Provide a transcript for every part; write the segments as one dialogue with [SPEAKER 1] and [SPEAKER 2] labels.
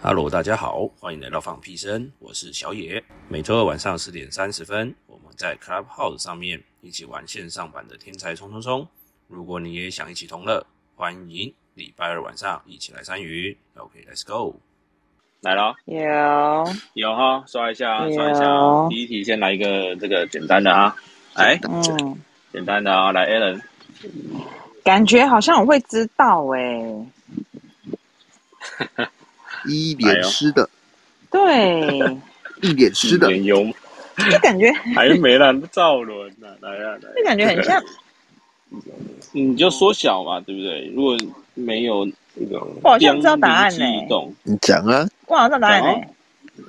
[SPEAKER 1] Hello，大家好，欢迎来到放屁声，我是小野。每周二晚上十点三十分，我们在 Clubhouse 上面一起玩线上版的《天才冲冲冲》。如果你也想一起同乐，欢迎礼拜二晚上一起来参与。OK，Let's、go。
[SPEAKER 2] 来了，
[SPEAKER 3] 有
[SPEAKER 2] 有哈，刷一下啊，
[SPEAKER 3] 有
[SPEAKER 2] 刷一下啊。第一题先来一个这个简单的啊，来，
[SPEAKER 3] 嗯，
[SPEAKER 2] 简单的啊，来 a l a n
[SPEAKER 3] 感觉好像我会知道哎、
[SPEAKER 4] 一脸湿的，
[SPEAKER 2] 哎
[SPEAKER 3] 对，
[SPEAKER 4] 一脸湿的，
[SPEAKER 2] 点嗯油，
[SPEAKER 3] 就感觉
[SPEAKER 2] 还没啦，造轮呢，来啊来啊，
[SPEAKER 3] 就感觉很像，
[SPEAKER 2] 你就缩小嘛，对不对？如果没有那个，
[SPEAKER 3] 我好像知道答案呢
[SPEAKER 2] 灵机一动，
[SPEAKER 4] 你
[SPEAKER 5] 嗯
[SPEAKER 4] 讲啊，
[SPEAKER 3] 我好像知道 答案哎、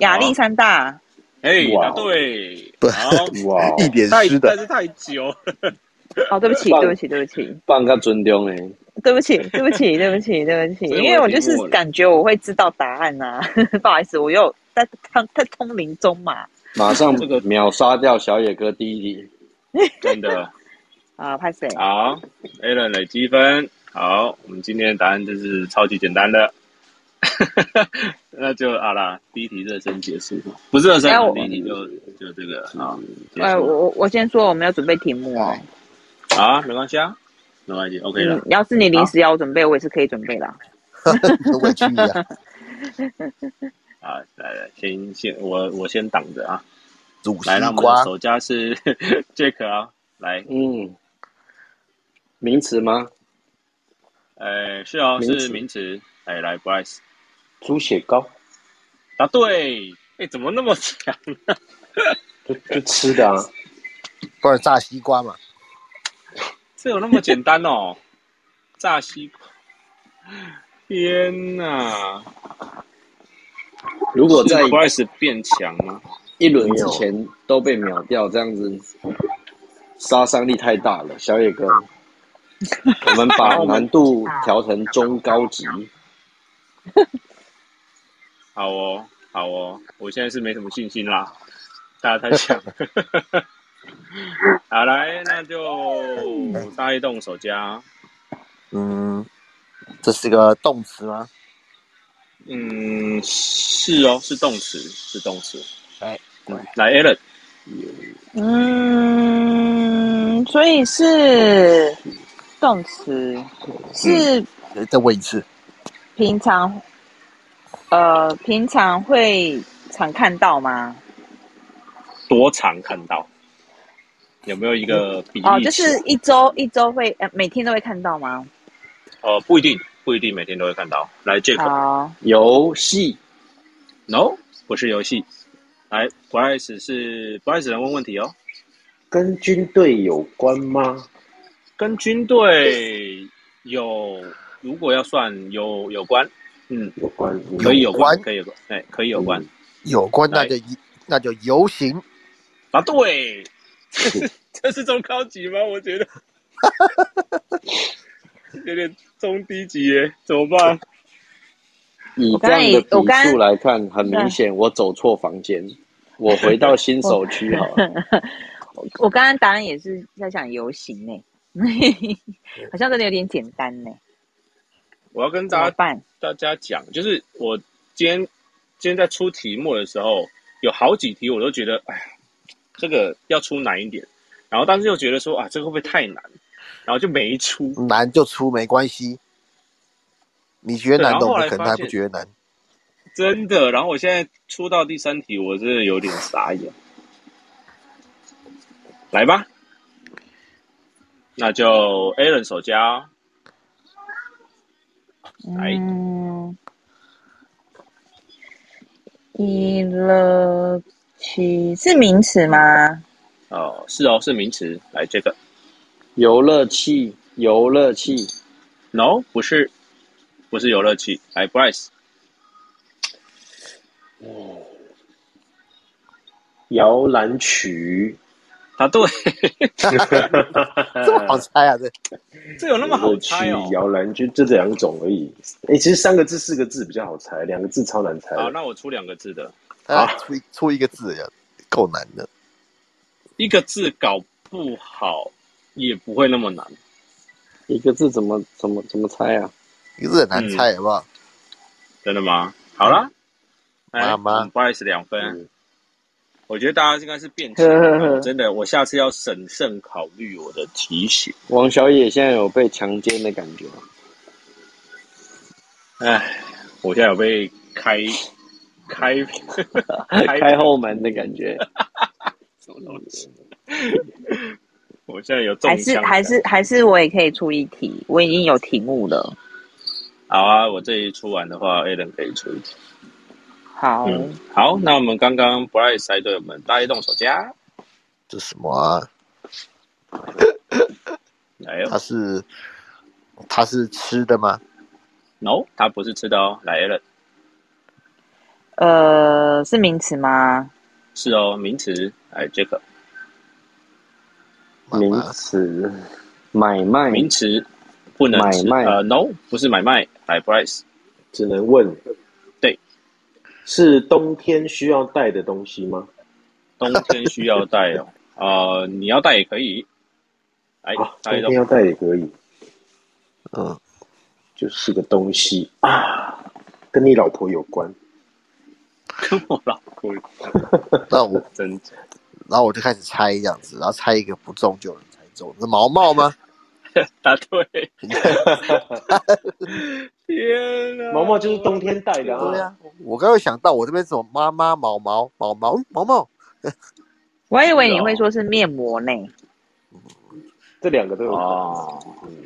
[SPEAKER 3] 亚历山大，
[SPEAKER 2] 哎，
[SPEAKER 5] 哇
[SPEAKER 2] 答对，
[SPEAKER 4] 不
[SPEAKER 2] 好，
[SPEAKER 5] 哇，
[SPEAKER 4] 一脸
[SPEAKER 2] 太
[SPEAKER 4] 湿
[SPEAKER 2] 但
[SPEAKER 4] 的，
[SPEAKER 2] 是太久了，
[SPEAKER 3] 哦，对不 起，对不起，对不起，
[SPEAKER 5] 放个尊重诶，
[SPEAKER 3] 对不起，对不起，对不起，对不起，
[SPEAKER 2] 所以我
[SPEAKER 3] 因为我就
[SPEAKER 2] 已经
[SPEAKER 3] 是
[SPEAKER 2] 默了
[SPEAKER 3] 感觉我会知道答案呐、 不好意思，我又在在在通灵中嘛，
[SPEAKER 2] 啊
[SPEAKER 5] 马上
[SPEAKER 2] 这个
[SPEAKER 5] 秒杀掉小野哥第一题。
[SPEAKER 2] 真的。
[SPEAKER 3] 啊，拍谁？
[SPEAKER 2] 好 a l a n 累积分。好，我们今天的答案就是超级简单的， 那就好啦。第一题热身结束，不是热身啊
[SPEAKER 3] 哎我，
[SPEAKER 2] 第一题就就这个
[SPEAKER 5] 嗯
[SPEAKER 2] 啊，结
[SPEAKER 3] 呃，
[SPEAKER 2] 束
[SPEAKER 3] 我我我先说，我没有准备题目哦。
[SPEAKER 2] 好啊，没关系啊，没关系，OK 了
[SPEAKER 3] 嗯。，要是你临时要我准备，我也是可以准备 啦。
[SPEAKER 4] 你都委屈你啊，
[SPEAKER 2] 啊，来来，先先我我先挡着啊，
[SPEAKER 4] 乳丝
[SPEAKER 2] 来，那我们
[SPEAKER 4] 瓜
[SPEAKER 2] 的首家是 Jack 啊，来，
[SPEAKER 5] 嗯，名词吗？
[SPEAKER 2] 呃，是哦，
[SPEAKER 5] 名词
[SPEAKER 2] 是名词，哎，来，Bryce，
[SPEAKER 5] 猪血糕，
[SPEAKER 2] 答对，哎，怎么那么强？
[SPEAKER 5] 啊就就吃的啊。
[SPEAKER 4] 不然炸西瓜嘛，
[SPEAKER 2] 这有那么简单 哦？炸西瓜！天哪！
[SPEAKER 5] 如果在
[SPEAKER 2] b r y c 变强吗？
[SPEAKER 5] 一轮之前都被秒掉，这样子杀伤力太大了。小野哥，我们把难度调成中高级。
[SPEAKER 2] 好哦，好哦，我现在是没什么信心啦，大家太强。 好来，那就大一动手家。
[SPEAKER 4] 嗯，这是个动词吗？
[SPEAKER 2] 嗯，是哦，是动词，是动词。
[SPEAKER 4] 哎
[SPEAKER 2] 嗯，来 a l a n
[SPEAKER 3] 嗯，所以是动词，是
[SPEAKER 4] 呃再问一次，
[SPEAKER 3] 平常，呃，平常会常看到吗？
[SPEAKER 2] 多长看到？有没有一个比例
[SPEAKER 3] 哦，就
[SPEAKER 2] 尺
[SPEAKER 3] 是一周一周会，呃，每天都会看到吗？
[SPEAKER 2] 呃，不一定，不一定每天都会看到。来 Jack。
[SPEAKER 3] 好，
[SPEAKER 5] 游戏
[SPEAKER 2] No，不是游戏。来，Bryce 是 Bryce 能问问题哦，
[SPEAKER 5] 跟军队有关吗？
[SPEAKER 2] 跟军队有，如果要算有有关，嗯，
[SPEAKER 5] 有关，
[SPEAKER 2] 可以有关，
[SPEAKER 4] 有关
[SPEAKER 2] 可以有关，哎，可以有关。
[SPEAKER 4] 有关那
[SPEAKER 2] 来
[SPEAKER 4] 就一那就游行，
[SPEAKER 2] 答对， 这是中高级吗？我觉得有点中低级耶，怎么办？
[SPEAKER 5] 以
[SPEAKER 3] 我
[SPEAKER 5] 这
[SPEAKER 3] 刚才
[SPEAKER 5] 样的
[SPEAKER 3] 也我刚
[SPEAKER 5] 笔触来看，很明显我走错房间，我回到新手区好了。
[SPEAKER 3] 我我刚刚答案也是在想游行呢、 好像真的有点简单呢、
[SPEAKER 2] 我要跟
[SPEAKER 3] 怎
[SPEAKER 2] 大
[SPEAKER 3] 么
[SPEAKER 2] 家
[SPEAKER 3] 办？
[SPEAKER 2] 大家讲，就是我今天今天在出题目的时候，有好几题我都觉得，哎呀，这个要出难一点，然后但是又觉得说啊，这个会不会太难，然后就没出。
[SPEAKER 4] 难就出没关系。你觉得
[SPEAKER 2] 对
[SPEAKER 4] 难
[SPEAKER 2] 然后
[SPEAKER 4] 的，
[SPEAKER 2] 后
[SPEAKER 4] 我
[SPEAKER 2] 来
[SPEAKER 4] 们可能还
[SPEAKER 2] 发现
[SPEAKER 4] 不觉得难。
[SPEAKER 2] 真的。然后我现在出到第三题，我真的有点傻眼。来吧，那就 Alan 手加哦、来
[SPEAKER 3] 嗯，一乐七是名词吗？
[SPEAKER 2] 哦，是哦，是名词。来这个
[SPEAKER 5] 游乐器，游乐器，
[SPEAKER 2] No 不是，不是游乐器。来 Bryce
[SPEAKER 5] 嗯摇篮曲，
[SPEAKER 2] 答啊 对，
[SPEAKER 4] 这么好猜啊？这
[SPEAKER 2] 这有那么好猜哦？
[SPEAKER 5] 摇篮曲就这两种而已。哎、其实三个字、四个字比较好猜，两个字超难猜。
[SPEAKER 2] 好，那我出两个字的，
[SPEAKER 4] 啊，出一出一个字呀，够难的。
[SPEAKER 2] 一个字搞不好也不会那么难。
[SPEAKER 5] 一个字怎么怎么怎么猜啊？
[SPEAKER 4] 一个字很难猜，好不好？
[SPEAKER 2] 嗯真的吗？好啦，哎
[SPEAKER 4] 妈妈
[SPEAKER 2] 嗯不好意思，两分。
[SPEAKER 5] 嗯
[SPEAKER 2] 我觉得大家应该是变强 了，真的，我下次要审慎考虑我的题型。
[SPEAKER 5] 王小野现在有被强奸的感 觉吗，
[SPEAKER 2] 哎，我现在有被开开开
[SPEAKER 5] 开后门的感觉。
[SPEAKER 2] 什么东西？
[SPEAKER 5] 嗯
[SPEAKER 2] 我现在有中
[SPEAKER 3] 还是
[SPEAKER 2] 枪的
[SPEAKER 3] 还是还是我也可以出一题，我已经有题目了。
[SPEAKER 2] 好啊！我这一出完的话，Alan 可以出一题。
[SPEAKER 3] 好，
[SPEAKER 2] 嗯，好，那我们刚刚 Bryce 猜对我们大一动手家，
[SPEAKER 4] 这什么啊？
[SPEAKER 2] 来哦
[SPEAKER 4] 它是它是吃的吗？
[SPEAKER 2] ，No，他不是吃的哦，来 Alan
[SPEAKER 3] 呃，是名词吗？
[SPEAKER 2] 是哦，名词，来 Jack，
[SPEAKER 4] 妈
[SPEAKER 5] 名
[SPEAKER 4] 妈
[SPEAKER 5] 词，买卖
[SPEAKER 2] 名词不能吃，
[SPEAKER 5] 买卖
[SPEAKER 2] 呃，No，不 是买卖，来 Bryce，
[SPEAKER 5] 只能问。
[SPEAKER 2] 对，
[SPEAKER 5] 是冬天需要带的东西吗？
[SPEAKER 2] 冬天需要带哦， 呃，你要带也可以，来
[SPEAKER 5] 啊，
[SPEAKER 2] 大
[SPEAKER 5] 冬
[SPEAKER 2] 一
[SPEAKER 5] 天
[SPEAKER 2] 动，
[SPEAKER 5] 要带也可以，
[SPEAKER 4] 嗯，
[SPEAKER 5] 就是个东西啊，跟你老婆有关。
[SPEAKER 2] 跟 我老婆
[SPEAKER 4] 那我
[SPEAKER 2] 真假
[SPEAKER 4] 然后我就开始猜这样子，然后猜一个不中就有人猜中，是毛毛 吗？
[SPEAKER 2] 答对，天哪！
[SPEAKER 5] 毛毛就是冬天带的啊，
[SPEAKER 4] 对呀，我刚刚想到我这边怎么妈妈毛毛毛毛嗯毛毛，
[SPEAKER 3] 我还以为
[SPEAKER 2] 是哦
[SPEAKER 3] 你会说是面膜呢。
[SPEAKER 5] 这两个都有。
[SPEAKER 2] 哦，
[SPEAKER 5] 啊嗯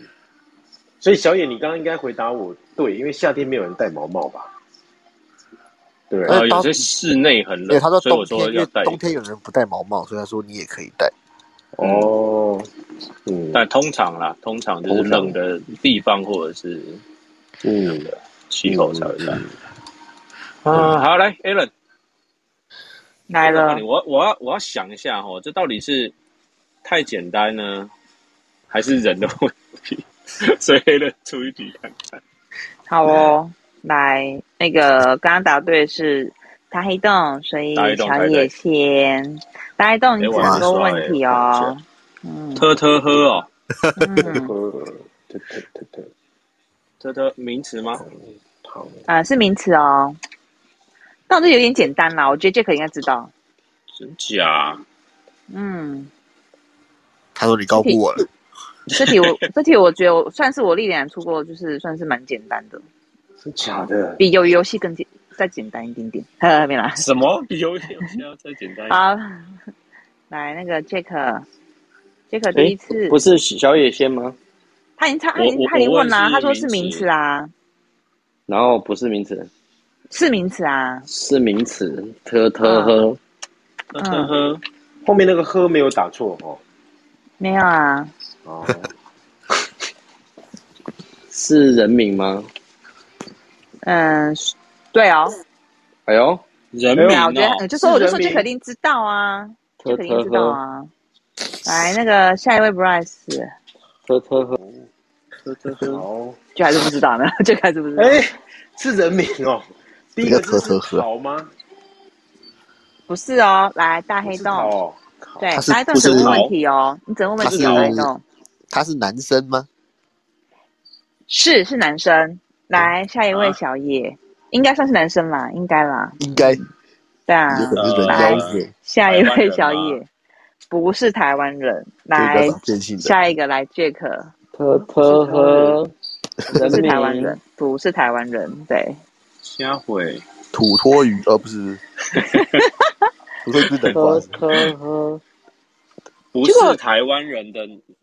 [SPEAKER 5] 所以小野，你刚刚应该回答我对，因为夏天没有人戴毛毛吧？对不对，
[SPEAKER 4] 哎
[SPEAKER 2] 呃，有些室内很
[SPEAKER 4] 因
[SPEAKER 2] 冷
[SPEAKER 4] 为，他说
[SPEAKER 2] 所以我
[SPEAKER 4] 冬天，
[SPEAKER 2] 说
[SPEAKER 4] 因
[SPEAKER 2] 要
[SPEAKER 4] 为
[SPEAKER 2] 带一个
[SPEAKER 4] 冬天有人不戴毛毛，所以他说你也可以戴。
[SPEAKER 5] 哦，嗯
[SPEAKER 2] 但通常啦，通常就是
[SPEAKER 5] 通常
[SPEAKER 2] 冷的地方或者是
[SPEAKER 5] 嗯，
[SPEAKER 2] 气候才会带。啊，好，来，Alan，
[SPEAKER 3] 来了
[SPEAKER 2] 我，我我要我要想一下哦，这到底是太简单呢，还是人的问题？ 所以 Alan 出一题看看。
[SPEAKER 3] 好哦，
[SPEAKER 2] 嗯
[SPEAKER 3] 来，那个刚刚答对是大黑洞，所以
[SPEAKER 2] 大黑洞
[SPEAKER 3] 小
[SPEAKER 2] 猜对
[SPEAKER 3] 野先。大黑洞，你
[SPEAKER 2] 哎
[SPEAKER 3] 只
[SPEAKER 2] 我
[SPEAKER 4] 还
[SPEAKER 3] 能
[SPEAKER 4] 没
[SPEAKER 3] 够
[SPEAKER 2] 刷哎
[SPEAKER 3] 问题
[SPEAKER 2] 我
[SPEAKER 3] 哦。嗯
[SPEAKER 2] 特特喝哦，
[SPEAKER 3] 嗯，
[SPEAKER 5] 呃，对对对对，
[SPEAKER 2] 特特名词吗？
[SPEAKER 5] 好，
[SPEAKER 3] 啊、是名词哦。但我这有点简单啦，我觉得 Jack 应该知道。
[SPEAKER 2] 真假？
[SPEAKER 3] 嗯，
[SPEAKER 4] 他说你高估我了，
[SPEAKER 3] 这 题我这题我觉得我算是我历年来出过，就是算是蛮简单的，
[SPEAKER 5] 真假的？
[SPEAKER 3] 比鱿鱼游戏更简再简单一点点。呵，没啦。
[SPEAKER 2] 什么比游
[SPEAKER 5] 嗯
[SPEAKER 2] 戏要再简单一点？
[SPEAKER 3] 好， 来那个 Jack，Jack 第一次、
[SPEAKER 5] 不是小野先吗？
[SPEAKER 3] 他已经他他
[SPEAKER 2] 我
[SPEAKER 3] 已经
[SPEAKER 2] 我
[SPEAKER 3] 他已经
[SPEAKER 2] 我
[SPEAKER 3] 问
[SPEAKER 2] 问
[SPEAKER 3] 啦、
[SPEAKER 2] 是
[SPEAKER 3] 他说是
[SPEAKER 2] 名
[SPEAKER 3] 名
[SPEAKER 2] 词
[SPEAKER 3] 词啊，
[SPEAKER 5] 然后不是名词，
[SPEAKER 3] 是名词啊。
[SPEAKER 5] 是名词，特特呵。
[SPEAKER 2] 呵呵呵，
[SPEAKER 5] 嗯后面那个呵没有打错哦。
[SPEAKER 3] 没有啊，
[SPEAKER 5] 哦， 是人名吗？
[SPEAKER 3] 嗯，对哦，
[SPEAKER 5] 哎呦，
[SPEAKER 2] 人
[SPEAKER 3] 对啊，我觉
[SPEAKER 2] 名
[SPEAKER 3] 得呃
[SPEAKER 2] 哦，
[SPEAKER 3] 就说我就说
[SPEAKER 5] 是人
[SPEAKER 3] 这
[SPEAKER 5] 名
[SPEAKER 3] 肯定知道啊，这
[SPEAKER 5] 呵
[SPEAKER 3] 肯定
[SPEAKER 5] 呵
[SPEAKER 3] 知道
[SPEAKER 5] 呵，
[SPEAKER 3] 啊。来，那个下一位 Bryce，
[SPEAKER 5] 呵呵呵，
[SPEAKER 2] 呵呵呵，
[SPEAKER 5] 好。
[SPEAKER 3] 就还是不知道呢， 就还是不知道，
[SPEAKER 5] 哎，是人名哦。第一个字
[SPEAKER 4] 这
[SPEAKER 5] 是
[SPEAKER 4] 个特特呵
[SPEAKER 5] 草吗？
[SPEAKER 3] 不是哦。来，大黑
[SPEAKER 5] 不是
[SPEAKER 3] 洞，
[SPEAKER 5] 草哦，靠
[SPEAKER 3] 对
[SPEAKER 4] 它，是
[SPEAKER 3] 大黑洞
[SPEAKER 4] 不
[SPEAKER 3] 只
[SPEAKER 4] 是
[SPEAKER 3] 问问题哦，你只问问
[SPEAKER 4] 它
[SPEAKER 3] 题
[SPEAKER 4] 是
[SPEAKER 3] 哦，大黑洞
[SPEAKER 4] 他是男生吗？
[SPEAKER 3] 是是男生。来，下一位
[SPEAKER 2] 啊
[SPEAKER 3] 小野，应该算是男生啦，应该啦，
[SPEAKER 4] 应该有
[SPEAKER 3] 对啊。
[SPEAKER 4] 可能是人妖之
[SPEAKER 2] 呃
[SPEAKER 4] 类，
[SPEAKER 3] 下一位小
[SPEAKER 2] 台湾人
[SPEAKER 3] 野，不是台湾人。
[SPEAKER 4] 这
[SPEAKER 3] 来
[SPEAKER 4] 比较，少见性的。
[SPEAKER 3] 下一个来 Jack，
[SPEAKER 5] 特特呵，
[SPEAKER 3] 不
[SPEAKER 5] 人
[SPEAKER 3] 是
[SPEAKER 5] 名
[SPEAKER 3] 台湾人， 不是台湾人，对。
[SPEAKER 2] 瞎毁，
[SPEAKER 4] 土托鱼，呃，不是， 土托鱼不是南瓜
[SPEAKER 5] 特，特呵，
[SPEAKER 2] 不是台湾人的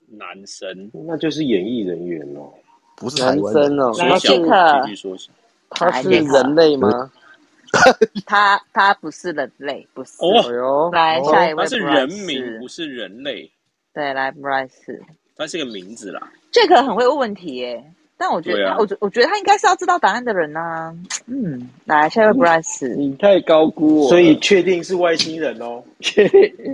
[SPEAKER 2] 男生，
[SPEAKER 5] 那就是演艺人员哦。
[SPEAKER 4] 不是台
[SPEAKER 5] 男
[SPEAKER 4] 湾
[SPEAKER 5] 生
[SPEAKER 4] 人。
[SPEAKER 5] 哦，
[SPEAKER 2] 缩
[SPEAKER 5] 那
[SPEAKER 2] 小
[SPEAKER 5] 是
[SPEAKER 3] 杰克
[SPEAKER 2] 继续缩小。
[SPEAKER 5] 他是人类吗？
[SPEAKER 3] 他他不是人类，不是。
[SPEAKER 5] 哎
[SPEAKER 2] 哦，
[SPEAKER 5] 呦，
[SPEAKER 3] 来，下一位
[SPEAKER 2] 他是人名，不
[SPEAKER 3] Bryce，
[SPEAKER 2] 是人类，
[SPEAKER 3] 对，来 Bryce。
[SPEAKER 2] 他是个名字啦。
[SPEAKER 3] Jack 很会问问题耶，但我觉
[SPEAKER 2] 对
[SPEAKER 3] 得
[SPEAKER 2] 啊
[SPEAKER 3] 他，我觉我觉得他应该是要知道答案的人呐。嗯，来，下一位 Bryce，
[SPEAKER 5] 你太高估我了。
[SPEAKER 6] 所 以确定是外星人哦。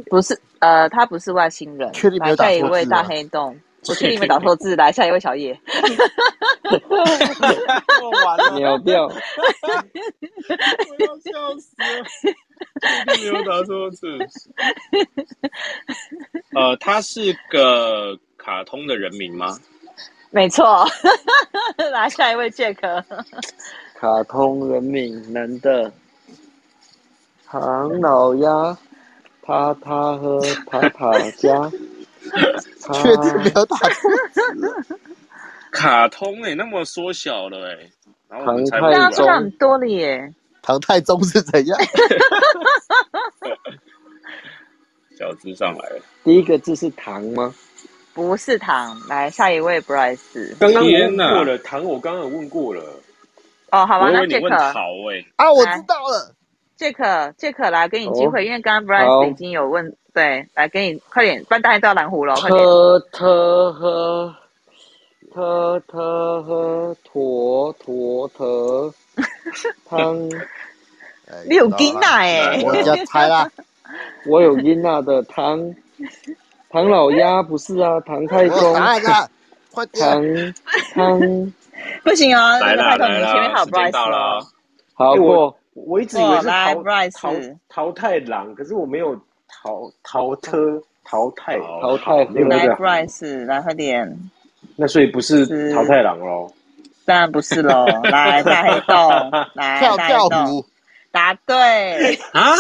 [SPEAKER 3] 不是，呃，他不是外星人。
[SPEAKER 4] 确定没有打
[SPEAKER 3] 来，下一
[SPEAKER 4] 错
[SPEAKER 3] 位
[SPEAKER 4] 字
[SPEAKER 3] 大
[SPEAKER 4] 吗
[SPEAKER 3] 黑洞，我确定没打错字。来，下一位小野，
[SPEAKER 6] 我完了，
[SPEAKER 5] 秒掉，
[SPEAKER 2] 我要笑死了，确定没有打错字。呃，他是个卡通的人名吗？
[SPEAKER 3] 没错。来，下一位 Jack，
[SPEAKER 5] 卡通人名男的，唐老鸭，他他和塔塔家，他
[SPEAKER 4] 确定没有打错？
[SPEAKER 2] 卡通哎、那么缩小了哎、然后我们猜不
[SPEAKER 5] 唐
[SPEAKER 3] 大
[SPEAKER 5] 太
[SPEAKER 2] 到
[SPEAKER 3] 家知道很多了耶。
[SPEAKER 4] 唐太宗是怎样？
[SPEAKER 2] 小智上来了，
[SPEAKER 5] 第一个字是唐吗？
[SPEAKER 3] 不是糖，来下一位 Bryce。
[SPEAKER 6] 刚刚我
[SPEAKER 2] 天
[SPEAKER 6] 问
[SPEAKER 2] 哪
[SPEAKER 6] 过了，唐我刚刚有问过了，
[SPEAKER 3] 哦，好吧，
[SPEAKER 2] 我以
[SPEAKER 3] 那
[SPEAKER 2] 为你问
[SPEAKER 3] Jack
[SPEAKER 2] 桃
[SPEAKER 6] 欸
[SPEAKER 2] 哎、
[SPEAKER 4] 啊，我知道了，
[SPEAKER 3] Jack Jack 来给你机会，因为刚刚 Bryce
[SPEAKER 5] 好
[SPEAKER 3] 已经有问，对，来给你快点，不然大家知道蓝湖了，快点。
[SPEAKER 5] 特特和特特和坨坨特汤，
[SPEAKER 4] 哎
[SPEAKER 3] 你有金呐，哎，
[SPEAKER 4] 我就猜啦，
[SPEAKER 5] 我有英娜的汤，唐老鸭不是啊，唐
[SPEAKER 4] 我
[SPEAKER 5] 太
[SPEAKER 4] 有
[SPEAKER 5] 宗
[SPEAKER 4] 答，案啦，快点！
[SPEAKER 5] 唐汤，
[SPEAKER 3] 不行哦，那
[SPEAKER 2] 来啦
[SPEAKER 3] 个拜托
[SPEAKER 2] 来
[SPEAKER 3] 你前
[SPEAKER 2] 啦，
[SPEAKER 3] 面还有
[SPEAKER 2] 时间
[SPEAKER 3] Bryce
[SPEAKER 2] 到
[SPEAKER 3] 哦
[SPEAKER 2] 了。，
[SPEAKER 5] 好
[SPEAKER 6] 哎我
[SPEAKER 5] 过。
[SPEAKER 6] 我一直以为是
[SPEAKER 3] 哇来
[SPEAKER 6] 淘
[SPEAKER 3] Bryce
[SPEAKER 6] 淘淘汰狼，可是我没有淘淘特淘汰，
[SPEAKER 2] 好，
[SPEAKER 5] 淘汰
[SPEAKER 6] 没有那
[SPEAKER 3] 来
[SPEAKER 6] 个，
[SPEAKER 3] Bryce，来快点，
[SPEAKER 6] 那所以不
[SPEAKER 3] 是
[SPEAKER 6] 是淘汰狼喽。
[SPEAKER 3] 当然不是喽，哦来大黑 洞，来
[SPEAKER 4] 跳
[SPEAKER 3] 大
[SPEAKER 4] 跳
[SPEAKER 3] 黑洞，
[SPEAKER 4] 虎，
[SPEAKER 3] 答对，
[SPEAKER 2] 啊，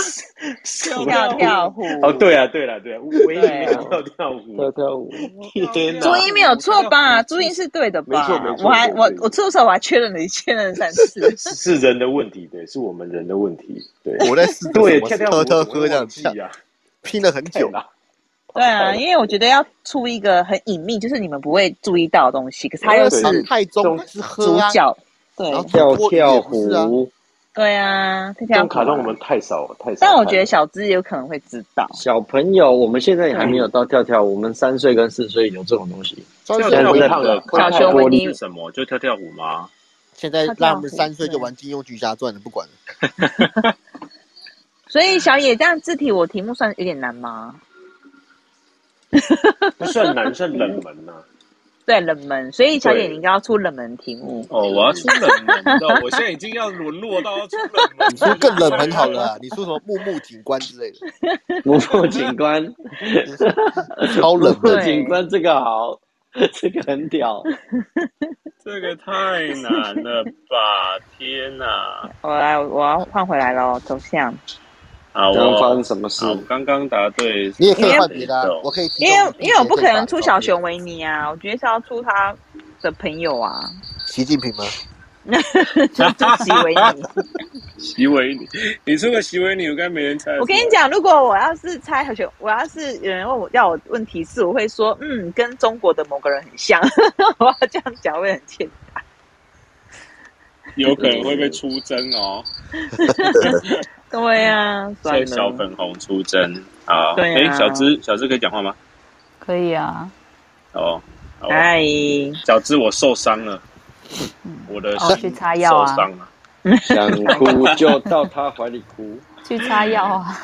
[SPEAKER 3] 跳跳虎。
[SPEAKER 6] 哦，对啊，对啦，对啊，唯一没有跳跳
[SPEAKER 5] 跳
[SPEAKER 6] 舞，
[SPEAKER 5] 跳舞，
[SPEAKER 6] 天哪
[SPEAKER 3] 朱！茵没有错吧？朱茵是对的吧？
[SPEAKER 6] 没错没错
[SPEAKER 3] 我还我
[SPEAKER 6] 对对
[SPEAKER 3] 我出手我还确认了一确认了三次。
[SPEAKER 6] 是是人的问题，对，是我们人的问题，对。
[SPEAKER 4] 我在试 着
[SPEAKER 6] 对，
[SPEAKER 4] 什么
[SPEAKER 6] 跳跳
[SPEAKER 4] 偷
[SPEAKER 6] 舞
[SPEAKER 4] 偷
[SPEAKER 6] 怎么会
[SPEAKER 4] 喝这样
[SPEAKER 6] 忘记
[SPEAKER 4] 跳，
[SPEAKER 6] 啊？
[SPEAKER 4] 拼了很
[SPEAKER 6] 太
[SPEAKER 4] 久。
[SPEAKER 6] 啦，
[SPEAKER 3] 对啊，因为我觉得要出一个很隐秘，就是你们不会注意到的东西，可是它又
[SPEAKER 4] 唐
[SPEAKER 3] 是
[SPEAKER 4] 太宗
[SPEAKER 6] 中
[SPEAKER 4] 是喝
[SPEAKER 3] 主
[SPEAKER 4] 啊，
[SPEAKER 3] 角，
[SPEAKER 4] 然
[SPEAKER 3] 对
[SPEAKER 4] 后
[SPEAKER 5] 跳跳
[SPEAKER 4] 不是啊
[SPEAKER 5] 虎，
[SPEAKER 3] 对啊，跳
[SPEAKER 6] 这
[SPEAKER 3] 跳
[SPEAKER 6] 种
[SPEAKER 3] 虎
[SPEAKER 6] 卡
[SPEAKER 3] 啊
[SPEAKER 6] 通我们太少太少看了。
[SPEAKER 3] 但我觉得小资有可能会知道，
[SPEAKER 5] 小朋友，我们现在也还没有到跳跳，舞，我们三岁跟四岁有这种东西。
[SPEAKER 4] 专
[SPEAKER 2] 跳
[SPEAKER 4] 属
[SPEAKER 2] 跳
[SPEAKER 6] 跳
[SPEAKER 2] 舞
[SPEAKER 6] 舞
[SPEAKER 2] 的
[SPEAKER 6] 的
[SPEAKER 2] 快
[SPEAKER 3] 小
[SPEAKER 2] 乐
[SPEAKER 3] 熊维
[SPEAKER 2] 玻
[SPEAKER 3] 尼
[SPEAKER 2] 璃是什么？啊就跳跳舞吗？
[SPEAKER 4] 现在
[SPEAKER 3] 跳跳
[SPEAKER 4] 让他们
[SPEAKER 3] 虎
[SPEAKER 4] 三岁就
[SPEAKER 3] 对
[SPEAKER 4] 玩金庸群侠传了，不管了。
[SPEAKER 3] 所以小野这样字体我题目算有点难吗？
[SPEAKER 6] 不算难，算冷门啊呐、
[SPEAKER 3] 对，冷门，所以小野
[SPEAKER 6] 对
[SPEAKER 3] 你应该要出冷门题目。
[SPEAKER 2] 哦，我要出 冷门的，我现在已经要沦落到要出冷门。
[SPEAKER 4] 你说更冷门好 了啊，你说什么木木警官之类 的，
[SPEAKER 5] 幕后警官，
[SPEAKER 4] 超
[SPEAKER 5] 幕
[SPEAKER 4] 冷
[SPEAKER 5] 后
[SPEAKER 4] 门。
[SPEAKER 3] 对
[SPEAKER 5] 警官这个好，这个很屌。
[SPEAKER 2] 这个太难了吧！天哪！
[SPEAKER 3] 我来，我要换回来喽，走向。
[SPEAKER 2] 啊，
[SPEAKER 5] 刚刚发
[SPEAKER 2] 我
[SPEAKER 5] 生什么事
[SPEAKER 2] 啊，？我刚刚答对，
[SPEAKER 4] 你也可以换别的啊，我可以提
[SPEAKER 3] 因
[SPEAKER 4] 供
[SPEAKER 3] 为
[SPEAKER 4] 你一些
[SPEAKER 3] 因为我不
[SPEAKER 4] 可
[SPEAKER 3] 可
[SPEAKER 4] 以打
[SPEAKER 3] 能
[SPEAKER 4] 的
[SPEAKER 3] 出
[SPEAKER 4] 照
[SPEAKER 3] 小
[SPEAKER 4] 片
[SPEAKER 3] 熊维尼啊，我觉得是要出他的朋友啊，
[SPEAKER 4] 习近平吗？
[SPEAKER 3] 就是朱席维尼。
[SPEAKER 2] 席维尼，你出个席维尼，我该没人猜得出来。
[SPEAKER 3] 我跟你讲，如果我要是猜小熊，我要是有人问我要我问提示，我会说，嗯，跟中国的某个人很像。 我要这样讲会很欠。
[SPEAKER 2] 有可能会被出征哦，
[SPEAKER 3] 对呀、啊，
[SPEAKER 2] 所以
[SPEAKER 3] 算
[SPEAKER 2] 小
[SPEAKER 3] 了，
[SPEAKER 2] 粉红出征啊。
[SPEAKER 3] 对啊
[SPEAKER 2] 诶小芝，小芝可以讲话吗？
[SPEAKER 7] 可以啊，
[SPEAKER 2] 哦，好哦，
[SPEAKER 3] 哎，嗯
[SPEAKER 2] 小芝，我受伤了，我的
[SPEAKER 7] 哦
[SPEAKER 2] 心
[SPEAKER 7] 去擦药啊
[SPEAKER 2] 受伤 了。
[SPEAKER 5] 想哭就到他怀里哭。
[SPEAKER 7] 去擦药啊，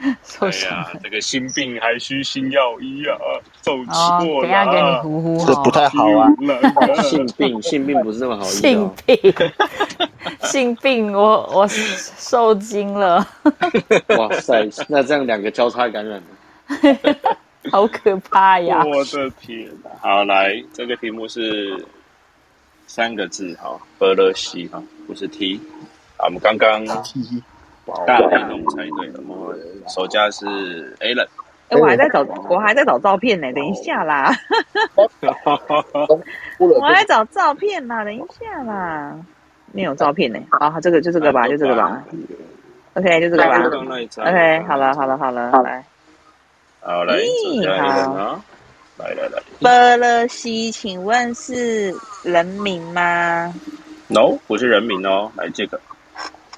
[SPEAKER 2] 哎
[SPEAKER 7] 受伤
[SPEAKER 2] 呀
[SPEAKER 7] 了。，
[SPEAKER 2] 这个心病还需新药医啊，受
[SPEAKER 7] 哦，
[SPEAKER 2] 挫
[SPEAKER 7] 等一下给你
[SPEAKER 2] 了。
[SPEAKER 7] 呼呼
[SPEAKER 4] 这不
[SPEAKER 7] 哈。
[SPEAKER 4] 太好啊。
[SPEAKER 5] 性病，性病不 是那么好医的
[SPEAKER 7] 性
[SPEAKER 5] 哦。
[SPEAKER 7] 病，性病，我我受惊了，
[SPEAKER 5] 哇塞，那这样两个交叉感染了，
[SPEAKER 7] 好可怕呀！
[SPEAKER 2] 我的天啊、好，来，这个题目是三个字哈，b 勒西哈，不是 T。好，我们刚刚大黑洞猜对了，我们首家是 a l a n
[SPEAKER 3] 哎，我还在找，我还在找照片呢，等一下啦，
[SPEAKER 4] 哭
[SPEAKER 3] 我
[SPEAKER 4] 了
[SPEAKER 3] 还在找照片啦，等一下啦，没有照片呢。好，这个就这个吧，就这个吧。OK，就这个
[SPEAKER 2] 大
[SPEAKER 3] 吧
[SPEAKER 2] 黑。洞那一张。
[SPEAKER 3] OK，好了，好了，好了，来。
[SPEAKER 2] 好，来，首家 a l a n 啊，来来来
[SPEAKER 3] 波勒西，请问是人名吗？
[SPEAKER 2] ，No，不是人名哦，来这个，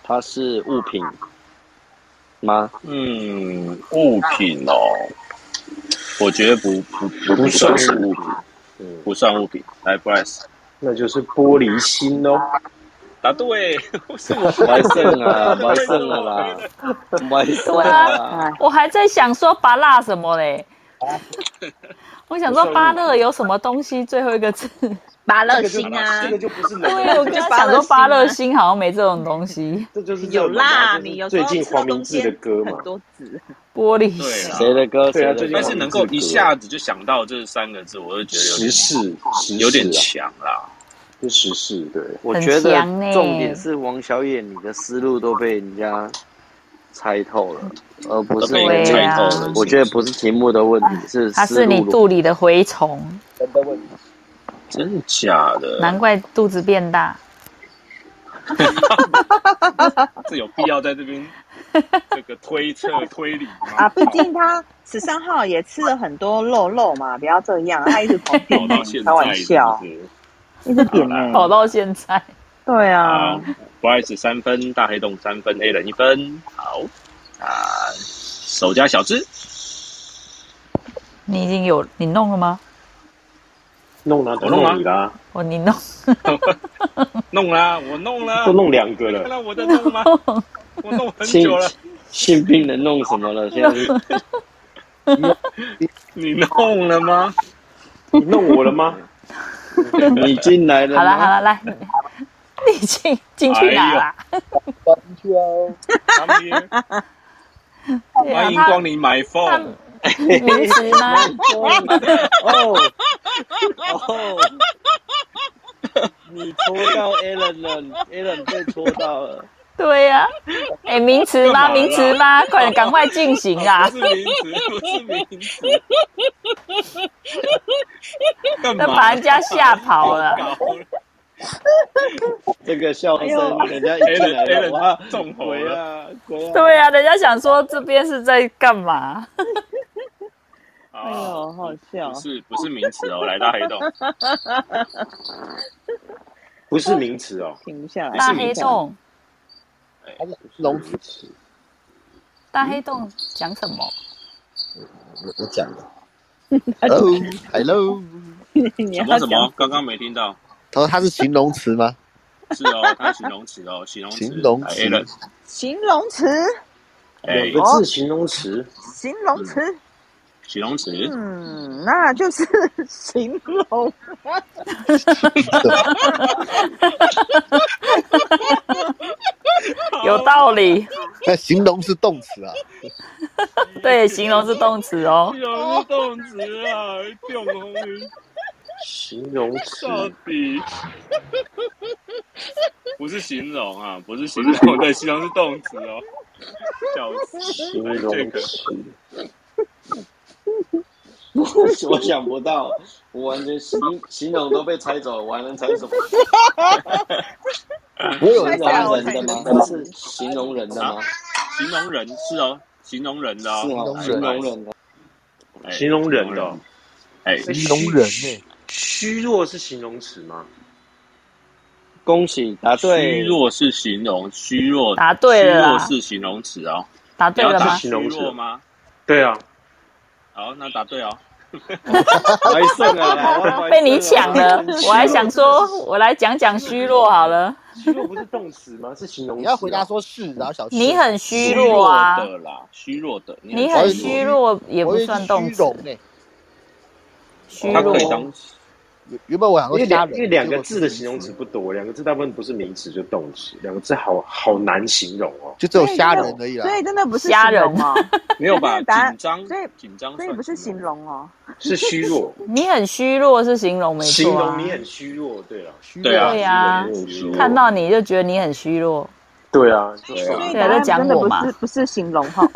[SPEAKER 5] 它是物品吗？
[SPEAKER 2] 嗯，物品哦，我觉得不不不不算是物品，
[SPEAKER 6] 嗯，
[SPEAKER 2] 不算物品。来，Bryce，
[SPEAKER 6] 那就是玻璃心哦。
[SPEAKER 2] 答对，是我
[SPEAKER 5] 完胜 啊，完胜了啦，完胜了啦。
[SPEAKER 3] 啊，
[SPEAKER 7] 我还在想说巴拉什么嘞，我想说巴勒有什么东西最后一个字，
[SPEAKER 3] 巴勒
[SPEAKER 6] 这个就
[SPEAKER 3] 星啊
[SPEAKER 6] 这，个就不是冷门，
[SPEAKER 7] 对我刚刚想说巴勒星好像没这种东西，
[SPEAKER 6] 这就是热
[SPEAKER 3] 有
[SPEAKER 6] 门啊
[SPEAKER 3] 啦，
[SPEAKER 6] 就是
[SPEAKER 3] 你哎有
[SPEAKER 6] 最
[SPEAKER 3] 时候
[SPEAKER 6] 近
[SPEAKER 3] 吃到
[SPEAKER 6] 黄明
[SPEAKER 3] 中
[SPEAKER 6] 志
[SPEAKER 3] 间
[SPEAKER 6] 的歌
[SPEAKER 3] 很
[SPEAKER 6] 嘛，
[SPEAKER 3] 多字，
[SPEAKER 7] 玻璃
[SPEAKER 2] 对啊
[SPEAKER 5] 谁的歌？
[SPEAKER 6] 对
[SPEAKER 5] 谁的
[SPEAKER 6] 啊最近
[SPEAKER 5] 歌
[SPEAKER 2] 但是能够一下子就想到这三个字，我就觉得有点
[SPEAKER 6] 时事时事、啊、
[SPEAKER 2] 有点强啦。
[SPEAKER 6] 是时事，对，
[SPEAKER 5] 我觉得
[SPEAKER 7] 很强欸
[SPEAKER 5] 重点是王小野，你的思路都被人家猜透了，而不是
[SPEAKER 2] 都
[SPEAKER 8] 被猜透了
[SPEAKER 5] 我觉得不是题目的问题，
[SPEAKER 7] 哎
[SPEAKER 5] 是
[SPEAKER 8] 它
[SPEAKER 5] 思
[SPEAKER 8] 是你
[SPEAKER 5] 路
[SPEAKER 8] 肚里的蛔虫，
[SPEAKER 2] 真的假的？
[SPEAKER 8] 难怪肚子变大。
[SPEAKER 2] 是有必要在这边这个推测推理
[SPEAKER 3] 啊，
[SPEAKER 2] 吗？
[SPEAKER 3] 毕竟他十三号也吃了很多肉肉嘛，不要这样，他一直狂
[SPEAKER 2] 搞到
[SPEAKER 3] 点名
[SPEAKER 2] 现在
[SPEAKER 3] 开玩笑，
[SPEAKER 2] 是不是
[SPEAKER 3] 一直点名，
[SPEAKER 8] 跑到现在，
[SPEAKER 3] 对啊
[SPEAKER 5] 嗯
[SPEAKER 2] 好，，Bryce 三分，大黑洞三分，A 人一分。好啊，首家小智
[SPEAKER 8] 你已经有你弄了吗？
[SPEAKER 6] 弄了，
[SPEAKER 2] 我弄啊
[SPEAKER 6] 你啦，
[SPEAKER 8] 哦，你弄，
[SPEAKER 2] 弄啦，我弄啦
[SPEAKER 6] 都，弄两个
[SPEAKER 2] 看
[SPEAKER 6] 了，
[SPEAKER 2] 到我在弄 吗？我弄很
[SPEAKER 5] 性
[SPEAKER 2] 久了，
[SPEAKER 5] 性病人弄什么了？现在是
[SPEAKER 2] 你弄了吗？
[SPEAKER 6] 你弄我了 吗？
[SPEAKER 5] 你进来了
[SPEAKER 8] 好了好
[SPEAKER 5] 吗？
[SPEAKER 8] 了，来， 你已经进去哪了？
[SPEAKER 2] 哎他们也
[SPEAKER 8] 对啊
[SPEAKER 2] 欢迎光临买
[SPEAKER 8] 他
[SPEAKER 2] phone，
[SPEAKER 8] 名词吗？
[SPEAKER 5] 哦 哦，你戳到 Alan 了，Alan 被戳到了。
[SPEAKER 8] 对呀、哎、名词吗？
[SPEAKER 2] 干嘛啦
[SPEAKER 8] 名词吗？快点，赶快进行啊
[SPEAKER 2] 不！是名词，不是名词，干
[SPEAKER 8] 那
[SPEAKER 2] 嘛？
[SPEAKER 8] 把人家吓跑了。
[SPEAKER 2] 搞了
[SPEAKER 5] 这个笑声，人家一进来
[SPEAKER 2] Alan
[SPEAKER 5] 了，哇
[SPEAKER 2] Alan，中头
[SPEAKER 5] 鬼
[SPEAKER 2] 了。
[SPEAKER 5] 啊鬼啊！
[SPEAKER 8] 对呀、人家想说这边是在 干嘛？
[SPEAKER 3] 哎呦，好笑
[SPEAKER 2] 啊不，是不是名词哦，来大黑洞，
[SPEAKER 6] 不是名词哦，
[SPEAKER 3] 停不下来，
[SPEAKER 8] 大黑洞，
[SPEAKER 6] 哎
[SPEAKER 4] 龙子
[SPEAKER 8] 大黑洞讲什么？
[SPEAKER 4] 我讲的。哦，Hello，
[SPEAKER 3] 你
[SPEAKER 2] 什
[SPEAKER 3] 要
[SPEAKER 2] 么
[SPEAKER 3] 讲
[SPEAKER 2] 什么？刚刚没听到，
[SPEAKER 4] 他说它是形容词吗？
[SPEAKER 2] 是哦，它形容词哦，形容词，
[SPEAKER 4] 形容
[SPEAKER 2] 来
[SPEAKER 4] 词
[SPEAKER 2] Alan，
[SPEAKER 3] 形容词，
[SPEAKER 2] 哎
[SPEAKER 6] 两，个字形容词，
[SPEAKER 3] 形容词，
[SPEAKER 2] 形容词，
[SPEAKER 3] 嗯，那就是形容，
[SPEAKER 2] 哎
[SPEAKER 8] 有
[SPEAKER 2] 啊
[SPEAKER 8] 道理。
[SPEAKER 4] 那哎形容是动词啊。
[SPEAKER 8] 对，形容是动词哦。
[SPEAKER 2] 形容是动词啊，动红
[SPEAKER 6] 形 容 词，
[SPEAKER 2] 到底。不是形容啊，不是形容，对，形容是动词哦。笑死，
[SPEAKER 6] 形
[SPEAKER 2] 来
[SPEAKER 6] 容
[SPEAKER 2] 这个
[SPEAKER 6] 词，
[SPEAKER 5] 我想不到，我完全形形容都被拆走了，我还能猜什 么？
[SPEAKER 4] 我有
[SPEAKER 5] 形容人的吗？ 啊是形容人的吗？
[SPEAKER 2] 形容人是
[SPEAKER 5] 啊
[SPEAKER 2] 哦，形容人的
[SPEAKER 5] 是
[SPEAKER 2] 哦
[SPEAKER 5] 哦，，
[SPEAKER 4] 形
[SPEAKER 5] 形
[SPEAKER 2] 来
[SPEAKER 5] 容人的。
[SPEAKER 2] 来
[SPEAKER 6] 形容人的哦，
[SPEAKER 2] 哎，
[SPEAKER 4] 形容人呢？
[SPEAKER 6] 虚弱是形容词吗？
[SPEAKER 5] 恭喜答
[SPEAKER 2] 虚
[SPEAKER 5] 对，
[SPEAKER 2] 弱是形容，虚弱
[SPEAKER 8] 答对了
[SPEAKER 2] 虚
[SPEAKER 8] 啦
[SPEAKER 2] 弱是形容词哦。
[SPEAKER 8] 答对
[SPEAKER 2] 你要
[SPEAKER 8] 了
[SPEAKER 2] 打
[SPEAKER 8] 吗？
[SPEAKER 2] 虚弱吗？
[SPEAKER 6] 对啊，
[SPEAKER 2] 好，那答对哦。
[SPEAKER 5] 白胜了啦，我白胜
[SPEAKER 8] 被你抢了，我还想说，我来讲讲虚弱好了。
[SPEAKER 6] 虚弱不是动词 吗？是形
[SPEAKER 5] 啊
[SPEAKER 6] 容词。
[SPEAKER 4] 你要回答，说是，然后小
[SPEAKER 8] 你很虚弱
[SPEAKER 2] 弱
[SPEAKER 8] 啊，
[SPEAKER 2] 的啦，虚弱的，你
[SPEAKER 8] 你很虚弱也
[SPEAKER 4] 我
[SPEAKER 8] 不
[SPEAKER 4] 以为
[SPEAKER 8] 算
[SPEAKER 4] 是
[SPEAKER 8] 动
[SPEAKER 4] 虚
[SPEAKER 8] 词
[SPEAKER 4] 荣，呢。
[SPEAKER 8] 虚
[SPEAKER 2] 它
[SPEAKER 8] 弱
[SPEAKER 2] 可以当
[SPEAKER 4] 原原本我
[SPEAKER 6] 因
[SPEAKER 4] 想说
[SPEAKER 6] 为
[SPEAKER 4] 家
[SPEAKER 6] 两
[SPEAKER 4] 人，
[SPEAKER 6] 因为两个字的形容词不多，两个字大部分不是名词就动词，两个字好好难形容哦。
[SPEAKER 4] 就只有虾仁而已啦
[SPEAKER 3] 所。以真的不是
[SPEAKER 8] 虾仁
[SPEAKER 3] 形容哦，
[SPEAKER 2] 没有吧？
[SPEAKER 3] 这个答案
[SPEAKER 2] 紧张
[SPEAKER 3] 所以，
[SPEAKER 2] 紧张
[SPEAKER 3] 所
[SPEAKER 2] 算
[SPEAKER 3] 以不是形容哦，
[SPEAKER 6] 是虚 弱，
[SPEAKER 8] 你很虚弱是形容没
[SPEAKER 6] 形
[SPEAKER 8] 错
[SPEAKER 6] 容
[SPEAKER 8] 啊。
[SPEAKER 6] 你很虚弱，对了，
[SPEAKER 4] 虚
[SPEAKER 2] 对啊，
[SPEAKER 8] 对啊
[SPEAKER 2] 虚弱虚弱
[SPEAKER 8] 看到你就觉得你很虚弱，
[SPEAKER 6] 对啊，
[SPEAKER 2] 对啊
[SPEAKER 3] 所以
[SPEAKER 8] 对
[SPEAKER 3] 答
[SPEAKER 8] 啊
[SPEAKER 3] 案
[SPEAKER 8] 在讲
[SPEAKER 3] 真的
[SPEAKER 8] 我
[SPEAKER 3] 不
[SPEAKER 8] 嘛
[SPEAKER 3] 是不是形容哈，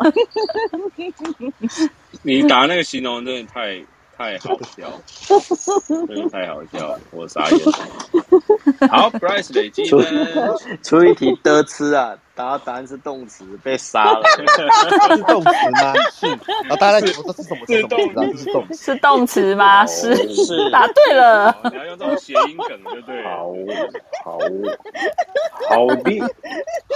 [SPEAKER 2] 你打那个形容真的太太好笑，真的太好笑了，我傻眼。好，Bryce 累积
[SPEAKER 5] 出
[SPEAKER 2] 分，
[SPEAKER 5] 出一题的吃啊，答答案是动词，被杀了。
[SPEAKER 4] 是动词吗？是啊，大家在想说这是什么？这是什么？然后是 动词。
[SPEAKER 8] 是动词吗？是，
[SPEAKER 2] 哦是哦
[SPEAKER 8] 答对了。
[SPEAKER 2] 你要用这种谐音梗，对不对了？
[SPEAKER 6] 好好好的，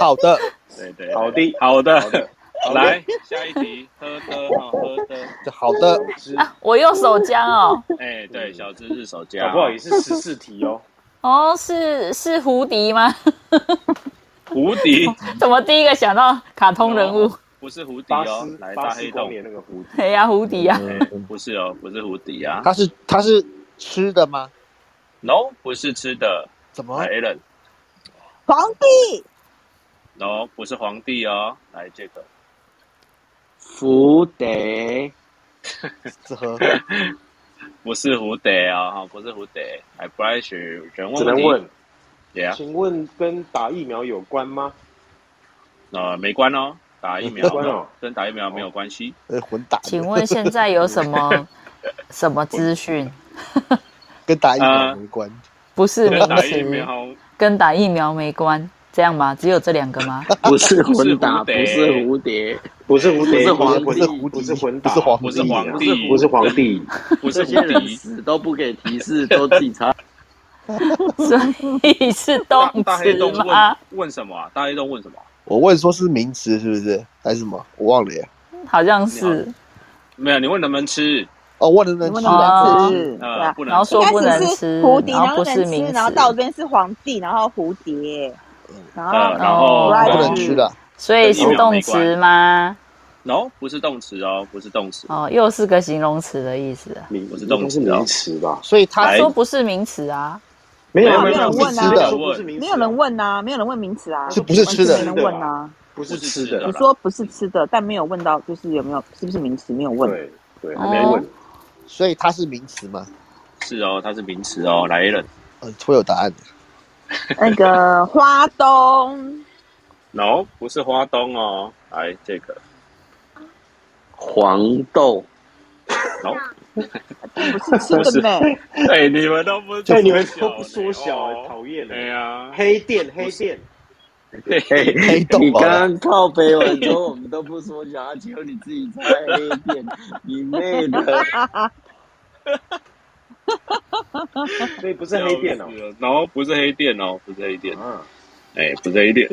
[SPEAKER 4] 好的，
[SPEAKER 2] 对对，对
[SPEAKER 6] 好的
[SPEAKER 2] 好的，
[SPEAKER 6] 好的
[SPEAKER 2] 来下一题，喝的哈，喝的，
[SPEAKER 4] 就好的，
[SPEAKER 8] 啊， 我用手僵哦，
[SPEAKER 2] 哎，对，小知识手
[SPEAKER 6] 嗯搞
[SPEAKER 2] 家，
[SPEAKER 6] 不好也是十四题 哦。
[SPEAKER 8] 哦，是是胡 迪吗？
[SPEAKER 2] 胡迪，
[SPEAKER 8] 怎么第一个想到卡通人物？
[SPEAKER 2] 不是胡迪
[SPEAKER 6] 巴
[SPEAKER 2] 哦
[SPEAKER 6] 斯，
[SPEAKER 2] 来
[SPEAKER 6] 巴
[SPEAKER 2] 大
[SPEAKER 6] 斯
[SPEAKER 2] 黑
[SPEAKER 6] 光
[SPEAKER 2] 洞，
[SPEAKER 6] 年那个蝴
[SPEAKER 8] 哎呀，胡迪啊，
[SPEAKER 2] 哎，不是哦，不是胡迪啊
[SPEAKER 4] 它是它是吃的吗？
[SPEAKER 2] ，no，不是吃的，
[SPEAKER 4] 怎么
[SPEAKER 2] 来 Alan。
[SPEAKER 3] 皇帝
[SPEAKER 2] no，不是皇帝哦，来这个
[SPEAKER 5] 福得
[SPEAKER 4] 是 喝？
[SPEAKER 2] 不是蝴蝶哦，哈，不是蝴蝶，来 Bryce 人
[SPEAKER 6] 只
[SPEAKER 2] 问问
[SPEAKER 6] 能
[SPEAKER 2] 题，
[SPEAKER 6] 问，
[SPEAKER 2] 对啊，
[SPEAKER 6] 请问跟打疫苗有关吗？
[SPEAKER 2] 呃，没关哦，打疫苗
[SPEAKER 6] 关哦呃
[SPEAKER 2] 跟打疫苗没有关系。
[SPEAKER 4] 那混打
[SPEAKER 8] 请问现在有什 么什么资讯？
[SPEAKER 4] 跟打疫苗无关。
[SPEAKER 8] 不是
[SPEAKER 2] 跟
[SPEAKER 8] 名
[SPEAKER 2] 打疫
[SPEAKER 8] 词，
[SPEAKER 2] 苗
[SPEAKER 8] 跟打疫苗没关，这样吗？只有这两个吗？
[SPEAKER 5] 不是混打，
[SPEAKER 2] 不
[SPEAKER 5] 不
[SPEAKER 2] 是
[SPEAKER 5] 是
[SPEAKER 2] 蝴
[SPEAKER 5] 蝴蝶，
[SPEAKER 6] 不是蝴
[SPEAKER 5] 不
[SPEAKER 6] 蝶，
[SPEAKER 5] 是
[SPEAKER 6] 不
[SPEAKER 5] 皇
[SPEAKER 6] 是
[SPEAKER 5] 帝
[SPEAKER 6] 不是蝴不是混打，
[SPEAKER 4] 不是皇
[SPEAKER 2] 不是皇帝，
[SPEAKER 6] 不是皇帝，
[SPEAKER 2] 不
[SPEAKER 5] 这
[SPEAKER 2] 是
[SPEAKER 5] 些
[SPEAKER 2] 胡
[SPEAKER 5] 人
[SPEAKER 2] 迪，
[SPEAKER 5] 死都不给提示，都自己查。
[SPEAKER 8] 所以是动
[SPEAKER 2] 大 大 黑洞
[SPEAKER 8] 词吗
[SPEAKER 5] 呃
[SPEAKER 2] 问？问什么啊？大黑洞问什么啊？
[SPEAKER 4] 我问说是名词是不是还是什么？我忘了耶。
[SPEAKER 8] 好像是，
[SPEAKER 2] 没有，你问能不能吃？
[SPEAKER 4] 哦，问能不能
[SPEAKER 3] 不
[SPEAKER 4] 吃
[SPEAKER 8] 能
[SPEAKER 4] 啊？
[SPEAKER 3] 能
[SPEAKER 8] 哦
[SPEAKER 3] 吃，对
[SPEAKER 2] 呃
[SPEAKER 3] 啊，。
[SPEAKER 2] 不能吃。
[SPEAKER 8] 然 后说不能
[SPEAKER 3] 一开始
[SPEAKER 8] 吃
[SPEAKER 3] 是蝴蝶，
[SPEAKER 8] 然后
[SPEAKER 3] 然后
[SPEAKER 8] 不
[SPEAKER 3] 能
[SPEAKER 8] 是名
[SPEAKER 3] 吃，
[SPEAKER 8] 词
[SPEAKER 3] 然后到这边是皇帝，然后蝴蝶，然后
[SPEAKER 2] 呃，然后
[SPEAKER 8] 哦
[SPEAKER 4] 不
[SPEAKER 2] 然后
[SPEAKER 4] 能吃的，
[SPEAKER 8] 所以是动词吗？
[SPEAKER 2] no，不是动词哦，不是动词，
[SPEAKER 8] 哦，又是个形容词的意思啊。
[SPEAKER 6] 名
[SPEAKER 2] 我是
[SPEAKER 6] 应该是
[SPEAKER 2] 动词哦
[SPEAKER 6] 名词吧？
[SPEAKER 4] 所以
[SPEAKER 8] 他
[SPEAKER 4] 他
[SPEAKER 8] 说不是名词啊，
[SPEAKER 6] 没
[SPEAKER 2] 有
[SPEAKER 6] 有
[SPEAKER 2] 没有
[SPEAKER 3] 人问啊
[SPEAKER 6] 名词的
[SPEAKER 2] 没有人问
[SPEAKER 6] 是名词的
[SPEAKER 3] 没有人问呐，没有人问名词啊，
[SPEAKER 4] 是不是吃的
[SPEAKER 3] 完全没人问啊。
[SPEAKER 6] 不是
[SPEAKER 2] 不是
[SPEAKER 6] 吃
[SPEAKER 2] 吃的
[SPEAKER 6] 的
[SPEAKER 3] 你
[SPEAKER 2] 啦
[SPEAKER 6] 啦，
[SPEAKER 3] 说不是吃的，但没有问到就是有没有是不是名词，没有问。哦
[SPEAKER 6] 对对，还没问。
[SPEAKER 4] 所以它是名词吗？
[SPEAKER 2] 是哦，它是名词哦，来人
[SPEAKER 4] 嗯，会有答案的。
[SPEAKER 3] 那个花东，
[SPEAKER 2] ，no，不是花东哦，来这个
[SPEAKER 5] 黄豆，
[SPEAKER 2] no，
[SPEAKER 3] 不是吃的呢，
[SPEAKER 2] 哎， 你们都不，
[SPEAKER 6] 哎，你们都不缩小，哎
[SPEAKER 2] 哦
[SPEAKER 6] 讨厌
[SPEAKER 2] 哎
[SPEAKER 6] 哎！
[SPEAKER 2] 呀，
[SPEAKER 6] 黑店，黑店，
[SPEAKER 4] 黑洞
[SPEAKER 5] 你
[SPEAKER 4] 宝
[SPEAKER 5] 刚
[SPEAKER 4] 了
[SPEAKER 5] 刚靠北完之后，我们都不说想要求你自己猜黑 店，你妹的！
[SPEAKER 6] 所以不是黑店哦。
[SPEAKER 2] ，no，不是黑店哦，不是黑店，
[SPEAKER 6] 啊，
[SPEAKER 2] 哎，不是黑店，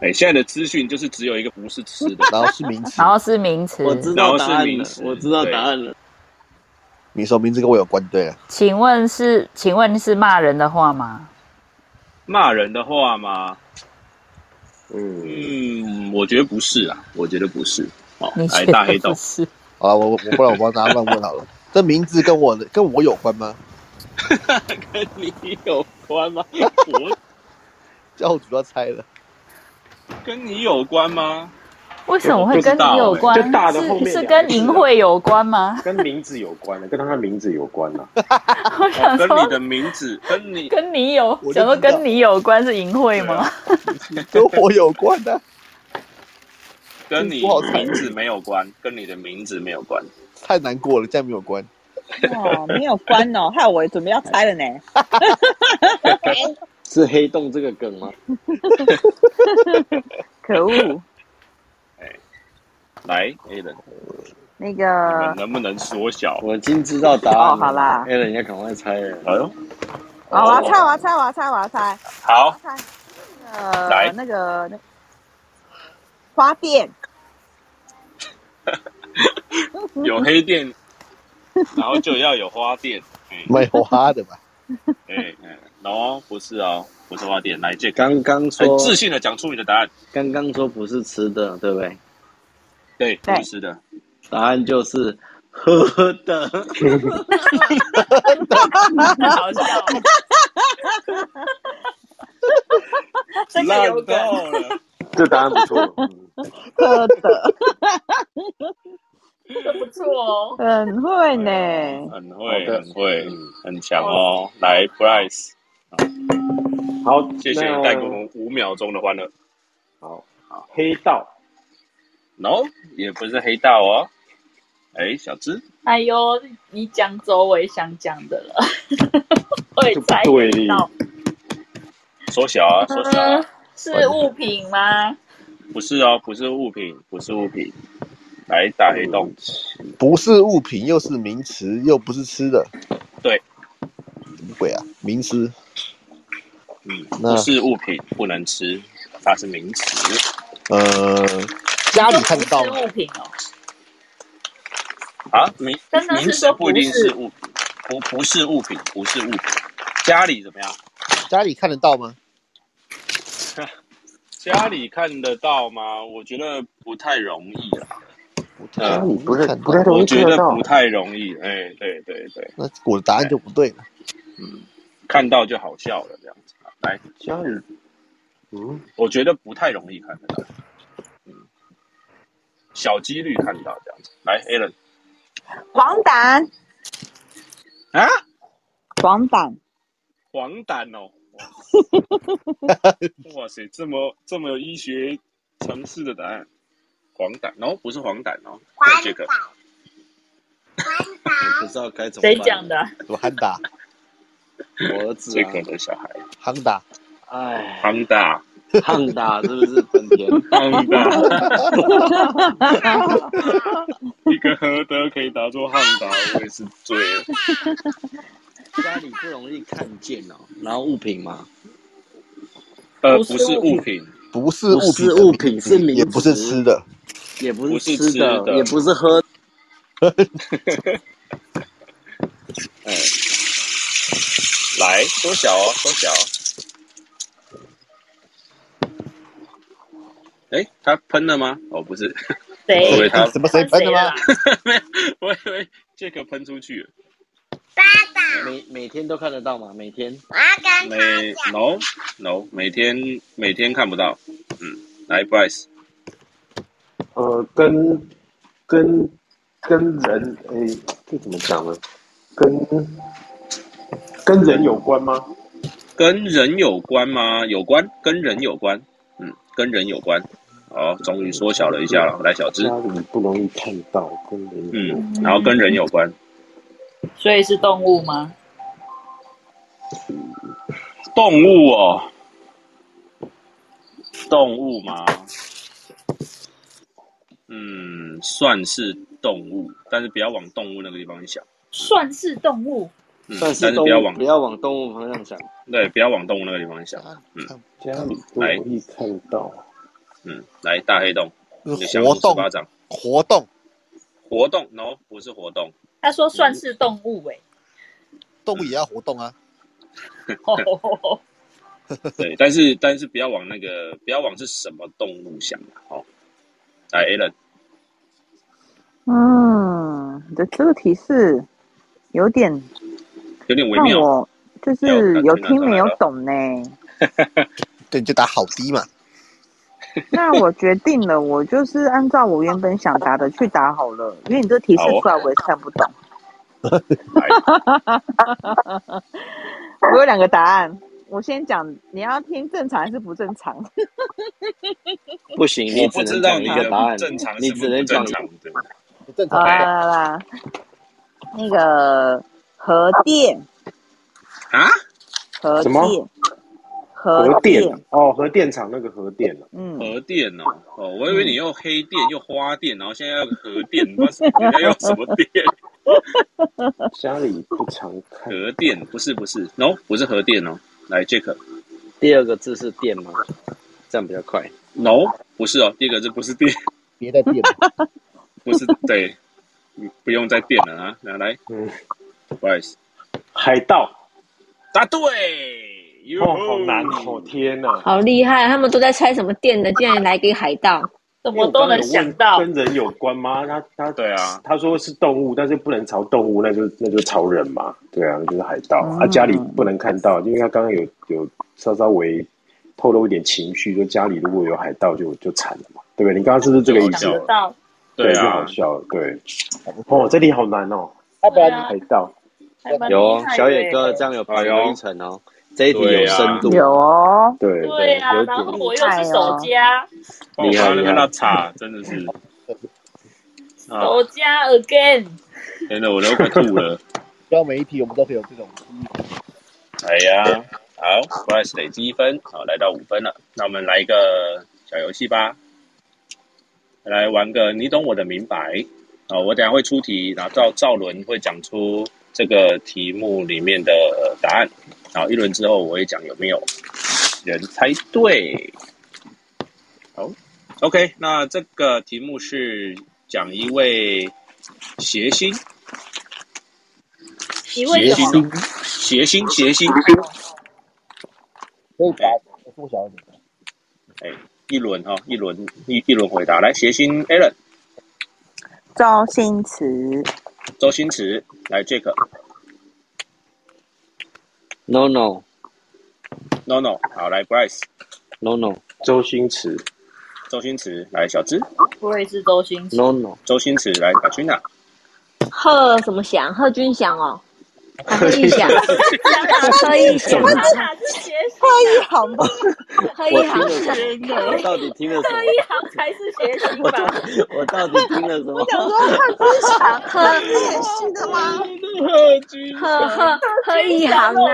[SPEAKER 2] 哎，现在的资讯就是只有一个不是吃 的，
[SPEAKER 4] 然后是名词
[SPEAKER 8] 然，后是名词。
[SPEAKER 5] 我知道答
[SPEAKER 2] 然后是
[SPEAKER 5] 案
[SPEAKER 2] 名
[SPEAKER 5] 了
[SPEAKER 2] 词，
[SPEAKER 5] 我知道答案了。
[SPEAKER 4] 你说名字跟我有关对了。
[SPEAKER 8] 请问是请问是骂人的话吗？
[SPEAKER 2] 骂人的话嘛，
[SPEAKER 6] 嗯，
[SPEAKER 2] 嗯，我觉得不是啊，我觉得不是，好，
[SPEAKER 8] 你
[SPEAKER 2] 来
[SPEAKER 8] 觉
[SPEAKER 2] 哎大黑
[SPEAKER 8] 得
[SPEAKER 2] 洞
[SPEAKER 8] 不。是？
[SPEAKER 4] 好了，我我不然我帮大家乱问好了。这名字跟我的跟我有关吗？
[SPEAKER 2] 跟你有关 吗？我
[SPEAKER 4] 教主要猜了。
[SPEAKER 2] 跟你有关吗？
[SPEAKER 8] 为什么会跟你有
[SPEAKER 6] 我不
[SPEAKER 8] 关
[SPEAKER 6] 知道哎？这大的后面
[SPEAKER 8] 是
[SPEAKER 6] 两个
[SPEAKER 8] 是跟淫秽有 关吗？
[SPEAKER 6] 跟名字有关的，跟他的名字有关呐。
[SPEAKER 8] 我想
[SPEAKER 2] 跟你
[SPEAKER 6] 哦
[SPEAKER 8] 说
[SPEAKER 2] 的名字， 跟你
[SPEAKER 8] 跟你有
[SPEAKER 4] 我就知道
[SPEAKER 8] 想说跟你有关是淫秽
[SPEAKER 2] 对
[SPEAKER 8] 吗？
[SPEAKER 6] 啊
[SPEAKER 4] 跟我有关啊的、
[SPEAKER 2] 跟你
[SPEAKER 4] 不好猜
[SPEAKER 2] 名字没有关，跟你的名字没有关。
[SPEAKER 4] 太难过了，这样没有关。
[SPEAKER 3] 哦，没有关哦，害我准备要猜了呢。
[SPEAKER 5] 是黑洞这个梗吗？
[SPEAKER 3] 可恶，
[SPEAKER 2] 哎来，A 人，
[SPEAKER 3] 那
[SPEAKER 2] 你
[SPEAKER 3] 个
[SPEAKER 2] 们能不能缩小？
[SPEAKER 5] 我已经知道答案了。
[SPEAKER 3] 啊哦好啦
[SPEAKER 5] 黑人要赶快猜了。
[SPEAKER 2] 哎呦，
[SPEAKER 3] 好，我要猜，我要猜，我要猜，我要猜，我
[SPEAKER 2] 好
[SPEAKER 3] 要，猜。呃
[SPEAKER 2] 来，
[SPEAKER 3] 那个那花店，
[SPEAKER 8] 嗯
[SPEAKER 2] 有黑店，然后就要有花 店。哎
[SPEAKER 4] 卖花的吧？
[SPEAKER 2] 哎哎，然后不是哦，不是花店，来这个，
[SPEAKER 5] 刚刚
[SPEAKER 2] 很
[SPEAKER 5] 说，
[SPEAKER 2] 自信的讲出你的答案。
[SPEAKER 5] 刚刚说不是吃的，对不对？
[SPEAKER 2] 对，
[SPEAKER 3] 对
[SPEAKER 2] 不是的，
[SPEAKER 5] 答案就是喝的。
[SPEAKER 8] 好笑，
[SPEAKER 3] 这个有
[SPEAKER 2] 烂
[SPEAKER 3] 梗，
[SPEAKER 2] 到了。
[SPEAKER 6] 这答案不错，嗯
[SPEAKER 3] 喝的，
[SPEAKER 8] 不错哦。
[SPEAKER 3] 很会呢。
[SPEAKER 2] 很会，
[SPEAKER 6] 好的
[SPEAKER 2] 很会
[SPEAKER 6] 嗯，
[SPEAKER 2] 很强哦！来，Bryce，
[SPEAKER 6] 好，
[SPEAKER 2] 谢谢
[SPEAKER 6] 那
[SPEAKER 2] 带给我们五秒钟的欢乐。
[SPEAKER 6] 好，黑道，
[SPEAKER 2] No，也不是黑道哦。哎，小芝，
[SPEAKER 8] 哎呦，你讲走我也想讲的 了，我也
[SPEAKER 6] 就不
[SPEAKER 8] 猜
[SPEAKER 6] 对
[SPEAKER 8] 不到。
[SPEAKER 2] 缩小啊，缩小啊
[SPEAKER 8] 嗯，，是物品吗？
[SPEAKER 2] 不是哦，不是物品，不是物品。来，大黑洞，
[SPEAKER 4] 不是物品，又是名词，又不是吃的。
[SPEAKER 2] 对。
[SPEAKER 4] 什么鬼啊？名词。
[SPEAKER 2] 嗯，
[SPEAKER 4] 那
[SPEAKER 2] 不是物品，不能吃，它是名词
[SPEAKER 4] 呃，家里看得到
[SPEAKER 8] 不
[SPEAKER 4] 吗
[SPEAKER 8] 是？物品哦，
[SPEAKER 2] 啊。名
[SPEAKER 8] 刚刚是
[SPEAKER 2] 名词
[SPEAKER 8] 说
[SPEAKER 2] 不一定
[SPEAKER 8] 不是
[SPEAKER 2] 是物品，不不是物品，不是物品。家里怎么样？
[SPEAKER 4] 家里看得到吗？
[SPEAKER 2] 家里看得到吗？我觉得不太容易啊。
[SPEAKER 4] 不
[SPEAKER 2] 呃
[SPEAKER 4] 容易
[SPEAKER 6] 不是
[SPEAKER 4] 看到
[SPEAKER 6] 不太容
[SPEAKER 2] 我
[SPEAKER 6] 易
[SPEAKER 2] 觉
[SPEAKER 6] 看
[SPEAKER 2] 得
[SPEAKER 6] 得到
[SPEAKER 2] 不，太容易，哎、对对对，
[SPEAKER 4] 那我的答案就不对了。
[SPEAKER 2] 嗯，看到就好笑了这样子。啊来，
[SPEAKER 6] 家里，嗯，
[SPEAKER 2] 我觉得不太容易看得到，嗯，小几率看到这样子。来，Alan
[SPEAKER 3] 黄疸，
[SPEAKER 2] 啊，
[SPEAKER 3] 黄疸，
[SPEAKER 2] 黄疸哦，哇哇塞，这么这么有医学城市的答案，黄疸，然后不是黄疸哦，
[SPEAKER 8] 环
[SPEAKER 2] 这个
[SPEAKER 8] 岛，环
[SPEAKER 5] 我
[SPEAKER 8] 岛
[SPEAKER 5] 不，知道该怎么办
[SPEAKER 7] 谁讲的？？
[SPEAKER 4] 什么汉达？
[SPEAKER 5] 我儿子
[SPEAKER 2] 最
[SPEAKER 5] 啊
[SPEAKER 2] 可，的小孩，
[SPEAKER 4] 汉达？
[SPEAKER 5] 哎，
[SPEAKER 2] 黄疸，
[SPEAKER 5] 汉达是不是本田？
[SPEAKER 2] 黄 疸，一个何德可以打出汉达，我也是醉了。
[SPEAKER 5] 家里不容易看见哦，然后物品嘛，
[SPEAKER 2] 呃，
[SPEAKER 7] 不
[SPEAKER 2] 不
[SPEAKER 7] 是
[SPEAKER 2] 是物品，
[SPEAKER 4] 不是物品的
[SPEAKER 5] 不是物品是名词
[SPEAKER 4] 也不是吃的。
[SPEAKER 5] 也不
[SPEAKER 2] 不
[SPEAKER 5] 是
[SPEAKER 2] 是
[SPEAKER 5] 吃的
[SPEAKER 2] 吃，的
[SPEAKER 5] 也不是喝。
[SPEAKER 2] 哎，来缩小哦，缩小哦。哎，他喷了吗？哦，不是， 我以
[SPEAKER 7] 谁？
[SPEAKER 2] 为他，
[SPEAKER 4] 什么谁 喷的吗？
[SPEAKER 7] 谁啦？
[SPEAKER 2] 我以为这个喷出去了。
[SPEAKER 8] 巴掌，
[SPEAKER 5] 每每天都看得到嘛？每天
[SPEAKER 8] 我要跟
[SPEAKER 2] 每
[SPEAKER 8] 他讲，
[SPEAKER 2] no no 每天每天看不到，嗯，来 Bryce，
[SPEAKER 6] 呃，跟跟跟人，诶、这怎么讲呢？跟跟人有关吗？
[SPEAKER 2] 跟人有关吗？有关，跟人有关，嗯，跟人有关。好，终于缩小了一下了，来小只
[SPEAKER 6] 家，里不容易看到，跟人有关
[SPEAKER 2] 嗯，然后跟人有关，
[SPEAKER 7] 所以是动物吗？
[SPEAKER 2] 动物哦，动物吗？嗯，算是动物，但是不要往动物那个地方去想，
[SPEAKER 7] 算是动物。
[SPEAKER 2] 嗯，
[SPEAKER 5] 算
[SPEAKER 2] 但
[SPEAKER 5] 是
[SPEAKER 2] 是
[SPEAKER 5] 动
[SPEAKER 2] 不要
[SPEAKER 5] 物，
[SPEAKER 2] 往
[SPEAKER 5] 不要往动物方向想。
[SPEAKER 2] 对，不要往动物那个地方去想，
[SPEAKER 5] 啊
[SPEAKER 6] 家里不容易看到，
[SPEAKER 2] 嗯，来大黑洞，你的
[SPEAKER 4] 是
[SPEAKER 2] 降
[SPEAKER 4] 活
[SPEAKER 2] 龙十
[SPEAKER 4] 动
[SPEAKER 2] 八掌。
[SPEAKER 4] 活动
[SPEAKER 2] 活动？No，不是活 动。
[SPEAKER 7] 他说算是动物、欸，
[SPEAKER 4] 动物也要活动啊，
[SPEAKER 7] 哎，
[SPEAKER 2] 对，但是但是不要往那个不要往是什么动物想啊。哦，来 a l a n
[SPEAKER 3] 嗯，你的这个提示有点
[SPEAKER 2] 有点微
[SPEAKER 3] 让
[SPEAKER 2] 妙。
[SPEAKER 3] 我就是有听没有懂呢。
[SPEAKER 4] 对，你就打好低嘛。
[SPEAKER 3] 那我决定了，我就是按照我原本想答的去答好了，因为你这提示
[SPEAKER 2] 好哦
[SPEAKER 3] 出来我也看不 懂。
[SPEAKER 2] 来，
[SPEAKER 3] 我有两个答案，我先讲，你要听正常还是不 正常？
[SPEAKER 5] 不行，你
[SPEAKER 2] 我
[SPEAKER 5] 只
[SPEAKER 2] 不
[SPEAKER 5] 能
[SPEAKER 2] 知道
[SPEAKER 5] 讲一
[SPEAKER 2] 你
[SPEAKER 5] 个答案
[SPEAKER 2] 的，正常
[SPEAKER 5] 你
[SPEAKER 2] 是
[SPEAKER 5] 只
[SPEAKER 2] 不
[SPEAKER 5] 能
[SPEAKER 2] 是
[SPEAKER 5] 讲
[SPEAKER 2] 正常的。
[SPEAKER 4] 不正
[SPEAKER 3] 好
[SPEAKER 4] 常。
[SPEAKER 3] 啦啦啦，那个核电，
[SPEAKER 2] 啊？
[SPEAKER 3] 核
[SPEAKER 6] 什么
[SPEAKER 3] 电，
[SPEAKER 6] 核
[SPEAKER 3] 核
[SPEAKER 6] 电，哦，核电厂那个核电啊
[SPEAKER 3] 嗯，
[SPEAKER 2] 核电哦，哦，我以为你又黑电又花电，然后现在要核电，你不知 道人家用什么电？
[SPEAKER 6] 家里不常看。
[SPEAKER 2] 核电不是不是，no，不是核电哦。来 Jack，no，
[SPEAKER 5] 第二个字是电吗？这样比较快。
[SPEAKER 2] 不是哦，第二个字不是电，
[SPEAKER 4] 别再变了，
[SPEAKER 2] 不是对，你不用再电了啊。来来
[SPEAKER 6] 嗯，
[SPEAKER 2] ，Bryce，
[SPEAKER 6] 海盗，
[SPEAKER 2] 答对，哟
[SPEAKER 6] 哦，好难哦，天哪！
[SPEAKER 9] 好厉害！他们都在猜什么电的，竟然来给海盗。
[SPEAKER 7] 怎么都能想到
[SPEAKER 6] 因为我刚刚有。问跟人有关吗？他他
[SPEAKER 2] 对啊，
[SPEAKER 6] 他说是动物，但是不能朝动物，那就那就朝人嘛。对啊，就是海盗、
[SPEAKER 3] 嗯
[SPEAKER 6] 啊，家里不能看到，因为他刚刚有有稍稍微透露一点情绪，说家里如果有海盗就就惨了嘛，对不对？你刚刚是不是这个意思
[SPEAKER 7] 想？得到，
[SPEAKER 2] 对
[SPEAKER 6] 就
[SPEAKER 2] 啊
[SPEAKER 6] 好，笑，对。哦，这题好难哦，
[SPEAKER 4] 要不
[SPEAKER 7] 对
[SPEAKER 4] 然
[SPEAKER 7] 啊
[SPEAKER 6] 海，盗。
[SPEAKER 7] 还蛮厉
[SPEAKER 5] 有
[SPEAKER 2] 啊
[SPEAKER 5] 哦
[SPEAKER 7] 害的，
[SPEAKER 5] 小野哥这样有
[SPEAKER 2] 哎
[SPEAKER 5] 爬
[SPEAKER 2] 呦
[SPEAKER 5] 过一层哦。这一题
[SPEAKER 2] 对
[SPEAKER 5] 有
[SPEAKER 2] 啊
[SPEAKER 5] 深度，
[SPEAKER 3] 有哦，
[SPEAKER 6] 对
[SPEAKER 7] 对啊，
[SPEAKER 5] 有点
[SPEAKER 7] 然后我又是手家，
[SPEAKER 2] 帮我拿那个蜡茶，真的是，
[SPEAKER 6] 哦
[SPEAKER 2] 啊，
[SPEAKER 7] 手家 again，
[SPEAKER 2] 真的我都快吐了。
[SPEAKER 4] 不要每一题我们都可以有这种。
[SPEAKER 2] 哎呀，好，Bryce 累积一分，好，来到五分了。那我们来一个小游戏吧，来玩个你懂我的明白。啊，我等一下会出题，然后赵赵伦会讲出这个题目里面的呃答案，然后一轮之后我会讲有没有人猜对。好，OK，那这个题目是讲一位谐星，
[SPEAKER 7] 你为什么？
[SPEAKER 2] 谐星，谐星，
[SPEAKER 4] 可以打，我缩小一点。
[SPEAKER 2] 哎一轮哈，一轮一一轮回答。来，谐星 Alan，
[SPEAKER 3] 周星驰，
[SPEAKER 2] 周星驰，来 Jack。
[SPEAKER 5] No no
[SPEAKER 2] No No，好，来 Bryce，
[SPEAKER 5] no no
[SPEAKER 6] 周星驰，
[SPEAKER 2] 周星驰，来小芝，
[SPEAKER 7] 我也是周星驰，
[SPEAKER 5] no no，
[SPEAKER 2] 周星驰，来 Katrina，
[SPEAKER 9] 贺什么祥？贺军翔哦，刻意想，刻意想，
[SPEAKER 8] 打字学
[SPEAKER 3] 刻意好吗？
[SPEAKER 9] 刻意行，
[SPEAKER 2] 天哪
[SPEAKER 5] 我！到底听了什
[SPEAKER 8] 特
[SPEAKER 5] 么？
[SPEAKER 8] 一行才是学习
[SPEAKER 5] 我
[SPEAKER 8] 吧？
[SPEAKER 5] 到我到底听了什么
[SPEAKER 3] 我？想说他不是想
[SPEAKER 9] 啊哎
[SPEAKER 3] 他练习的吗？
[SPEAKER 2] 贺军翔
[SPEAKER 9] 呵呵呵啊一行啊，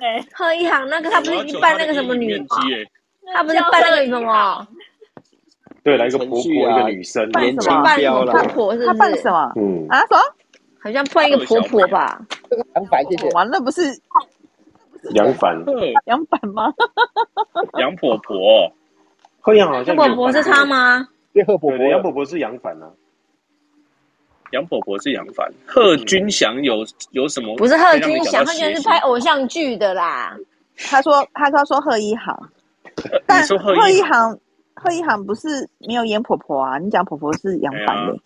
[SPEAKER 8] 哎，
[SPEAKER 9] 呵一行那个他不是已经办那个什么女
[SPEAKER 2] 面，积哎，
[SPEAKER 9] 他不是办那个什么，
[SPEAKER 6] 对，来一个婆婆，
[SPEAKER 5] 程序啊
[SPEAKER 6] 一个女生，
[SPEAKER 3] 办
[SPEAKER 5] 年
[SPEAKER 3] 什
[SPEAKER 5] 金
[SPEAKER 3] 么
[SPEAKER 7] 啊
[SPEAKER 9] 办什
[SPEAKER 5] 标
[SPEAKER 9] 么
[SPEAKER 5] 啦
[SPEAKER 9] 婆，婆是
[SPEAKER 3] 他
[SPEAKER 9] 不
[SPEAKER 3] 办
[SPEAKER 9] 是
[SPEAKER 3] 什？么
[SPEAKER 6] 嗯，
[SPEAKER 3] 啊？什么？
[SPEAKER 9] 好像办一个婆婆吧？
[SPEAKER 10] 两百谢谢。
[SPEAKER 3] 完了不是
[SPEAKER 6] 杨凡，
[SPEAKER 9] 嗯
[SPEAKER 2] 贺
[SPEAKER 3] 杨版吗？
[SPEAKER 2] 杨婆婆，
[SPEAKER 6] 贺阳好像
[SPEAKER 9] 那
[SPEAKER 6] 有
[SPEAKER 9] 婆婆是她？吗？
[SPEAKER 10] 谢贺伯
[SPEAKER 6] 对
[SPEAKER 10] 伯
[SPEAKER 6] 对，杨
[SPEAKER 10] 了，
[SPEAKER 6] 婆婆是杨凡啊，
[SPEAKER 2] 杨婆婆是杨凡。贺
[SPEAKER 6] 嗯
[SPEAKER 2] 军翔有有什么？
[SPEAKER 9] 不是贺军翔，
[SPEAKER 2] 他
[SPEAKER 9] 他居然是拍偶像剧的啦。
[SPEAKER 3] 他说 他他说贺一 航，但
[SPEAKER 2] 你说贺
[SPEAKER 3] 贺
[SPEAKER 2] 一
[SPEAKER 3] 一
[SPEAKER 2] 航，
[SPEAKER 3] 航贺一航不是没有演婆婆啊？你讲婆婆是杨
[SPEAKER 9] 哎
[SPEAKER 3] 版的，
[SPEAKER 2] 啊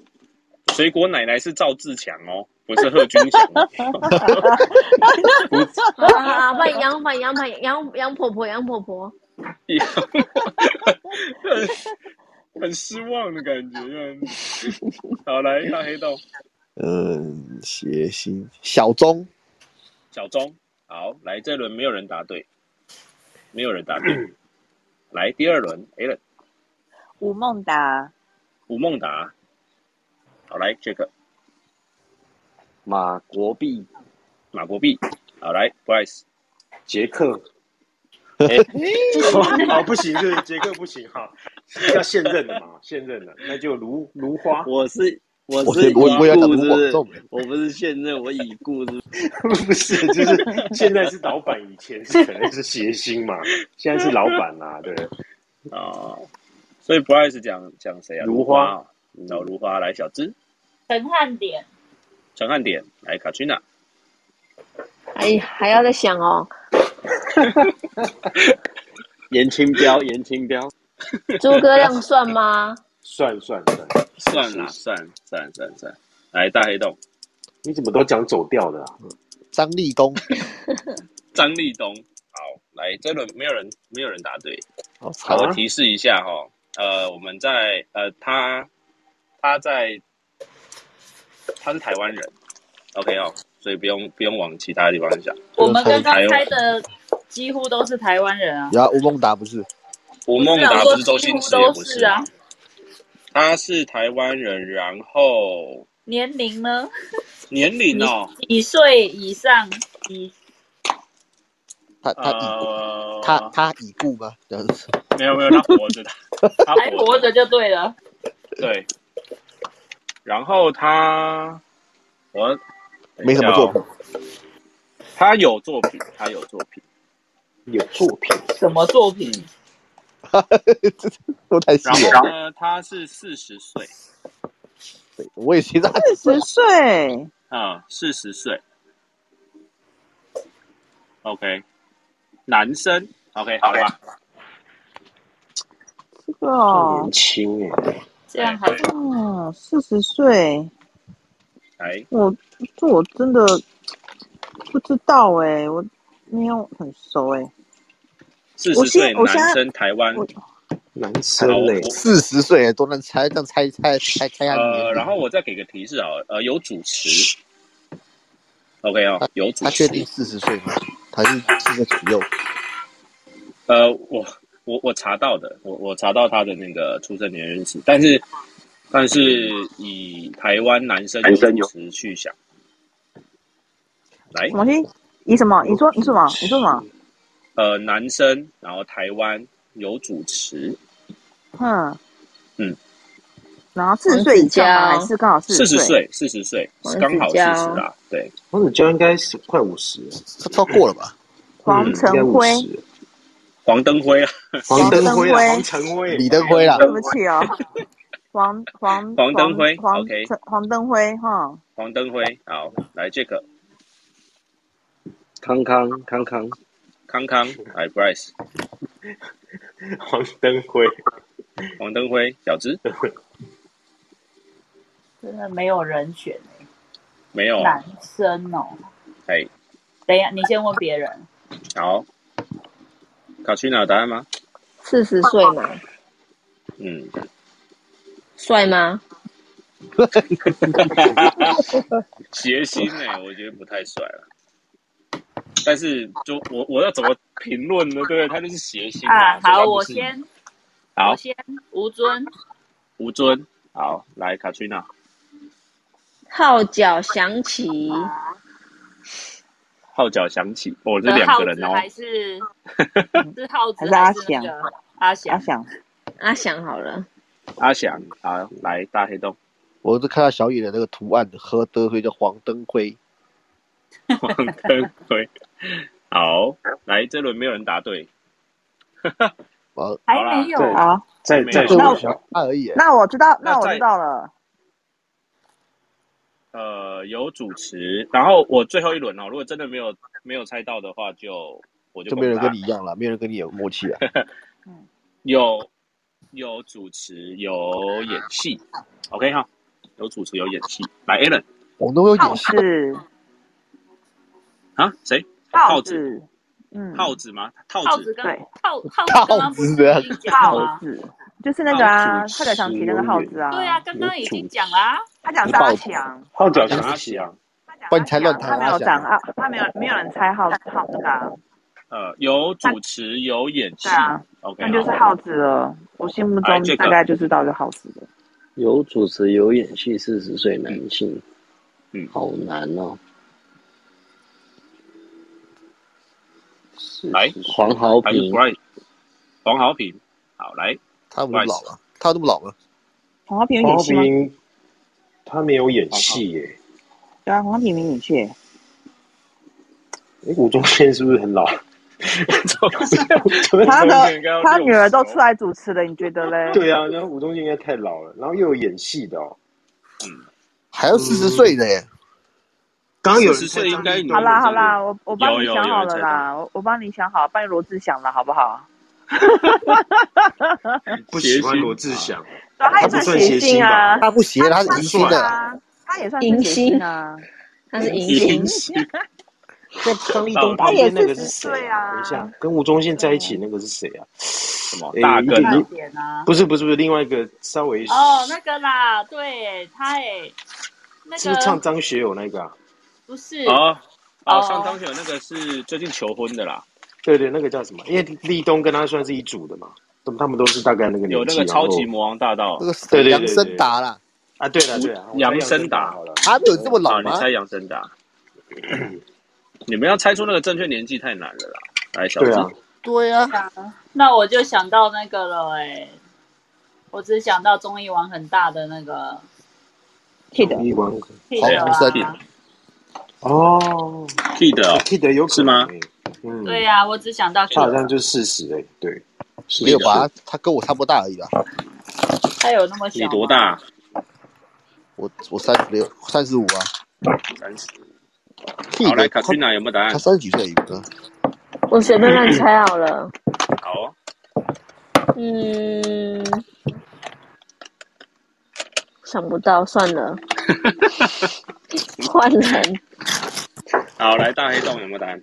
[SPEAKER 2] 水果奶奶是赵志强哦，不是贺军翔哦。
[SPEAKER 9] 啊啊！啊！扮杨扮杨扮杨杨婆婆杨婆婆，
[SPEAKER 2] 很很失望的感觉。这样子好，来看黑洞
[SPEAKER 4] 嗯，谐星小钟，
[SPEAKER 2] 小钟，好，来这轮没有人答对，没有人答 对。来第二轮 a l
[SPEAKER 3] 吴孟达、
[SPEAKER 2] 吴孟达，好来 Jack
[SPEAKER 5] 马国碧、
[SPEAKER 2] 马国碧，好来 Bryce，
[SPEAKER 6] 杰克。
[SPEAKER 2] 哎、
[SPEAKER 6] 哦，不 行，对，杰克不行哈，要现任的嘛，现任的，那就 如如花，
[SPEAKER 5] 我是我
[SPEAKER 4] 我
[SPEAKER 5] 是已
[SPEAKER 4] 先我我要讲
[SPEAKER 5] 故，
[SPEAKER 4] 卢
[SPEAKER 5] 是不
[SPEAKER 4] 广
[SPEAKER 5] 是
[SPEAKER 4] 仲？
[SPEAKER 5] 我不是现任，我已故是
[SPEAKER 6] 不是，就是 现在是老板，以前是可 能是谐星嘛，现在是老板 啦、对，
[SPEAKER 2] 哦，所以 Bryce 讲讲谁啊？
[SPEAKER 6] 如
[SPEAKER 2] 如
[SPEAKER 6] 花
[SPEAKER 2] 花哦，找如花来小芝，
[SPEAKER 8] 陈汉典，
[SPEAKER 2] 陈汉典来 Katrina，
[SPEAKER 9] 哎，还要再想哦。
[SPEAKER 5] 严清标，严清标，
[SPEAKER 9] 诸葛亮算吗？
[SPEAKER 6] 算算算，
[SPEAKER 2] 算啦算算算算，来大黑洞
[SPEAKER 6] 你怎么都讲走调的、啊？
[SPEAKER 4] 张立东，
[SPEAKER 2] 张立东，好来这轮没有人没有人答对。
[SPEAKER 4] 好
[SPEAKER 2] 好，
[SPEAKER 4] 惨
[SPEAKER 2] 我
[SPEAKER 4] 啊！
[SPEAKER 2] 提示一下哈、呃，我们在呃，他他在他是台湾人，OK 哦，所以不用不用往其他地方想。
[SPEAKER 8] 我们刚刚猜的几乎都是台湾人啊。
[SPEAKER 4] 然后吴孟达不是
[SPEAKER 2] 吴孟达不是周星驰，也
[SPEAKER 8] 都
[SPEAKER 2] 不
[SPEAKER 8] 是啊。
[SPEAKER 2] 他是台湾人，然后
[SPEAKER 8] 年龄呢？
[SPEAKER 2] 年龄哦，
[SPEAKER 8] 几岁以上？以
[SPEAKER 4] 他他已故
[SPEAKER 2] 呃，
[SPEAKER 4] 他他已故吗？这样子
[SPEAKER 2] 没有没有，他活 着的，他
[SPEAKER 8] 还活
[SPEAKER 2] 活着
[SPEAKER 8] 着就对了。
[SPEAKER 2] 对。然后他，我
[SPEAKER 4] 没什么作品，，
[SPEAKER 2] 他有作品，他有作品。
[SPEAKER 6] 有作品，
[SPEAKER 8] 什么作品？
[SPEAKER 4] 都太细
[SPEAKER 2] 哦然
[SPEAKER 4] 了。
[SPEAKER 2] 后呢，他是四十岁，
[SPEAKER 4] 我也其实
[SPEAKER 3] 四十岁，
[SPEAKER 2] 啊、四十岁，OK，男生，OK，好了吧，
[SPEAKER 3] 这个哦
[SPEAKER 5] 年，轻哎、
[SPEAKER 8] 这样还
[SPEAKER 3] 嗯，四十岁，
[SPEAKER 9] 哎
[SPEAKER 2] 来，
[SPEAKER 3] 我这我真的不知道哎、我没有很熟哎、
[SPEAKER 2] 四
[SPEAKER 3] 我
[SPEAKER 2] 十
[SPEAKER 3] 先
[SPEAKER 2] 岁
[SPEAKER 3] 我先
[SPEAKER 2] 男生，台湾，
[SPEAKER 3] 我
[SPEAKER 6] 男
[SPEAKER 2] 好
[SPEAKER 6] 生嘞、
[SPEAKER 2] 我
[SPEAKER 4] 四十岁都能猜，这样猜猜猜猜他的年
[SPEAKER 2] 呃，
[SPEAKER 4] 龄
[SPEAKER 2] 然。后我再给个提示啊，呃，有主持，OK 哦，有主
[SPEAKER 4] 他确
[SPEAKER 2] 持，
[SPEAKER 4] 定四十岁吗？还是四十左右？
[SPEAKER 2] 呃，我我我查到的，我我查到他的那个出生年月日期，但是但是以台湾男生有
[SPEAKER 5] 男生
[SPEAKER 2] 主
[SPEAKER 5] 有
[SPEAKER 2] 持去想，来
[SPEAKER 3] 什，么东西？以什么？你说你说什么？你说什么？
[SPEAKER 2] 呃，男生，然后台湾有主持，
[SPEAKER 3] 嗯
[SPEAKER 2] 嗯，
[SPEAKER 3] 然后四十岁以上吗？
[SPEAKER 9] 黄
[SPEAKER 3] 还
[SPEAKER 9] 子佼
[SPEAKER 3] 是刚好四
[SPEAKER 2] 四十
[SPEAKER 3] 十？
[SPEAKER 2] 岁，四十岁
[SPEAKER 9] 王，子
[SPEAKER 2] 刚好四
[SPEAKER 9] 娇
[SPEAKER 2] 十啦，对，
[SPEAKER 6] 王子娇应该是快五十，
[SPEAKER 4] 他超过了吧？
[SPEAKER 3] 黄
[SPEAKER 6] 嗯，应该
[SPEAKER 3] 晨
[SPEAKER 6] 五
[SPEAKER 3] 辉，
[SPEAKER 6] 十，
[SPEAKER 2] 黄登辉啊，
[SPEAKER 6] 黄登辉啦，
[SPEAKER 3] 黄登辉啊
[SPEAKER 6] 黄晨辉，
[SPEAKER 4] 李登辉啦，
[SPEAKER 3] 对不 起哦，黄黄
[SPEAKER 2] 黄登辉
[SPEAKER 3] 黄黄
[SPEAKER 2] OK
[SPEAKER 3] 晨黄登辉哈，
[SPEAKER 2] 黄登辉，好，来 Jack
[SPEAKER 5] 康康康康，
[SPEAKER 2] 康康，来 Bryce
[SPEAKER 6] 黄登辉，
[SPEAKER 2] 黄登辉，小芝
[SPEAKER 8] 真的没有人选
[SPEAKER 2] 没有，
[SPEAKER 8] 男生哦。
[SPEAKER 2] 哎，
[SPEAKER 8] 等一下，你先问别人。
[SPEAKER 2] 好，卡去哪有答案吗？
[SPEAKER 9] 四十岁嘛，
[SPEAKER 2] 嗯，
[SPEAKER 9] 帅吗？
[SPEAKER 2] 欸谐星哎，我觉得不太帅了，但是就我我要怎么评论呢？对不对？他就是谐星
[SPEAKER 8] 啊，
[SPEAKER 2] 所以
[SPEAKER 8] 好，
[SPEAKER 2] 他不
[SPEAKER 8] 我
[SPEAKER 2] 是
[SPEAKER 8] 先，
[SPEAKER 2] 好
[SPEAKER 8] 我，先，吴尊，
[SPEAKER 2] 吴尊，好，来卡翠娜，
[SPEAKER 9] 号角响起，
[SPEAKER 2] 号角响起，哦，这
[SPEAKER 8] 的
[SPEAKER 2] 两
[SPEAKER 8] 耗
[SPEAKER 2] 个人
[SPEAKER 8] 呃子
[SPEAKER 2] 哦，
[SPEAKER 8] 还是是耗子
[SPEAKER 3] 还是阿
[SPEAKER 8] 那
[SPEAKER 3] 翔啊
[SPEAKER 8] 个阿
[SPEAKER 3] 阿
[SPEAKER 8] 翔？
[SPEAKER 3] 翔，
[SPEAKER 9] 阿翔好了，
[SPEAKER 2] 阿翔，好，来大黑洞，
[SPEAKER 4] 我是看到小野的那个图案，喝得所以叫黄灯辉。
[SPEAKER 2] 黄灯辉，好，来这轮没有人答对，
[SPEAKER 4] 呃，
[SPEAKER 7] 还
[SPEAKER 2] 好啦
[SPEAKER 7] 没有
[SPEAKER 6] 对
[SPEAKER 8] 啊
[SPEAKER 3] 好，
[SPEAKER 6] 再
[SPEAKER 2] 没有
[SPEAKER 6] 再
[SPEAKER 2] 那
[SPEAKER 6] 说
[SPEAKER 3] 我
[SPEAKER 6] 一下，
[SPEAKER 4] 他而已。
[SPEAKER 3] 那我知道，
[SPEAKER 2] 那
[SPEAKER 3] 那我
[SPEAKER 2] 再
[SPEAKER 3] 知道了。
[SPEAKER 2] 呃，有主持，然后我最后一轮哦，如果真的没有没有猜到的话就我就
[SPEAKER 4] 就没有人
[SPEAKER 2] 公布答
[SPEAKER 4] 跟
[SPEAKER 2] 案
[SPEAKER 4] 你一样了，没有人跟你有默契啊。
[SPEAKER 2] 有有主持有演戏，OK 哈，有主持有演戏，来 Alan
[SPEAKER 4] 我们都有
[SPEAKER 3] 耗
[SPEAKER 4] 演戏，
[SPEAKER 3] 子，
[SPEAKER 2] 啊，谁？
[SPEAKER 3] 耗
[SPEAKER 2] 子，
[SPEAKER 3] 子，嗯，
[SPEAKER 2] 耗子吗？
[SPEAKER 8] 耗
[SPEAKER 2] 套
[SPEAKER 8] 子
[SPEAKER 2] 子，
[SPEAKER 8] 跟
[SPEAKER 3] 对
[SPEAKER 8] 耗耗子刚刚不是已经讲了
[SPEAKER 2] 啊
[SPEAKER 3] 耗
[SPEAKER 8] 吗？
[SPEAKER 3] 子就是那个啊，
[SPEAKER 5] 耗子
[SPEAKER 3] 快点想起那个耗子啊。
[SPEAKER 8] 对啊，，刚刚已经讲啦、
[SPEAKER 3] 他讲是阿强，
[SPEAKER 6] 号角响
[SPEAKER 2] 阿
[SPEAKER 6] 起，
[SPEAKER 2] 翔，
[SPEAKER 3] 他讲
[SPEAKER 4] 不然
[SPEAKER 3] 阿
[SPEAKER 4] 你才乱
[SPEAKER 3] 强，
[SPEAKER 4] 弹
[SPEAKER 3] 他没有
[SPEAKER 4] 阿翔
[SPEAKER 3] 讲啊，他没有没有人猜耗耗那个啊，
[SPEAKER 2] 呃，有主持有演戏
[SPEAKER 3] 对啊，
[SPEAKER 2] ，OK
[SPEAKER 3] 那就是
[SPEAKER 2] 哈，
[SPEAKER 3] 耗子了。我心目
[SPEAKER 2] 哎
[SPEAKER 3] 中
[SPEAKER 2] 这个
[SPEAKER 3] 大概就知道是耗子了。
[SPEAKER 5] 有主持有演戏，四十岁男性，
[SPEAKER 2] 嗯
[SPEAKER 5] 好难哦。
[SPEAKER 2] 来
[SPEAKER 5] 黄豪
[SPEAKER 2] 还是
[SPEAKER 5] 平
[SPEAKER 2] Bright 黄豪平，好来，
[SPEAKER 4] 他们那么老了，他那么老了，
[SPEAKER 3] 黄浩平
[SPEAKER 6] 黄
[SPEAKER 3] 有演
[SPEAKER 6] 浩
[SPEAKER 3] 戏吗？
[SPEAKER 6] 平他没有演戏耶，
[SPEAKER 3] 对啊，黄浩平没演戏。
[SPEAKER 6] 哎，吴宗宪是不是很 老？怎么
[SPEAKER 3] 他
[SPEAKER 2] 吴宗
[SPEAKER 3] 的
[SPEAKER 2] 宪应该要
[SPEAKER 3] 他女儿都
[SPEAKER 2] 60哦
[SPEAKER 3] 出来主持了，你觉得嘞？
[SPEAKER 6] 对啊，然后吴宗宪应该太老了，然后又有演戏的哦。
[SPEAKER 4] 还有四十岁的耶。
[SPEAKER 6] 刚刚有人
[SPEAKER 2] 40
[SPEAKER 6] 猜
[SPEAKER 2] 岁
[SPEAKER 6] 张
[SPEAKER 2] 应该
[SPEAKER 6] 立
[SPEAKER 2] 有
[SPEAKER 6] 东
[SPEAKER 3] 好啦
[SPEAKER 2] 对
[SPEAKER 3] 好啦，我我帮你
[SPEAKER 2] 有有
[SPEAKER 3] 想
[SPEAKER 2] 有
[SPEAKER 3] 好
[SPEAKER 2] 人
[SPEAKER 3] 了
[SPEAKER 2] 猜
[SPEAKER 3] 啦，我我帮你想好，帮你罗志祥了，好不好？
[SPEAKER 6] 不喜欢罗志祥，
[SPEAKER 3] 对，他也
[SPEAKER 6] 他不算
[SPEAKER 3] 谐
[SPEAKER 6] 谐星
[SPEAKER 3] 星啊，
[SPEAKER 4] 他不邪，他是
[SPEAKER 3] 他
[SPEAKER 4] 疑心
[SPEAKER 3] 是
[SPEAKER 4] 的。
[SPEAKER 3] 啊，他也算是
[SPEAKER 9] 迎
[SPEAKER 3] 谐星啊，
[SPEAKER 9] 他是银
[SPEAKER 2] 银
[SPEAKER 9] 星，
[SPEAKER 2] 星
[SPEAKER 6] 在张立东旁边那个是谁
[SPEAKER 3] 他也40岁啊
[SPEAKER 6] 等一下，跟吴宗宪在一起那个是谁啊？
[SPEAKER 2] 什么
[SPEAKER 6] 诶
[SPEAKER 2] 大
[SPEAKER 6] 一
[SPEAKER 2] 根
[SPEAKER 6] 点
[SPEAKER 8] 啊，
[SPEAKER 6] 零
[SPEAKER 8] 一
[SPEAKER 6] 你
[SPEAKER 8] 点啊。
[SPEAKER 6] 不是不是不是，另外一个稍微
[SPEAKER 8] 哦，那个啦，对，他哎，那
[SPEAKER 6] 是不是唱
[SPEAKER 8] 个
[SPEAKER 6] 张学友那个啊？
[SPEAKER 8] 不是，
[SPEAKER 2] 哦哦，
[SPEAKER 8] 哦
[SPEAKER 2] 上张学友那个是最近求婚的啦，
[SPEAKER 6] 对对，那个叫什么？因为立东跟他算是一组的嘛，他们他们都是大概那个
[SPEAKER 2] 有
[SPEAKER 6] 年
[SPEAKER 2] 那
[SPEAKER 6] 纪。哦
[SPEAKER 2] 个超级
[SPEAKER 6] 然后
[SPEAKER 2] 魔王大道啊
[SPEAKER 4] 那个
[SPEAKER 6] 对对对
[SPEAKER 4] 杨森达啦，
[SPEAKER 6] 啊，对了对了，我猜
[SPEAKER 2] 杨
[SPEAKER 6] 杨
[SPEAKER 2] 森
[SPEAKER 6] 森
[SPEAKER 2] 达
[SPEAKER 6] 达好了，
[SPEAKER 4] 他没有这么老
[SPEAKER 2] 啊，你
[SPEAKER 4] 吗
[SPEAKER 2] 猜？杨森达，你们要猜出那个正确年纪太难了啦。来，小
[SPEAKER 6] 对
[SPEAKER 2] 智
[SPEAKER 6] 啊，
[SPEAKER 4] 对啊，
[SPEAKER 8] 那我就想到那个了哎，我只想到综艺玩很大的那个
[SPEAKER 3] 记得
[SPEAKER 6] 一王
[SPEAKER 4] 黄
[SPEAKER 8] Kid
[SPEAKER 4] 鸿升
[SPEAKER 8] 啊，
[SPEAKER 6] 哦
[SPEAKER 2] Kid 哦
[SPEAKER 6] ，Kid 有可能欸嗯，
[SPEAKER 8] 对呀，我只想到
[SPEAKER 6] 他好像
[SPEAKER 8] Kid，
[SPEAKER 6] 就四十哎，对，
[SPEAKER 4] 没有吧？他跟我差不多大而已吧。
[SPEAKER 8] 他有那么小
[SPEAKER 2] 你
[SPEAKER 8] 吗
[SPEAKER 2] 多？大？
[SPEAKER 4] 我我三十六，三十五啊。
[SPEAKER 2] 三十。
[SPEAKER 4] Kid，
[SPEAKER 2] 好，来，卡
[SPEAKER 4] 他
[SPEAKER 2] 君娜有没有答案
[SPEAKER 4] 他？三十几岁一个，
[SPEAKER 9] 我随便乱猜好 了，
[SPEAKER 2] 好哦，
[SPEAKER 9] 嗯，想不到，算了，换人，
[SPEAKER 2] 好，来，大黑洞有没有答案？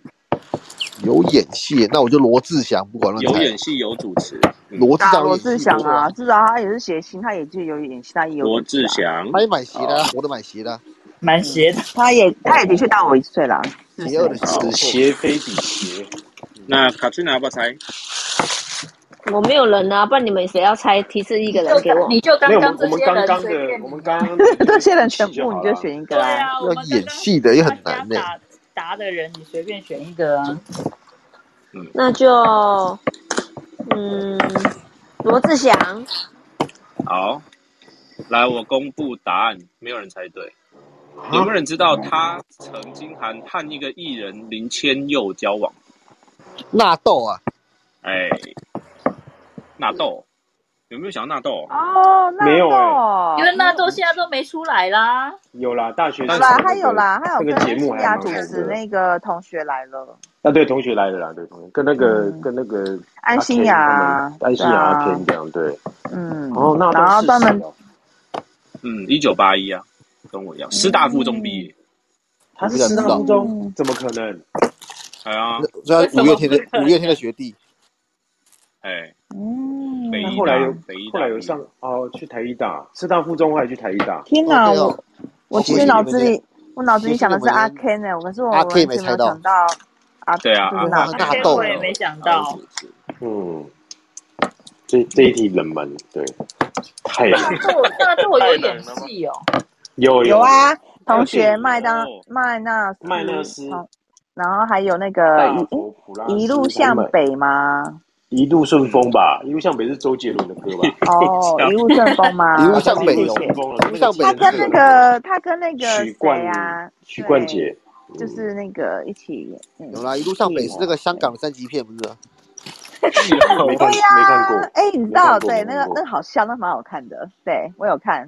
[SPEAKER 4] 有演戏，那我就罗志祥，不管乱
[SPEAKER 2] 有
[SPEAKER 4] 猜
[SPEAKER 2] 演
[SPEAKER 4] 了。
[SPEAKER 2] 戏，有主持，嗯
[SPEAKER 4] 罗志
[SPEAKER 3] 打
[SPEAKER 4] 祥有
[SPEAKER 3] 罗
[SPEAKER 4] 演戏
[SPEAKER 3] 志祥
[SPEAKER 4] 没错
[SPEAKER 3] 啊，，至少他也是谐星，他也就有演戏，他也有
[SPEAKER 2] 罗
[SPEAKER 3] 主持
[SPEAKER 2] 志
[SPEAKER 3] 啊，
[SPEAKER 2] 祥，哦
[SPEAKER 4] 他也买鞋的啊，活的买鞋的啊，
[SPEAKER 8] 蛮邪的，
[SPEAKER 3] 他也他也的确大我一岁啦，是不
[SPEAKER 4] 邪恶的
[SPEAKER 3] 是？
[SPEAKER 4] 鞋
[SPEAKER 6] 此
[SPEAKER 4] 不错。
[SPEAKER 6] 邪非彼邪，
[SPEAKER 2] 那卡君娜要不要猜？
[SPEAKER 9] 我没有人啊，不然你们谁要猜？提示一个人给我，
[SPEAKER 8] 你就
[SPEAKER 6] 没
[SPEAKER 8] 刚
[SPEAKER 6] 有我们我
[SPEAKER 8] 刚这
[SPEAKER 6] 们
[SPEAKER 8] 些
[SPEAKER 6] 刚
[SPEAKER 8] 人
[SPEAKER 6] 刚
[SPEAKER 8] 随
[SPEAKER 6] 的
[SPEAKER 8] 便，
[SPEAKER 6] 我
[SPEAKER 8] 你
[SPEAKER 6] 们。刚 刚的
[SPEAKER 3] 这些人全
[SPEAKER 6] 一起
[SPEAKER 3] 部
[SPEAKER 6] 好
[SPEAKER 3] 你
[SPEAKER 6] 了
[SPEAKER 3] 就
[SPEAKER 6] 啊
[SPEAKER 3] 选一个
[SPEAKER 8] 对
[SPEAKER 3] 啦。
[SPEAKER 8] 啊，我
[SPEAKER 4] 要
[SPEAKER 8] 们刚
[SPEAKER 4] 演
[SPEAKER 8] 刚
[SPEAKER 4] 戏的也很
[SPEAKER 8] 大家
[SPEAKER 4] 难呢。
[SPEAKER 2] 啊
[SPEAKER 8] 答答的人，你随便选一个啊。
[SPEAKER 9] 那就，嗯，罗志祥，
[SPEAKER 2] 好，来，我公布答案，没有人猜对。有没有
[SPEAKER 6] 啊，
[SPEAKER 2] 人知道他曾经和和一个艺人林千佑交往？
[SPEAKER 4] 纳豆啊，
[SPEAKER 2] 哎，纳豆，有没有想到纳豆？
[SPEAKER 6] 啊
[SPEAKER 3] 哦，
[SPEAKER 6] 没
[SPEAKER 3] 纳
[SPEAKER 6] 有
[SPEAKER 3] 豆
[SPEAKER 6] 欸
[SPEAKER 3] 哦，
[SPEAKER 8] 啊因为纳豆现在都没出来啦，
[SPEAKER 6] 有啦，大学
[SPEAKER 3] 有
[SPEAKER 6] 生
[SPEAKER 3] 啦，
[SPEAKER 6] 那
[SPEAKER 3] 他
[SPEAKER 6] 个
[SPEAKER 3] 啊有啦，他有
[SPEAKER 6] 那
[SPEAKER 3] 跟
[SPEAKER 6] 个节
[SPEAKER 3] 西
[SPEAKER 6] 目还
[SPEAKER 3] 雅
[SPEAKER 6] 蛮
[SPEAKER 3] 主
[SPEAKER 6] 红
[SPEAKER 3] 持
[SPEAKER 6] 的。
[SPEAKER 3] 那个同学来了，
[SPEAKER 6] 啊，对，同学来了啦，对，同学跟那个、
[SPEAKER 3] 嗯
[SPEAKER 6] 跟那个
[SPEAKER 3] 安
[SPEAKER 6] 阿
[SPEAKER 3] 心
[SPEAKER 6] 天
[SPEAKER 3] 雅
[SPEAKER 6] 他
[SPEAKER 3] 啊
[SPEAKER 6] 们，安心雅阿
[SPEAKER 3] 对啊
[SPEAKER 6] 天这样对，
[SPEAKER 3] 嗯，
[SPEAKER 6] 哦，那
[SPEAKER 3] 然后
[SPEAKER 6] 都
[SPEAKER 3] 专
[SPEAKER 6] 是
[SPEAKER 3] 门
[SPEAKER 6] 哦，
[SPEAKER 2] 嗯，一九八一啊，跟我一样，
[SPEAKER 4] 嗯
[SPEAKER 2] 师大附中毕业。
[SPEAKER 6] 他是师大附中
[SPEAKER 3] 嗯，
[SPEAKER 6] 怎么可能？
[SPEAKER 2] 哎呀
[SPEAKER 4] 那，虽然
[SPEAKER 8] 为什
[SPEAKER 4] 五
[SPEAKER 8] 么
[SPEAKER 4] 月天的
[SPEAKER 8] 不可能
[SPEAKER 4] 五月天的学弟，
[SPEAKER 2] 哎，
[SPEAKER 3] 嗯，
[SPEAKER 2] 北
[SPEAKER 6] 那
[SPEAKER 2] 医
[SPEAKER 6] 后来
[SPEAKER 2] 大
[SPEAKER 6] 有，
[SPEAKER 2] 北医大
[SPEAKER 6] 后来有
[SPEAKER 2] 毕业
[SPEAKER 6] 上哦，去台医大，师大附中后来去台医大，
[SPEAKER 3] 天哪，
[SPEAKER 4] 哦对哦
[SPEAKER 3] 我我
[SPEAKER 4] 哦
[SPEAKER 3] 其
[SPEAKER 4] 恭
[SPEAKER 3] 实
[SPEAKER 4] 喜你
[SPEAKER 3] 脑
[SPEAKER 4] 们
[SPEAKER 3] 子
[SPEAKER 4] 这
[SPEAKER 3] 里，我脑子里想的是
[SPEAKER 4] 恭喜你
[SPEAKER 3] 阿
[SPEAKER 4] 们
[SPEAKER 3] Ken 欸呢、可是我
[SPEAKER 4] 阿
[SPEAKER 3] 完
[SPEAKER 4] K 没
[SPEAKER 3] 全没
[SPEAKER 4] 猜
[SPEAKER 3] 有
[SPEAKER 4] 到
[SPEAKER 3] 想，到啊，
[SPEAKER 2] 对啊
[SPEAKER 3] 不知
[SPEAKER 4] 啊
[SPEAKER 3] 道
[SPEAKER 4] 大
[SPEAKER 8] 这个
[SPEAKER 4] 豆
[SPEAKER 8] 我也没想到，
[SPEAKER 6] 嗯，这这一题冷门，对，太冷
[SPEAKER 8] 大
[SPEAKER 6] 门，
[SPEAKER 8] 豆大豆有演戏哦，
[SPEAKER 6] 有
[SPEAKER 3] 有啊，同
[SPEAKER 6] 还
[SPEAKER 3] 学
[SPEAKER 6] 有
[SPEAKER 3] 麦当
[SPEAKER 2] 哦
[SPEAKER 3] 麦纳斯
[SPEAKER 6] 麦纳斯
[SPEAKER 3] 同然后还有那个
[SPEAKER 6] 大
[SPEAKER 3] 一
[SPEAKER 6] 头普拉斯
[SPEAKER 3] 一路
[SPEAKER 6] 他
[SPEAKER 3] 向
[SPEAKER 6] 们
[SPEAKER 3] 北吗？
[SPEAKER 6] 一路顺风吧，一路向北是周杰伦的歌吧？
[SPEAKER 3] 哦，一路顺风吗？
[SPEAKER 4] 一路
[SPEAKER 3] 我
[SPEAKER 4] 向
[SPEAKER 3] 忘
[SPEAKER 4] 北
[SPEAKER 3] 记
[SPEAKER 6] 一路
[SPEAKER 4] 有
[SPEAKER 3] 了
[SPEAKER 6] 顺风了，
[SPEAKER 4] 一路向北
[SPEAKER 3] 他跟那个他跟那个
[SPEAKER 6] 许冠
[SPEAKER 3] 谁啊，
[SPEAKER 6] 许冠杰，
[SPEAKER 3] 对就是那个一起演，嗯，
[SPEAKER 4] 有啦，一路向北是那个香港三级 片，不是？
[SPEAKER 6] 没看
[SPEAKER 3] 对呀
[SPEAKER 6] 没看过，
[SPEAKER 3] 哎，你知
[SPEAKER 6] 没看
[SPEAKER 3] 道
[SPEAKER 6] 过
[SPEAKER 3] 对
[SPEAKER 6] 没
[SPEAKER 3] 那
[SPEAKER 6] 看
[SPEAKER 3] 个
[SPEAKER 6] 过
[SPEAKER 3] 那个好笑，那蛮好看的，对我有看。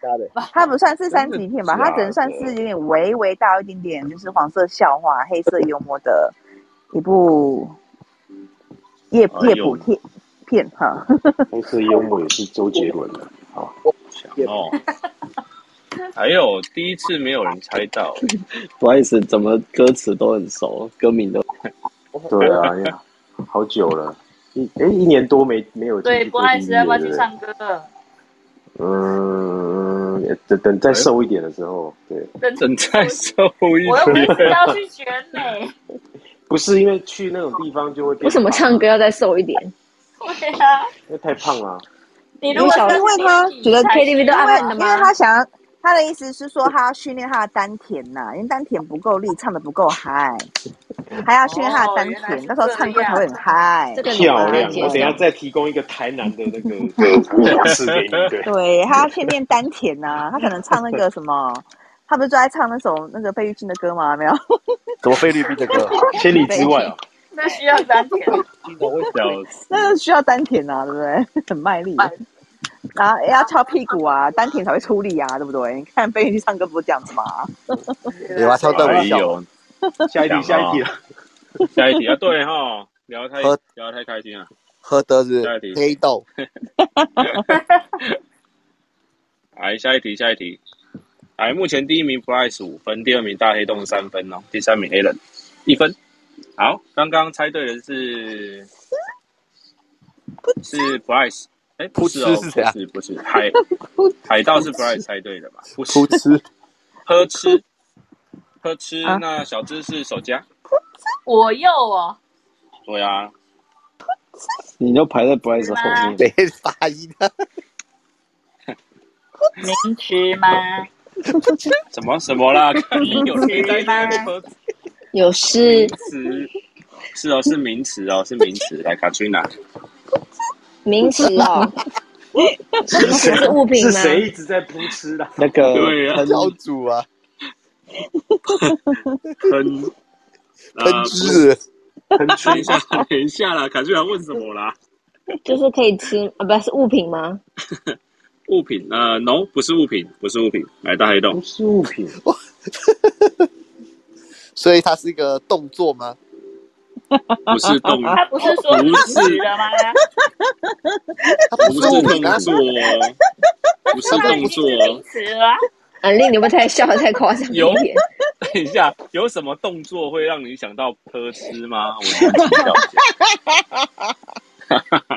[SPEAKER 4] 假的，
[SPEAKER 3] 它不算是三级片吧，
[SPEAKER 6] 真的
[SPEAKER 3] 它只能算
[SPEAKER 6] 假的
[SPEAKER 3] 是有点微微到一点点，就是黄色笑话、黑色幽默的一部夜
[SPEAKER 2] 哎呦
[SPEAKER 3] 夜补片片哈。
[SPEAKER 6] 黑色幽默也是周杰伦的，好，
[SPEAKER 2] 哦， 还有第一次没有人猜到，
[SPEAKER 5] 不好意思，怎么歌词都很熟，歌名都
[SPEAKER 6] 对 啊，呀，好久了，一哎一年多没没有进
[SPEAKER 8] 对，
[SPEAKER 6] 去
[SPEAKER 8] 不
[SPEAKER 6] 过
[SPEAKER 8] 爱
[SPEAKER 6] DV
[SPEAKER 8] 吃要不要
[SPEAKER 6] 了，对欸
[SPEAKER 8] 去
[SPEAKER 6] 不对？
[SPEAKER 8] 唱歌？
[SPEAKER 6] 嗯，等等再瘦一点的时候，对，
[SPEAKER 8] 真
[SPEAKER 2] 等再收一
[SPEAKER 8] 我又不
[SPEAKER 2] 点，
[SPEAKER 8] 是要去选美，
[SPEAKER 6] 不是因为去那种地方就会变胖，啊
[SPEAKER 9] 为什么唱歌要再瘦一点
[SPEAKER 8] 对啊，
[SPEAKER 6] 因为太胖了，
[SPEAKER 8] 你如果
[SPEAKER 9] 因为
[SPEAKER 8] 身
[SPEAKER 3] 他
[SPEAKER 8] 体
[SPEAKER 3] 觉得
[SPEAKER 8] 才
[SPEAKER 9] KTV
[SPEAKER 3] 因
[SPEAKER 9] 都暗
[SPEAKER 3] 为
[SPEAKER 9] 暗的
[SPEAKER 3] 因
[SPEAKER 9] 吗
[SPEAKER 3] 为他想要他的意思是说，他要训练他的丹田呐、因为丹田不够力，唱的不够嗨，还要训练他的丹
[SPEAKER 8] 哦原来
[SPEAKER 3] 田，
[SPEAKER 8] 是
[SPEAKER 3] 到时候唱歌才会很嗨
[SPEAKER 9] 这。个你
[SPEAKER 6] 漂
[SPEAKER 9] 们可以
[SPEAKER 6] 亮！啊
[SPEAKER 9] 接
[SPEAKER 6] 我等一下
[SPEAKER 9] 受。
[SPEAKER 6] 再提供一个台南的那 个名词给你，对，
[SPEAKER 3] 对，他要训练丹田呐、他可能唱那个什么，他不是最爱唱那首那个费玉清的歌吗？没有，
[SPEAKER 4] 怎么菲律宾 的歌？
[SPEAKER 6] 千里之外啊，
[SPEAKER 8] 那需要丹田，
[SPEAKER 2] 笑死，
[SPEAKER 3] 那个需要丹田啊，对不对？ 很卖力，然后要翘屁股啊，丹田才会出力啊，对不对？你看飞云去唱歌不是这样子吗？
[SPEAKER 4] 有啊，超带
[SPEAKER 2] 哎
[SPEAKER 4] 微笑。
[SPEAKER 2] 呦，
[SPEAKER 6] 下一题，下一题了，
[SPEAKER 2] 啊下一题啊，对哈，聊得太
[SPEAKER 4] 喝
[SPEAKER 2] 聊得太开心了，啊
[SPEAKER 4] 喝的是
[SPEAKER 2] 下一题
[SPEAKER 4] 黑 豆，
[SPEAKER 2] 来下一题，下一题，来，目前第一名 Price 五分，第二名大黑洞三分哦，第三名黑人一分，好，刚刚猜对的是是 Price，哎，不是哦，
[SPEAKER 4] 噗嗤是谁啊
[SPEAKER 2] 不是不是海海盗是 Price 猜对的吧？不是，
[SPEAKER 4] 噗嗤，
[SPEAKER 2] 呵吃呵吃
[SPEAKER 3] 啊，
[SPEAKER 2] 那小芝是手家，
[SPEAKER 8] 我又哦，
[SPEAKER 2] 对啊，
[SPEAKER 5] 你都排在 Bryce 后面，
[SPEAKER 4] 没发音啊！
[SPEAKER 8] 名词吗？
[SPEAKER 2] 什么什么 啦？看你啊有谁在那
[SPEAKER 8] 名词
[SPEAKER 2] 喝
[SPEAKER 9] 有
[SPEAKER 2] 名
[SPEAKER 9] 事，
[SPEAKER 2] 词？是哦，是名词哦，是名词。来，卡崔娜，
[SPEAKER 9] 名词哦，
[SPEAKER 6] 是
[SPEAKER 9] 名词
[SPEAKER 6] 谁
[SPEAKER 9] 是物品
[SPEAKER 6] 是
[SPEAKER 9] 吗？
[SPEAKER 6] 谁一直在扑哧的？
[SPEAKER 5] 那个
[SPEAKER 2] 对 啊
[SPEAKER 5] 喷
[SPEAKER 4] 小主 啊，
[SPEAKER 2] 喷，
[SPEAKER 4] 喷
[SPEAKER 2] 呃，不是，
[SPEAKER 4] 汁，
[SPEAKER 6] 喷
[SPEAKER 2] 等一
[SPEAKER 6] 出
[SPEAKER 2] 下， 等一下啦，卡崔娜问什么啦？
[SPEAKER 9] 就是可以吃啊，不是物品吗？
[SPEAKER 2] 物品，呃，no，不是物品，不是物品。来，大黑
[SPEAKER 6] 不
[SPEAKER 2] 洞，
[SPEAKER 6] 是物品，
[SPEAKER 4] 所以它是一个动作吗？
[SPEAKER 2] 不是动，
[SPEAKER 8] 他不是说
[SPEAKER 2] 不
[SPEAKER 8] 名
[SPEAKER 2] 是
[SPEAKER 8] 词了吗？
[SPEAKER 4] 它不
[SPEAKER 2] 不
[SPEAKER 4] 是
[SPEAKER 2] 是
[SPEAKER 4] 物品啊
[SPEAKER 2] 动，作哦，不是
[SPEAKER 8] 他说
[SPEAKER 2] 动
[SPEAKER 8] 已经
[SPEAKER 2] 作
[SPEAKER 8] 是
[SPEAKER 2] 哦
[SPEAKER 8] 名。词了啊，
[SPEAKER 9] 啊，令你们太笑得太夸张
[SPEAKER 2] 有
[SPEAKER 9] 一点。
[SPEAKER 2] 等一下，有什么动作会让你想到科吃吗？我先知道一下。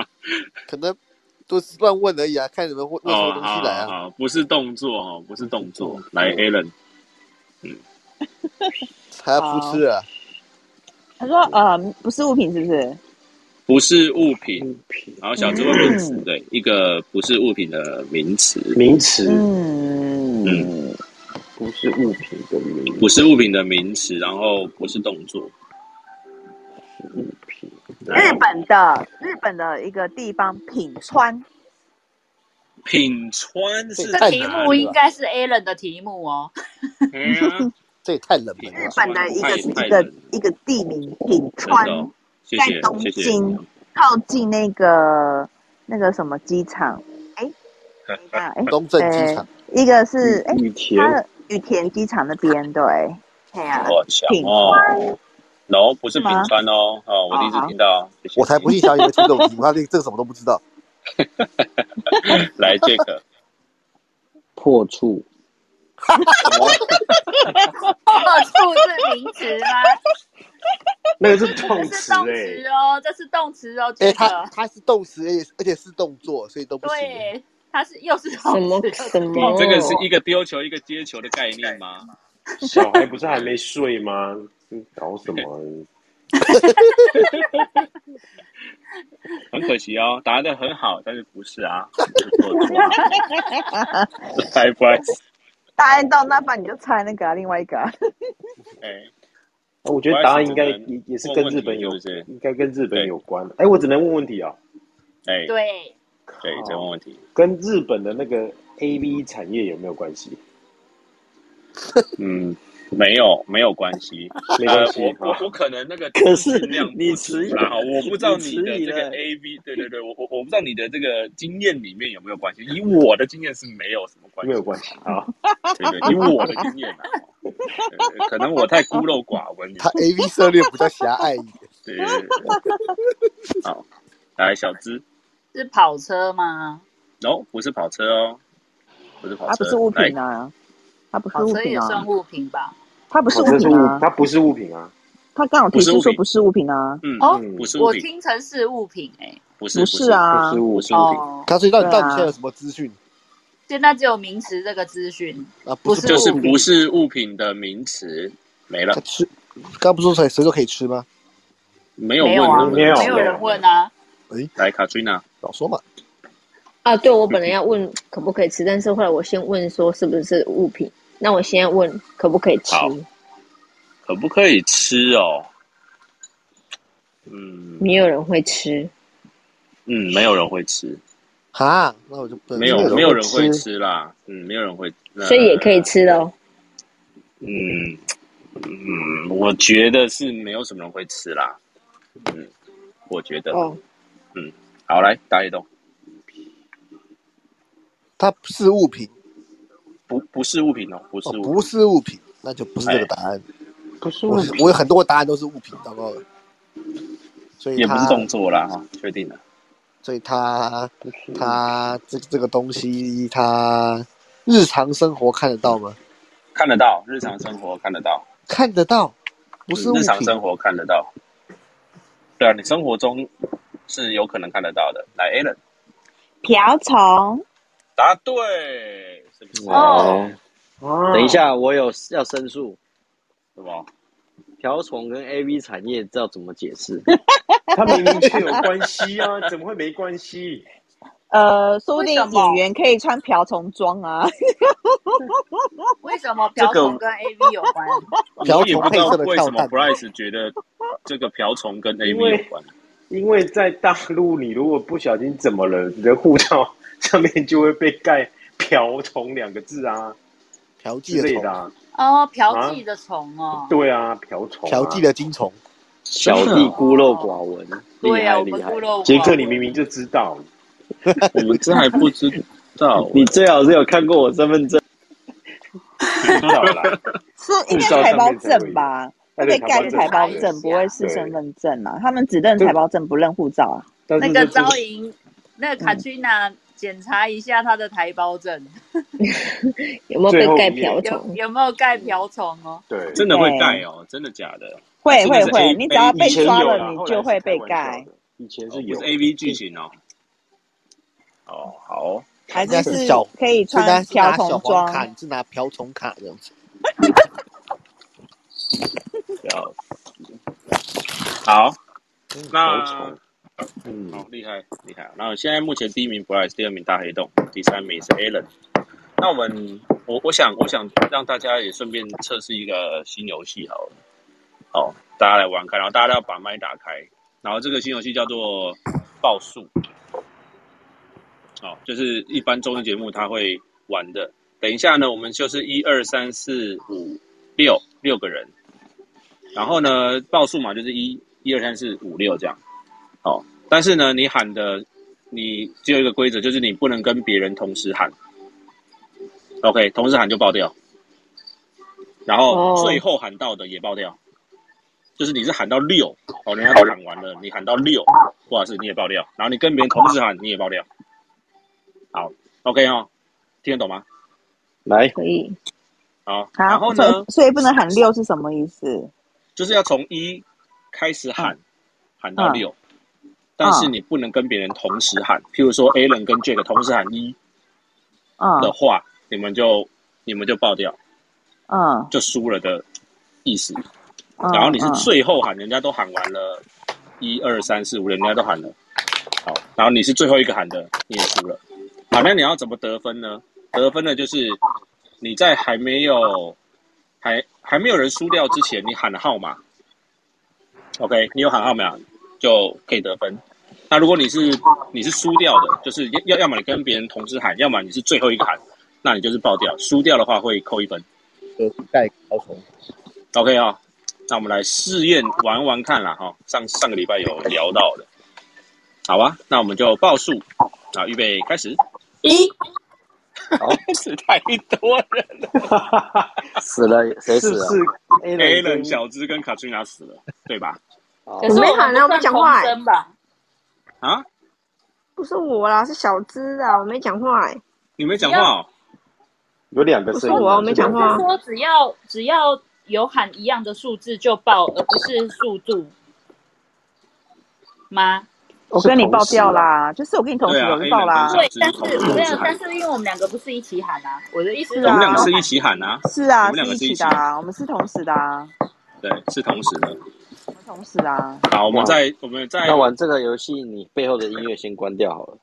[SPEAKER 4] 可能都是乱问而已啊，看你们问问什么
[SPEAKER 2] 哦，
[SPEAKER 4] 东西
[SPEAKER 2] 好
[SPEAKER 4] 来
[SPEAKER 2] 好
[SPEAKER 4] 啊。嗯
[SPEAKER 2] 好，不是动作哦，不是动作。来，Alan，
[SPEAKER 4] 还要噗嗤啊？
[SPEAKER 3] 他说呃，不是物品是不是？
[SPEAKER 2] 不是物品。
[SPEAKER 6] 物品，
[SPEAKER 2] 然后小智问名词，对，一个不是物品的名词，
[SPEAKER 6] 名词，
[SPEAKER 3] 嗯，
[SPEAKER 6] 嗯，不是物品的名
[SPEAKER 2] 不是物品的名词，然后不是动作。
[SPEAKER 6] 品，
[SPEAKER 3] 日本的日本的一个地方品川，
[SPEAKER 2] 品川是
[SPEAKER 8] 这
[SPEAKER 4] 太
[SPEAKER 8] 题
[SPEAKER 2] 哪
[SPEAKER 8] 目
[SPEAKER 2] 里？
[SPEAKER 8] 应该是 a l a n 的题目哦。
[SPEAKER 2] 哎呀
[SPEAKER 4] 这也太冷门
[SPEAKER 2] 品
[SPEAKER 4] 了
[SPEAKER 3] 日
[SPEAKER 4] 吧！
[SPEAKER 3] 本的一个
[SPEAKER 2] 川太太
[SPEAKER 3] 一个
[SPEAKER 2] 冷了
[SPEAKER 3] 一个地名品
[SPEAKER 2] 真
[SPEAKER 3] 川
[SPEAKER 2] 的、，哦，谢
[SPEAKER 3] 在
[SPEAKER 2] 谢
[SPEAKER 3] 东
[SPEAKER 2] 谢谢。
[SPEAKER 3] 京靠近那个那个什么机场，哎，等一下，哎，
[SPEAKER 4] 东正机场
[SPEAKER 3] 呃，一个是哎，
[SPEAKER 6] 雨田
[SPEAKER 3] 它的羽田机场那边对，哎呀、
[SPEAKER 2] 我强
[SPEAKER 3] 品
[SPEAKER 2] 哦，no 不是
[SPEAKER 3] 是
[SPEAKER 2] 品
[SPEAKER 3] 吗
[SPEAKER 2] 川哦，哦，我第一次
[SPEAKER 3] 哦好
[SPEAKER 2] 听到，谢谢
[SPEAKER 4] 我才不信小野会出这种题目，他这这个什么都不知道。
[SPEAKER 2] 来 Jack，
[SPEAKER 5] 破处，
[SPEAKER 8] 破处是哦名词吗？
[SPEAKER 6] 那个是动
[SPEAKER 8] 这是
[SPEAKER 6] 词
[SPEAKER 8] 动
[SPEAKER 6] 哎
[SPEAKER 8] 词，哦，这是动词
[SPEAKER 2] 欸
[SPEAKER 8] 哦，
[SPEAKER 4] 哎，
[SPEAKER 8] 这
[SPEAKER 4] 他
[SPEAKER 8] 个
[SPEAKER 4] 他是动词，而且而且是动作，所以都不行。
[SPEAKER 8] 对，它是又是
[SPEAKER 9] 什么
[SPEAKER 8] 动词又
[SPEAKER 9] 什
[SPEAKER 8] 是
[SPEAKER 2] 你
[SPEAKER 9] 么？
[SPEAKER 2] 这个是一个丢球一个接球的概念吗？
[SPEAKER 6] 小孩不是还没睡吗？搞什么？啊
[SPEAKER 2] 很可惜哦，答的很好，但是不是啊？ 不错错啊拜拜。
[SPEAKER 3] 答案到那半你就猜那个、啊、另外一 个、啊，
[SPEAKER 2] 哎，
[SPEAKER 6] 我觉得答案应该
[SPEAKER 2] 我也是只能
[SPEAKER 6] 也也是跟日本有
[SPEAKER 2] 问问题是不是，
[SPEAKER 6] 应该跟日本有关。哎，我只能问问题啊，
[SPEAKER 2] 哎，对，
[SPEAKER 8] 对，
[SPEAKER 2] 这个问题，
[SPEAKER 6] 跟日本的那个 A V 产业有没有关系？
[SPEAKER 2] 嗯，没有没有关系，
[SPEAKER 6] 没关系
[SPEAKER 2] 呃我
[SPEAKER 6] 好
[SPEAKER 2] 我我 可能那个
[SPEAKER 5] 可是
[SPEAKER 2] 质量不
[SPEAKER 5] 你迟疑
[SPEAKER 2] 啦，哦我不知道
[SPEAKER 5] 你
[SPEAKER 2] 你
[SPEAKER 5] 迟
[SPEAKER 2] 的
[SPEAKER 5] 疑
[SPEAKER 2] 这个
[SPEAKER 5] 了
[SPEAKER 2] A V，对对对，我我我不知道你的这个经验里面有没有关系，以我的经验是没有什么关系
[SPEAKER 6] 没有，关系啊。
[SPEAKER 2] 对 对，以我的经验啊，哦对对可能我太孤陋寡闻，
[SPEAKER 4] 他 A V 涉猎比较狭隘一点。
[SPEAKER 2] 对对对对，好，来小资，
[SPEAKER 8] 是跑车吗？
[SPEAKER 2] 哦，不是跑车哦，不是跑
[SPEAKER 3] 它
[SPEAKER 2] 车，
[SPEAKER 3] 不是物
[SPEAKER 2] 来
[SPEAKER 3] 品啊，它不是
[SPEAKER 8] 跑
[SPEAKER 3] 物
[SPEAKER 8] 车也
[SPEAKER 3] 品
[SPEAKER 8] 算
[SPEAKER 3] 啊，
[SPEAKER 8] 物品吧？
[SPEAKER 3] 它不是
[SPEAKER 6] 哦
[SPEAKER 3] 物
[SPEAKER 6] 这是
[SPEAKER 3] 品
[SPEAKER 6] 物，
[SPEAKER 3] 啊，
[SPEAKER 6] 它不是物品啊。
[SPEAKER 3] 它刚好提示说不是物品啊，
[SPEAKER 2] 嗯，
[SPEAKER 7] 哦
[SPEAKER 6] 嗯
[SPEAKER 2] 不，是物
[SPEAKER 8] 我
[SPEAKER 2] 品，
[SPEAKER 8] 听成是物品哎、
[SPEAKER 2] 不是
[SPEAKER 3] 不是，啊
[SPEAKER 5] 不，是
[SPEAKER 2] 不
[SPEAKER 5] 物
[SPEAKER 2] 是
[SPEAKER 8] 欸。
[SPEAKER 2] 物品，
[SPEAKER 8] 哦，
[SPEAKER 4] 他所以到底
[SPEAKER 3] 对
[SPEAKER 4] 到
[SPEAKER 3] 啊
[SPEAKER 4] 底现在有什么资讯
[SPEAKER 8] 现在只有名词这个 资讯，
[SPEAKER 4] 啊？
[SPEAKER 8] 不
[SPEAKER 4] 是
[SPEAKER 8] 是
[SPEAKER 4] 不
[SPEAKER 2] 就是
[SPEAKER 4] 物
[SPEAKER 2] 不
[SPEAKER 4] 品，
[SPEAKER 2] 是物品的名词没了
[SPEAKER 4] 他，吃，刚不是说谁谁都可以吃吗？
[SPEAKER 2] 没有
[SPEAKER 8] 没
[SPEAKER 2] 问
[SPEAKER 8] 有啊，
[SPEAKER 2] 我
[SPEAKER 6] 没有
[SPEAKER 2] 们，
[SPEAKER 8] 没有人问啊。
[SPEAKER 2] 来卡翠娜，
[SPEAKER 4] 早说嘛，
[SPEAKER 9] 啊，对，我本来要问可不可以吃，但是后来我先问说是不是物品，那我先问可不可以吃
[SPEAKER 2] 好？可不可以吃哦？嗯
[SPEAKER 9] 没有人会吃，
[SPEAKER 2] 嗯，没有人会吃，
[SPEAKER 4] 哈，那我就不能
[SPEAKER 2] 没有
[SPEAKER 4] 吃了
[SPEAKER 2] 没有人会
[SPEAKER 5] 会吃
[SPEAKER 2] 吃啦，嗯，没有人会，呃
[SPEAKER 9] 所以也可以吃喽。
[SPEAKER 2] 嗯嗯，我觉得是没有什么人会吃啦。嗯，我觉得。嗯
[SPEAKER 9] 哦，
[SPEAKER 2] 好，来打野洞，
[SPEAKER 4] 它不是物品
[SPEAKER 2] 不不是物品哦，不是
[SPEAKER 4] 哦，
[SPEAKER 2] 物品。
[SPEAKER 4] 不是物品，那就不是这个答案。
[SPEAKER 6] 不是
[SPEAKER 4] 我
[SPEAKER 6] 物品，
[SPEAKER 4] 我有很多答案都是物品，糟糕了。所以
[SPEAKER 2] 哎也不是
[SPEAKER 4] 它
[SPEAKER 2] 动作啦，哈，确定了。
[SPEAKER 4] 所以它它这这个东西，它日常生活看得到吗？
[SPEAKER 2] 看得到，日常生活看得到，
[SPEAKER 4] 看得到，不是
[SPEAKER 2] 嗯
[SPEAKER 4] 物
[SPEAKER 2] 日常
[SPEAKER 4] 品
[SPEAKER 2] 生活看得到。对啊，你生活中是有可能看得到的。来，Allen，
[SPEAKER 9] 瓢虫，
[SPEAKER 2] 答对，是不是？
[SPEAKER 8] 哦
[SPEAKER 5] 哎，等一下，我有要申诉，
[SPEAKER 2] 什么？
[SPEAKER 5] 瓢虫跟 A V 产业要怎么解 释？
[SPEAKER 6] 它明明就有关系啊，怎么会没关系？
[SPEAKER 3] 呃，说不定
[SPEAKER 8] 为什么
[SPEAKER 3] 演员可以穿瓢虫装 啊，
[SPEAKER 8] 为什么瓢虫跟 A V 有 关？
[SPEAKER 4] 瓢
[SPEAKER 2] 我也
[SPEAKER 4] 虫
[SPEAKER 2] 不知
[SPEAKER 4] 配
[SPEAKER 2] 道
[SPEAKER 4] 色的
[SPEAKER 2] 为
[SPEAKER 4] 跳
[SPEAKER 2] 什么
[SPEAKER 4] 蛋，
[SPEAKER 2] Bryce 觉得这个瓢虫跟 A
[SPEAKER 6] 因
[SPEAKER 2] V
[SPEAKER 6] 为
[SPEAKER 2] 有关。啊
[SPEAKER 6] 因为在大陆，你如果不小心怎么了，你的护照上面就会被盖“瓢虫”两个字啊
[SPEAKER 4] 嫖
[SPEAKER 6] 之
[SPEAKER 4] 妓的
[SPEAKER 6] 类
[SPEAKER 4] 虫
[SPEAKER 6] 的，啊。
[SPEAKER 8] 哦，嫖妓的虫哦。
[SPEAKER 6] 对啊，瓢虫、啊。
[SPEAKER 4] 嫖妓的金虫，
[SPEAKER 5] 小弟孤陋寡闻，
[SPEAKER 8] 对
[SPEAKER 5] 厉
[SPEAKER 8] 呀、
[SPEAKER 5] 害
[SPEAKER 8] 我
[SPEAKER 5] 厉
[SPEAKER 8] 们
[SPEAKER 5] 害，
[SPEAKER 8] 孤。陋寡闻。
[SPEAKER 6] 杰克，你明明就知道，
[SPEAKER 2] 我们这还不知道
[SPEAKER 5] 你最好是有看过我身份证，
[SPEAKER 6] 知道啦。
[SPEAKER 3] 是应该是
[SPEAKER 6] 护照
[SPEAKER 3] 台
[SPEAKER 6] 上
[SPEAKER 3] 胞
[SPEAKER 6] 面才会
[SPEAKER 3] 证
[SPEAKER 6] 有
[SPEAKER 3] 吧？
[SPEAKER 6] 哎
[SPEAKER 3] 会
[SPEAKER 6] 对
[SPEAKER 3] 被盖是
[SPEAKER 6] 台
[SPEAKER 3] 台胞
[SPEAKER 6] 胞
[SPEAKER 8] 证
[SPEAKER 3] 证，不会是
[SPEAKER 6] 对
[SPEAKER 3] 身份证啊。他们只认
[SPEAKER 6] 对
[SPEAKER 3] 台胞证，不认护照啊。
[SPEAKER 6] 但
[SPEAKER 8] 那
[SPEAKER 6] 是
[SPEAKER 8] 个
[SPEAKER 6] 这
[SPEAKER 8] 招
[SPEAKER 6] 这
[SPEAKER 8] 银，那个卡君娜检查一下他的台胞证，
[SPEAKER 9] 有没有被
[SPEAKER 6] 最后
[SPEAKER 9] 盖
[SPEAKER 6] 一页
[SPEAKER 9] 瓢
[SPEAKER 8] 有
[SPEAKER 9] 虫？
[SPEAKER 8] 有没有盖瓢虫哦？
[SPEAKER 6] 对，
[SPEAKER 2] 真的会盖哦，真的假的？啊
[SPEAKER 3] 会
[SPEAKER 2] 真的
[SPEAKER 3] 会
[SPEAKER 2] 是
[SPEAKER 3] 会，
[SPEAKER 2] A-
[SPEAKER 3] 你只要被
[SPEAKER 6] 以前
[SPEAKER 3] 抓
[SPEAKER 6] 有
[SPEAKER 3] 了，
[SPEAKER 6] 啦
[SPEAKER 3] 你
[SPEAKER 6] 后来
[SPEAKER 3] 就是会被
[SPEAKER 6] 开玩笑
[SPEAKER 3] 盖
[SPEAKER 6] 的。。以前
[SPEAKER 2] 哦
[SPEAKER 6] 是
[SPEAKER 2] 不
[SPEAKER 6] 有
[SPEAKER 2] 是 A V 剧情哦。哦，好哦
[SPEAKER 3] 还
[SPEAKER 4] 人家
[SPEAKER 3] 是
[SPEAKER 4] 是小，
[SPEAKER 3] 可以
[SPEAKER 4] 所以
[SPEAKER 3] 穿
[SPEAKER 4] 拿是
[SPEAKER 3] 瓢
[SPEAKER 4] 拿小
[SPEAKER 3] 虫
[SPEAKER 4] 黄卡，
[SPEAKER 3] 装
[SPEAKER 4] 你，是拿瓢虫卡这样子。
[SPEAKER 2] 不要好，
[SPEAKER 4] 嗯
[SPEAKER 2] 那
[SPEAKER 6] 瓢虫嗯，
[SPEAKER 2] 啊好厉害厉害。那现在目前第一名 Bryce，第二名大黑洞，第三名是 Alan。那我们，我我想我想让大家也顺便测试一个新游戏好了，好，大家来玩看，然后大家要把麦打开，然后这个新游戏叫做报数，好，就是一般综艺节目他会玩的。等一下呢，我们就是一二三四五六六个人，然后呢报数嘛就是一一二三四五六这样，好，但是呢你喊的，你只有一个规则，就是你不能跟别人同时喊。OK，同时喊就爆掉，然后
[SPEAKER 9] 哦
[SPEAKER 2] 最后喊到的也爆掉，就是你是喊到六，哦，人家都喊完了，你喊到六，或者是你也爆掉，然后你跟别人同时喊你也爆掉。好，OK 哦，听得懂吗？
[SPEAKER 5] 来，
[SPEAKER 9] 可以，
[SPEAKER 2] 好，
[SPEAKER 3] 啊
[SPEAKER 2] 然后，
[SPEAKER 3] 所
[SPEAKER 2] 呢
[SPEAKER 3] 以，所以不能喊六是什么意思？
[SPEAKER 2] 就是要从一开始喊，喊到六、但是你不能跟别人同时喊，譬如说 Alan 跟 Jack 同时喊一的
[SPEAKER 3] 嗯
[SPEAKER 2] 话，你们就你们就爆掉，
[SPEAKER 3] 嗯
[SPEAKER 2] 就输了的意思。
[SPEAKER 3] 啊
[SPEAKER 2] 然后你是最后喊，人家都喊完了，一二三四五，人家都喊了，好，然后你是最后一个喊的，你也输了。好，那你要怎么得分呢？得分呢，就是你在还没有还还没有人输掉之前，你喊了号码。OK，你有喊号码就可以得分。那如果你是你是输掉的，就是要要要么你跟别人同时喊，要么你是最后一个喊，那你就是爆掉。输掉的话会扣一分。
[SPEAKER 4] 呃，带高手，
[SPEAKER 2] OK 啊、那我们来试验玩玩看啦哈、上上个礼拜有聊到的，好吧？那我们就报数啊，预备开始。
[SPEAKER 8] 一，
[SPEAKER 2] 死太多人了。
[SPEAKER 5] 死了谁死了？
[SPEAKER 2] a l a n 小资跟卡翠娜死了，对吧？
[SPEAKER 9] 可是我没喊啊，我没讲话、欸。
[SPEAKER 2] 啊，
[SPEAKER 9] 不是我啦，是小资啊，我没讲话、欸。
[SPEAKER 2] 你没讲话哦。
[SPEAKER 6] 有两个声音
[SPEAKER 9] 不
[SPEAKER 6] 啊，
[SPEAKER 9] 是我啊我没讲话
[SPEAKER 8] 是说只要只要有喊一样的数字就报，而不是速度吗？
[SPEAKER 3] 我跟你爆掉啦，就是我跟你同时
[SPEAKER 2] 啊
[SPEAKER 3] 有人爆啦，
[SPEAKER 8] 对，但是
[SPEAKER 2] 同
[SPEAKER 8] 没
[SPEAKER 2] 时
[SPEAKER 8] 有
[SPEAKER 2] 喊，
[SPEAKER 8] 但是因为我们两个不是一起喊啊，我的意思
[SPEAKER 2] 我们两个
[SPEAKER 8] 我们
[SPEAKER 2] 是
[SPEAKER 8] 喊
[SPEAKER 2] 一起喊啊，
[SPEAKER 3] 是啊，
[SPEAKER 2] 我们两个
[SPEAKER 3] 是
[SPEAKER 2] 是
[SPEAKER 3] 一起
[SPEAKER 2] 起
[SPEAKER 3] 的，啊，我们是同时的啊，
[SPEAKER 2] 对，是同时的。
[SPEAKER 3] 我们同时的啊。
[SPEAKER 2] 好，我们再我们再
[SPEAKER 5] 那玩这个游戏，你背后的音乐先关掉好了。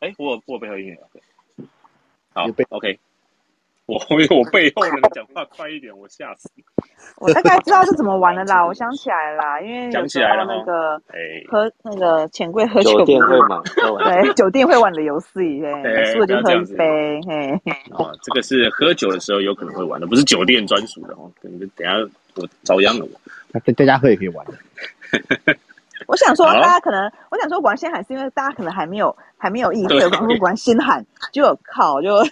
[SPEAKER 2] 哎，我有我有背后音乐，OK，好
[SPEAKER 4] 有背
[SPEAKER 2] ，OK，我 哎我我背后的人讲话快一点，我吓死。
[SPEAKER 3] 我大概知道是怎么玩 的啦，我想起来啦，因为有
[SPEAKER 2] 想起
[SPEAKER 3] 时
[SPEAKER 2] 来
[SPEAKER 3] 候
[SPEAKER 2] 了哈
[SPEAKER 3] 那个
[SPEAKER 2] 哎，
[SPEAKER 3] 喝那个钱柜喝酒
[SPEAKER 5] 酒
[SPEAKER 3] 不
[SPEAKER 5] 店会
[SPEAKER 3] 是
[SPEAKER 5] 满，各位
[SPEAKER 3] 对，酒店会玩的游戏，
[SPEAKER 2] 哎
[SPEAKER 3] 嘿，输了就
[SPEAKER 2] 不
[SPEAKER 3] 喝
[SPEAKER 2] 要
[SPEAKER 3] 一
[SPEAKER 2] 这
[SPEAKER 3] 杯，嘿，
[SPEAKER 2] 啊，这个是喝酒的时候有可能会玩的，不是酒店专属的哦。等等下我遭殃了我。
[SPEAKER 4] 那在在家喝也可以玩。
[SPEAKER 3] 我想说，
[SPEAKER 2] 好
[SPEAKER 3] 大家可能，我想说玩先喊，是因为大家可能还没有还没有意
[SPEAKER 2] 对
[SPEAKER 3] 会，我想说玩先喊，就有靠，就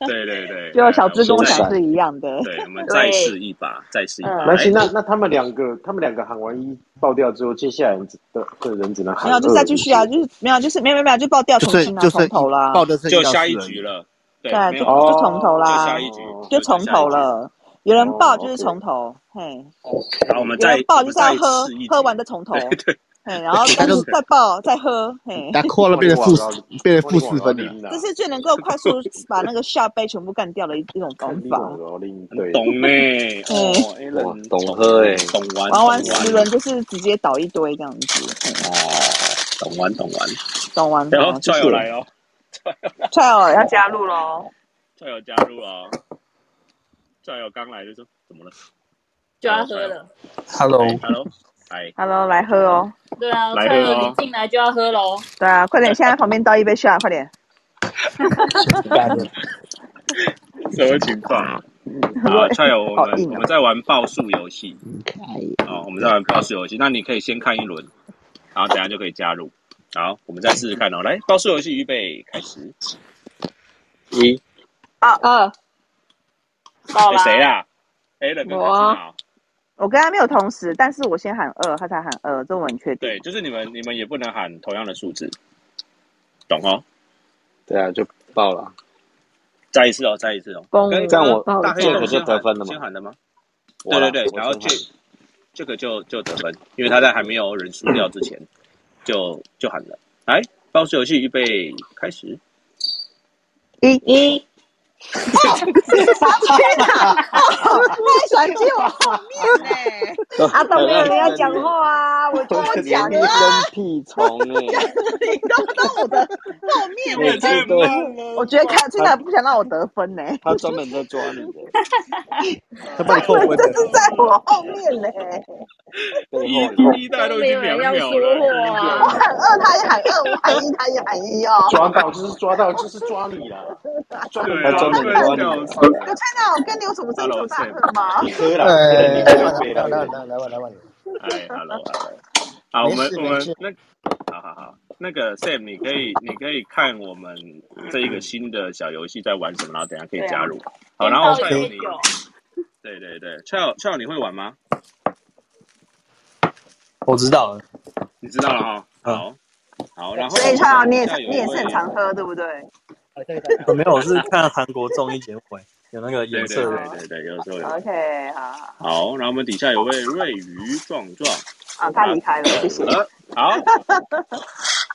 [SPEAKER 2] 对对对， 哎
[SPEAKER 3] 就小资跟我
[SPEAKER 2] 再
[SPEAKER 3] 想是一样的。嗯
[SPEAKER 2] 对，我们再试一把，再试一把。
[SPEAKER 6] 那行，
[SPEAKER 2] 来
[SPEAKER 6] 那那他们两个，他们两个喊完一爆掉之后，接下来人只的个人只能喊
[SPEAKER 3] 没有，就
[SPEAKER 6] 二
[SPEAKER 3] 再继续啊，就是没有，就是没有没有没有，就爆掉重
[SPEAKER 4] 就剩
[SPEAKER 3] 新啊，
[SPEAKER 4] 就剩
[SPEAKER 3] 从头啦，
[SPEAKER 4] 爆的剩
[SPEAKER 2] 就
[SPEAKER 4] 到
[SPEAKER 2] 下
[SPEAKER 4] 四
[SPEAKER 2] 一
[SPEAKER 4] 人
[SPEAKER 2] 局了，对，没
[SPEAKER 3] 对，啊就
[SPEAKER 2] 有，
[SPEAKER 6] 哦
[SPEAKER 3] 就从头
[SPEAKER 2] 就
[SPEAKER 3] 啦
[SPEAKER 2] 下一局，再下一
[SPEAKER 3] 就从
[SPEAKER 2] 局
[SPEAKER 3] 头。了。有人爆就
[SPEAKER 6] 哦，OK
[SPEAKER 3] 是从头，嘿，
[SPEAKER 2] 好，我们
[SPEAKER 3] 有
[SPEAKER 2] 再
[SPEAKER 3] 人爆
[SPEAKER 2] 我
[SPEAKER 3] 就
[SPEAKER 2] 们
[SPEAKER 3] 是要
[SPEAKER 2] 再
[SPEAKER 3] 喝
[SPEAKER 2] 试一局，
[SPEAKER 3] 喝完再从头，
[SPEAKER 2] 对，
[SPEAKER 3] 嘿，然后
[SPEAKER 4] 他
[SPEAKER 3] 但
[SPEAKER 4] 就是
[SPEAKER 3] 再爆再喝，嘿，
[SPEAKER 4] 那扣了变成负四变成负四分了。
[SPEAKER 2] 啊
[SPEAKER 6] 了
[SPEAKER 3] 这是最能够快速把那个下杯全部干掉的一一种方法。
[SPEAKER 6] 对，
[SPEAKER 2] 懂呢，哦
[SPEAKER 5] 哇
[SPEAKER 2] ，Alan
[SPEAKER 5] 懂喝欸
[SPEAKER 2] 懂玩，
[SPEAKER 3] 玩完
[SPEAKER 2] 懂玩
[SPEAKER 3] 十轮就是直接倒一堆这样子，嗯
[SPEAKER 2] 哦，懂玩懂玩，
[SPEAKER 3] 懂完
[SPEAKER 2] 然
[SPEAKER 3] 懂
[SPEAKER 2] 后
[SPEAKER 3] 完，谢
[SPEAKER 2] 帅
[SPEAKER 3] 谢
[SPEAKER 2] 友。来 哦，
[SPEAKER 3] 踹 哦，要加入喽！
[SPEAKER 2] 帅友加入了哦，帅友刚来就说怎么了
[SPEAKER 8] 就要喝了。
[SPEAKER 4] Hello，
[SPEAKER 2] 哎，Hello，哎，
[SPEAKER 3] Hello，来喝哦！
[SPEAKER 8] 对啊，
[SPEAKER 2] 来
[SPEAKER 8] 蔡
[SPEAKER 2] 喝
[SPEAKER 8] 友
[SPEAKER 2] 哦
[SPEAKER 8] 你进来就要喝喽。
[SPEAKER 3] 对啊，快点，现在旁边倒一杯下，快点！
[SPEAKER 2] 什么情况？啊好，帅友，我
[SPEAKER 3] 好
[SPEAKER 2] 们
[SPEAKER 3] 硬哦
[SPEAKER 2] 我们在玩报数游戏，哦，我们在玩报数游戏，那你可以先看一轮，然后等一下就可以加入。好，我们再试试看哦。来，报数游戏预备开始。
[SPEAKER 5] 一
[SPEAKER 9] 二
[SPEAKER 8] 到
[SPEAKER 2] 哎
[SPEAKER 8] 啦，
[SPEAKER 2] 谁啊啦 a l a n 跟
[SPEAKER 9] 我啊
[SPEAKER 2] Katina 哦
[SPEAKER 3] 我跟他没有同时，但是我先喊二，他才喊二，这我很确定。
[SPEAKER 2] 对，就是你们你们也不能喊同样的数字，懂哦？
[SPEAKER 5] 对啊，就爆了。
[SPEAKER 2] 再一次哦，再一次哦。
[SPEAKER 9] 崩
[SPEAKER 2] 跟
[SPEAKER 5] 这样我
[SPEAKER 9] 爆
[SPEAKER 2] 大黑
[SPEAKER 5] 这
[SPEAKER 2] 人
[SPEAKER 5] 个
[SPEAKER 9] 掉，
[SPEAKER 5] 就
[SPEAKER 2] 先喊
[SPEAKER 5] 得分了嘛
[SPEAKER 2] 先喊的吗？
[SPEAKER 5] 我
[SPEAKER 2] 对
[SPEAKER 5] 啦
[SPEAKER 2] 对对，然后
[SPEAKER 5] 我先
[SPEAKER 2] 这
[SPEAKER 5] 喊
[SPEAKER 2] 这个就就得分，因为他在还没有人输掉之 前就就喊了。来，报数游戏预备开始。
[SPEAKER 3] 一，
[SPEAKER 9] 一
[SPEAKER 4] 哦
[SPEAKER 3] 太喜欢接我后面呢、
[SPEAKER 9] 啊都没有人要讲
[SPEAKER 5] 话，
[SPEAKER 9] 话啊，我
[SPEAKER 5] 都
[SPEAKER 9] 就
[SPEAKER 5] 可
[SPEAKER 9] 要
[SPEAKER 5] 怜
[SPEAKER 9] 讲
[SPEAKER 5] 一
[SPEAKER 9] 了。
[SPEAKER 5] 身屁虫哎，
[SPEAKER 3] 你都到我的后面，我
[SPEAKER 5] 每
[SPEAKER 3] 觉
[SPEAKER 5] 次
[SPEAKER 3] 得
[SPEAKER 5] 都
[SPEAKER 3] 我觉得卡翠娜不想让我得分呢、
[SPEAKER 5] 他专门在抓你的，
[SPEAKER 4] 他帮你扣分
[SPEAKER 3] 这
[SPEAKER 4] 的。
[SPEAKER 3] 是在我后面呢、
[SPEAKER 5] 背
[SPEAKER 2] 一
[SPEAKER 5] 后有
[SPEAKER 2] 一大家都已经
[SPEAKER 9] 没有
[SPEAKER 2] 两
[SPEAKER 9] 人要
[SPEAKER 2] 秒
[SPEAKER 9] 说
[SPEAKER 2] 了，
[SPEAKER 3] 我
[SPEAKER 9] 话，
[SPEAKER 3] 喊二，他也喊二；我喊一，他也喊一哦。
[SPEAKER 6] 抓到就是抓到就是抓你了，专门
[SPEAKER 2] 对
[SPEAKER 6] 来
[SPEAKER 2] 啊，
[SPEAKER 6] 抓
[SPEAKER 5] 专
[SPEAKER 6] 你
[SPEAKER 5] 门
[SPEAKER 2] 快
[SPEAKER 5] 抓你
[SPEAKER 2] 笑
[SPEAKER 5] 的
[SPEAKER 2] 死。
[SPEAKER 3] 卡翠娜，我跟你有什么啊深仇大恨 吗？
[SPEAKER 6] 你喝了，喝了
[SPEAKER 4] 哎，
[SPEAKER 6] 你
[SPEAKER 4] 来
[SPEAKER 6] 喝
[SPEAKER 4] 来
[SPEAKER 6] 杯了
[SPEAKER 4] 来，来来来来来，
[SPEAKER 2] 哎，hello hello，好，我
[SPEAKER 4] 没
[SPEAKER 2] 们
[SPEAKER 4] 事
[SPEAKER 2] 我
[SPEAKER 4] 没
[SPEAKER 2] 们
[SPEAKER 4] 事
[SPEAKER 2] 那，好好好，那个 Sam，你可以你可以看我们这一个新的小游戏在玩什么，然后等一下可以加入。
[SPEAKER 4] 啊
[SPEAKER 2] 好，
[SPEAKER 8] 先
[SPEAKER 2] 然后
[SPEAKER 8] 倒一
[SPEAKER 2] 蔡友
[SPEAKER 8] 杯
[SPEAKER 2] 你，
[SPEAKER 8] 酒，
[SPEAKER 2] 对对对，蔡友蔡友你会玩吗？
[SPEAKER 10] 我知道了，
[SPEAKER 2] 你知道了哈，
[SPEAKER 10] 嗯
[SPEAKER 2] 好，好，然后
[SPEAKER 3] 所以蔡友，你也
[SPEAKER 2] 蔡友
[SPEAKER 3] 你也是
[SPEAKER 2] 会
[SPEAKER 3] 很常喝，对不对？
[SPEAKER 10] 呃没有，我是看韩国综艺节目，哎，有那个
[SPEAKER 2] 对
[SPEAKER 10] 颜
[SPEAKER 2] 对
[SPEAKER 10] 色的，
[SPEAKER 2] 对对对，有时候有。
[SPEAKER 3] OK，好好
[SPEAKER 2] 好，然后我们底下有位瑞鱼壮壮，
[SPEAKER 3] 啊，他离开了，谢谢。
[SPEAKER 2] 呃，好，好，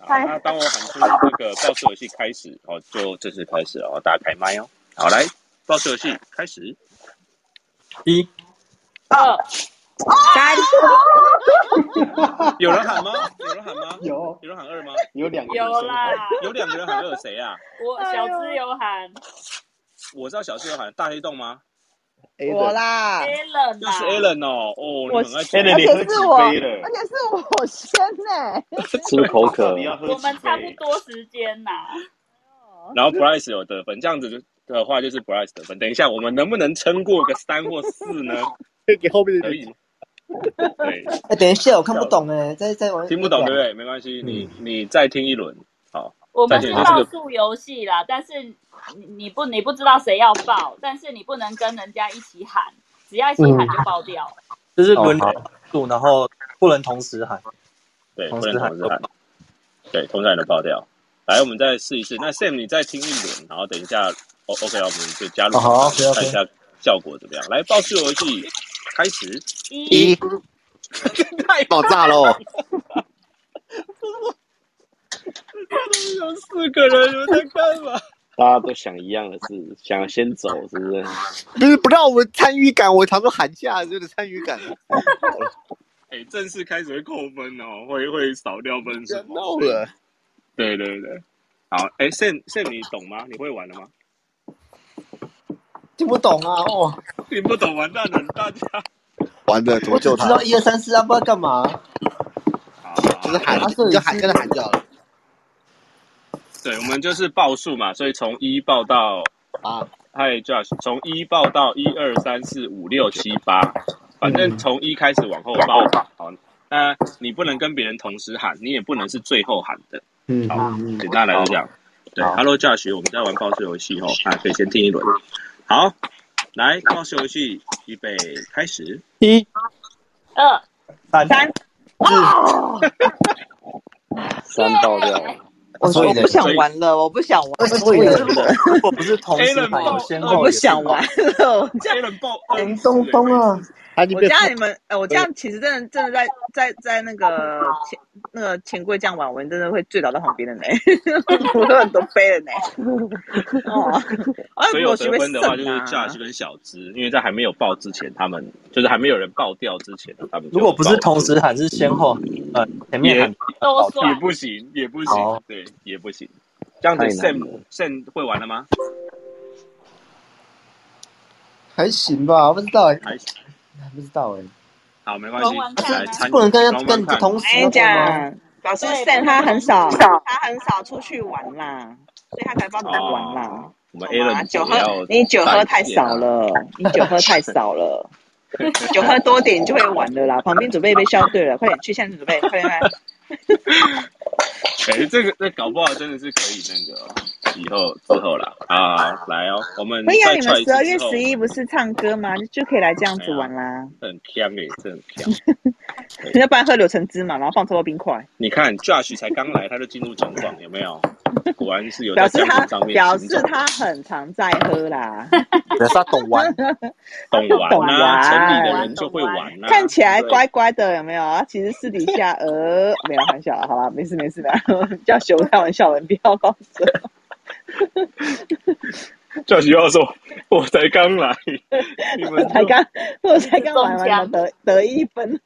[SPEAKER 3] 嗨
[SPEAKER 2] 那当我喊出这个报数游戏开始，哦，就正式开始了，哦，大家开麦哦。好，来，报数游戏开始。
[SPEAKER 10] 一
[SPEAKER 8] 二
[SPEAKER 9] 三
[SPEAKER 2] 有人喊吗？有人喊吗？
[SPEAKER 5] 有，
[SPEAKER 2] 有人喊二吗？
[SPEAKER 5] 有两
[SPEAKER 8] 个人有啦
[SPEAKER 2] 有两个人喊二，谁啊？
[SPEAKER 8] 我小资有喊，
[SPEAKER 2] 我知道小室有喊大黑洞吗？
[SPEAKER 3] 我啦
[SPEAKER 8] a l a n
[SPEAKER 2] 那是 Allen 哦，哦，你
[SPEAKER 3] 我
[SPEAKER 2] 们很爱讲
[SPEAKER 3] 而且是我，而且是我先欸呢、
[SPEAKER 5] 是不是口渴？
[SPEAKER 8] 我们差不多时间呐、
[SPEAKER 2] 然后 Bryce 有得分，这样子的话就是 Bryce 得分。等一下，我们能不能撑过个三或四呢？
[SPEAKER 4] 就 给后面的
[SPEAKER 2] 可以吗？对，
[SPEAKER 11] 哎，等一下，我看不懂哎，在在玩
[SPEAKER 2] 听不懂对不对？没关系，你你再听一轮，好，
[SPEAKER 8] 我
[SPEAKER 2] 再
[SPEAKER 8] 们
[SPEAKER 2] 听
[SPEAKER 8] 是
[SPEAKER 2] 一轮这
[SPEAKER 8] 报
[SPEAKER 2] 个
[SPEAKER 8] 数游戏啦，但是你你不你不知道谁要报，但是你不能跟人家一起喊，只要一起
[SPEAKER 11] 嗯
[SPEAKER 8] 喊就爆掉。
[SPEAKER 10] 就是轮流住，然后不能同时喊。
[SPEAKER 2] 对，
[SPEAKER 10] 同
[SPEAKER 2] 不
[SPEAKER 10] 时
[SPEAKER 2] 能
[SPEAKER 10] 喊
[SPEAKER 2] 同时喊，对，同时喊能爆掉。来，我们再试一试。那 Sam 你再听一轮，然后等一下，O OK 啊，我们就加入
[SPEAKER 11] 哦好，OK，OK
[SPEAKER 2] 看一下效果怎么样。来，报数游戏开始，
[SPEAKER 4] 一，
[SPEAKER 2] 太
[SPEAKER 4] 爆炸喽！
[SPEAKER 2] 有四个人，你们在干嘛？
[SPEAKER 5] 大家都想一样的事，想要先走，是不是？
[SPEAKER 4] 不是不让我们参与感，我常说喊价，有点参与感。
[SPEAKER 2] 哎、正式开始会扣分哦，会会少掉分数。
[SPEAKER 4] 闹了，
[SPEAKER 2] 对对对，好，哎、s a m Sam 你懂吗？你会玩了吗？
[SPEAKER 11] 听不懂啊，哦，
[SPEAKER 2] 你不懂，完蛋了，大家。
[SPEAKER 4] 完了，怎
[SPEAKER 11] 我
[SPEAKER 4] 么
[SPEAKER 11] 只
[SPEAKER 4] 救
[SPEAKER 11] 知
[SPEAKER 4] 他
[SPEAKER 11] 道？一二三四啊，不知道干嘛。
[SPEAKER 4] 就是喊，
[SPEAKER 11] 啊所以
[SPEAKER 4] 你就喊，
[SPEAKER 11] 是
[SPEAKER 4] 跟他喊就 好了。
[SPEAKER 2] 对，我们就是报数嘛，所以从一报到
[SPEAKER 4] 啊，
[SPEAKER 2] 嗨 Josh，从一报到一二三四五六七八，反正从一开始往后报。好，那你不能跟别人同时喊，你也不能是最后喊的。
[SPEAKER 4] 嗯
[SPEAKER 2] 好，简单来就这样。对，Hello Josh，我们在玩报数游戏哦，啊，可以先听一轮。好，来报数游戏，预备开始。
[SPEAKER 10] 一、
[SPEAKER 8] 二、
[SPEAKER 10] 三、三，
[SPEAKER 5] 三爆掉了。
[SPEAKER 3] 我
[SPEAKER 10] 所以
[SPEAKER 3] 我
[SPEAKER 10] 呢
[SPEAKER 3] 不想玩了，我不想玩了，
[SPEAKER 10] 所以呢
[SPEAKER 3] 我
[SPEAKER 10] 如果不是同时喊，有先
[SPEAKER 3] 我
[SPEAKER 10] 后，
[SPEAKER 3] 不想玩。了。
[SPEAKER 2] 这样人爆
[SPEAKER 11] 林东东啊，
[SPEAKER 4] 啊，你
[SPEAKER 3] 哎我
[SPEAKER 4] 别
[SPEAKER 3] 叫你们，呃，我这样其实真的真的在在在那个钱那个钱柜这样玩，我真的会醉倒到旁边的呢， 我有很多杯了呢。哦，啊
[SPEAKER 2] 所以有
[SPEAKER 3] 我是
[SPEAKER 2] 得
[SPEAKER 3] 会
[SPEAKER 2] 分的话，就是
[SPEAKER 3] 剩啊
[SPEAKER 2] Josh 跟小资，因为在还没有爆之前，他们就是还没有人爆掉之前，他们就
[SPEAKER 10] 如果不是
[SPEAKER 2] 爆
[SPEAKER 10] 同时喊，是先后，呃，前面喊
[SPEAKER 8] 都
[SPEAKER 2] 也
[SPEAKER 8] 算。
[SPEAKER 2] 不行，也不
[SPEAKER 10] 好
[SPEAKER 2] 行，对，也不行。这样子
[SPEAKER 5] 太难
[SPEAKER 2] Sam Sam 会玩了吗？
[SPEAKER 11] 还行吧，不知道哎，
[SPEAKER 2] 还行，
[SPEAKER 11] 不知道哎。
[SPEAKER 2] 好，没关系
[SPEAKER 8] 玩玩，看
[SPEAKER 2] 来
[SPEAKER 8] 啊
[SPEAKER 2] 参
[SPEAKER 11] 不能跟
[SPEAKER 2] 玩玩
[SPEAKER 11] 跟
[SPEAKER 2] 看。
[SPEAKER 11] 同
[SPEAKER 3] 我
[SPEAKER 11] 时
[SPEAKER 3] 跟
[SPEAKER 11] 那
[SPEAKER 3] 你
[SPEAKER 11] 个吗？
[SPEAKER 3] 讲，老师
[SPEAKER 8] 对
[SPEAKER 3] Sam 啊他很少，
[SPEAKER 8] 不能
[SPEAKER 3] 他很少出去玩啦，所以他才帮你们
[SPEAKER 2] 哦
[SPEAKER 3] 玩啦。
[SPEAKER 2] 我们
[SPEAKER 3] 好吗？
[SPEAKER 2] Alan
[SPEAKER 3] 酒喝
[SPEAKER 2] 也要
[SPEAKER 3] 你酒喝太
[SPEAKER 2] 再见啊
[SPEAKER 3] 少了，你酒喝太少了，酒喝多点你就会玩的啦。旁边准备一杯校队了，快点去，现在准备，快点来。
[SPEAKER 2] 哎，这个这搞不好真的是可以那个哦以后之后啦啊，来哦，我们
[SPEAKER 3] 可以啊，
[SPEAKER 2] 再
[SPEAKER 3] 你们
[SPEAKER 2] 踹一
[SPEAKER 3] 十
[SPEAKER 2] 次
[SPEAKER 3] 二月
[SPEAKER 2] 之后
[SPEAKER 3] 十，一不是唱歌吗？就就可以来这样子
[SPEAKER 2] 哎呀
[SPEAKER 3] 玩啦。
[SPEAKER 2] 很强哎，这很强。 对啊
[SPEAKER 3] 要不然喝柳橙汁嘛，然后放超多冰块，
[SPEAKER 2] 你看 Josh 才刚来，他就进入状况，有没有？果然是有在
[SPEAKER 3] 表示
[SPEAKER 2] 江
[SPEAKER 3] 他
[SPEAKER 2] 湖上面
[SPEAKER 3] 表
[SPEAKER 2] 行
[SPEAKER 3] 示
[SPEAKER 2] 走，
[SPEAKER 3] 他很常在喝 啦。
[SPEAKER 10] 有他懂玩，
[SPEAKER 2] 懂玩呐、
[SPEAKER 3] 玩
[SPEAKER 2] 城里的人就会玩啊呐、
[SPEAKER 3] 啊看起来
[SPEAKER 2] 对
[SPEAKER 3] 乖乖的，有没有？啊？其实私底下呃，没有开玩笑啦，好吧，没事没事的， 叫熊开玩笑的，不要放着。
[SPEAKER 2] Josh 要说，我才刚来，你
[SPEAKER 3] 我
[SPEAKER 2] 们
[SPEAKER 3] 才
[SPEAKER 2] 就
[SPEAKER 3] 刚我才刚玩完，怎么得得一分？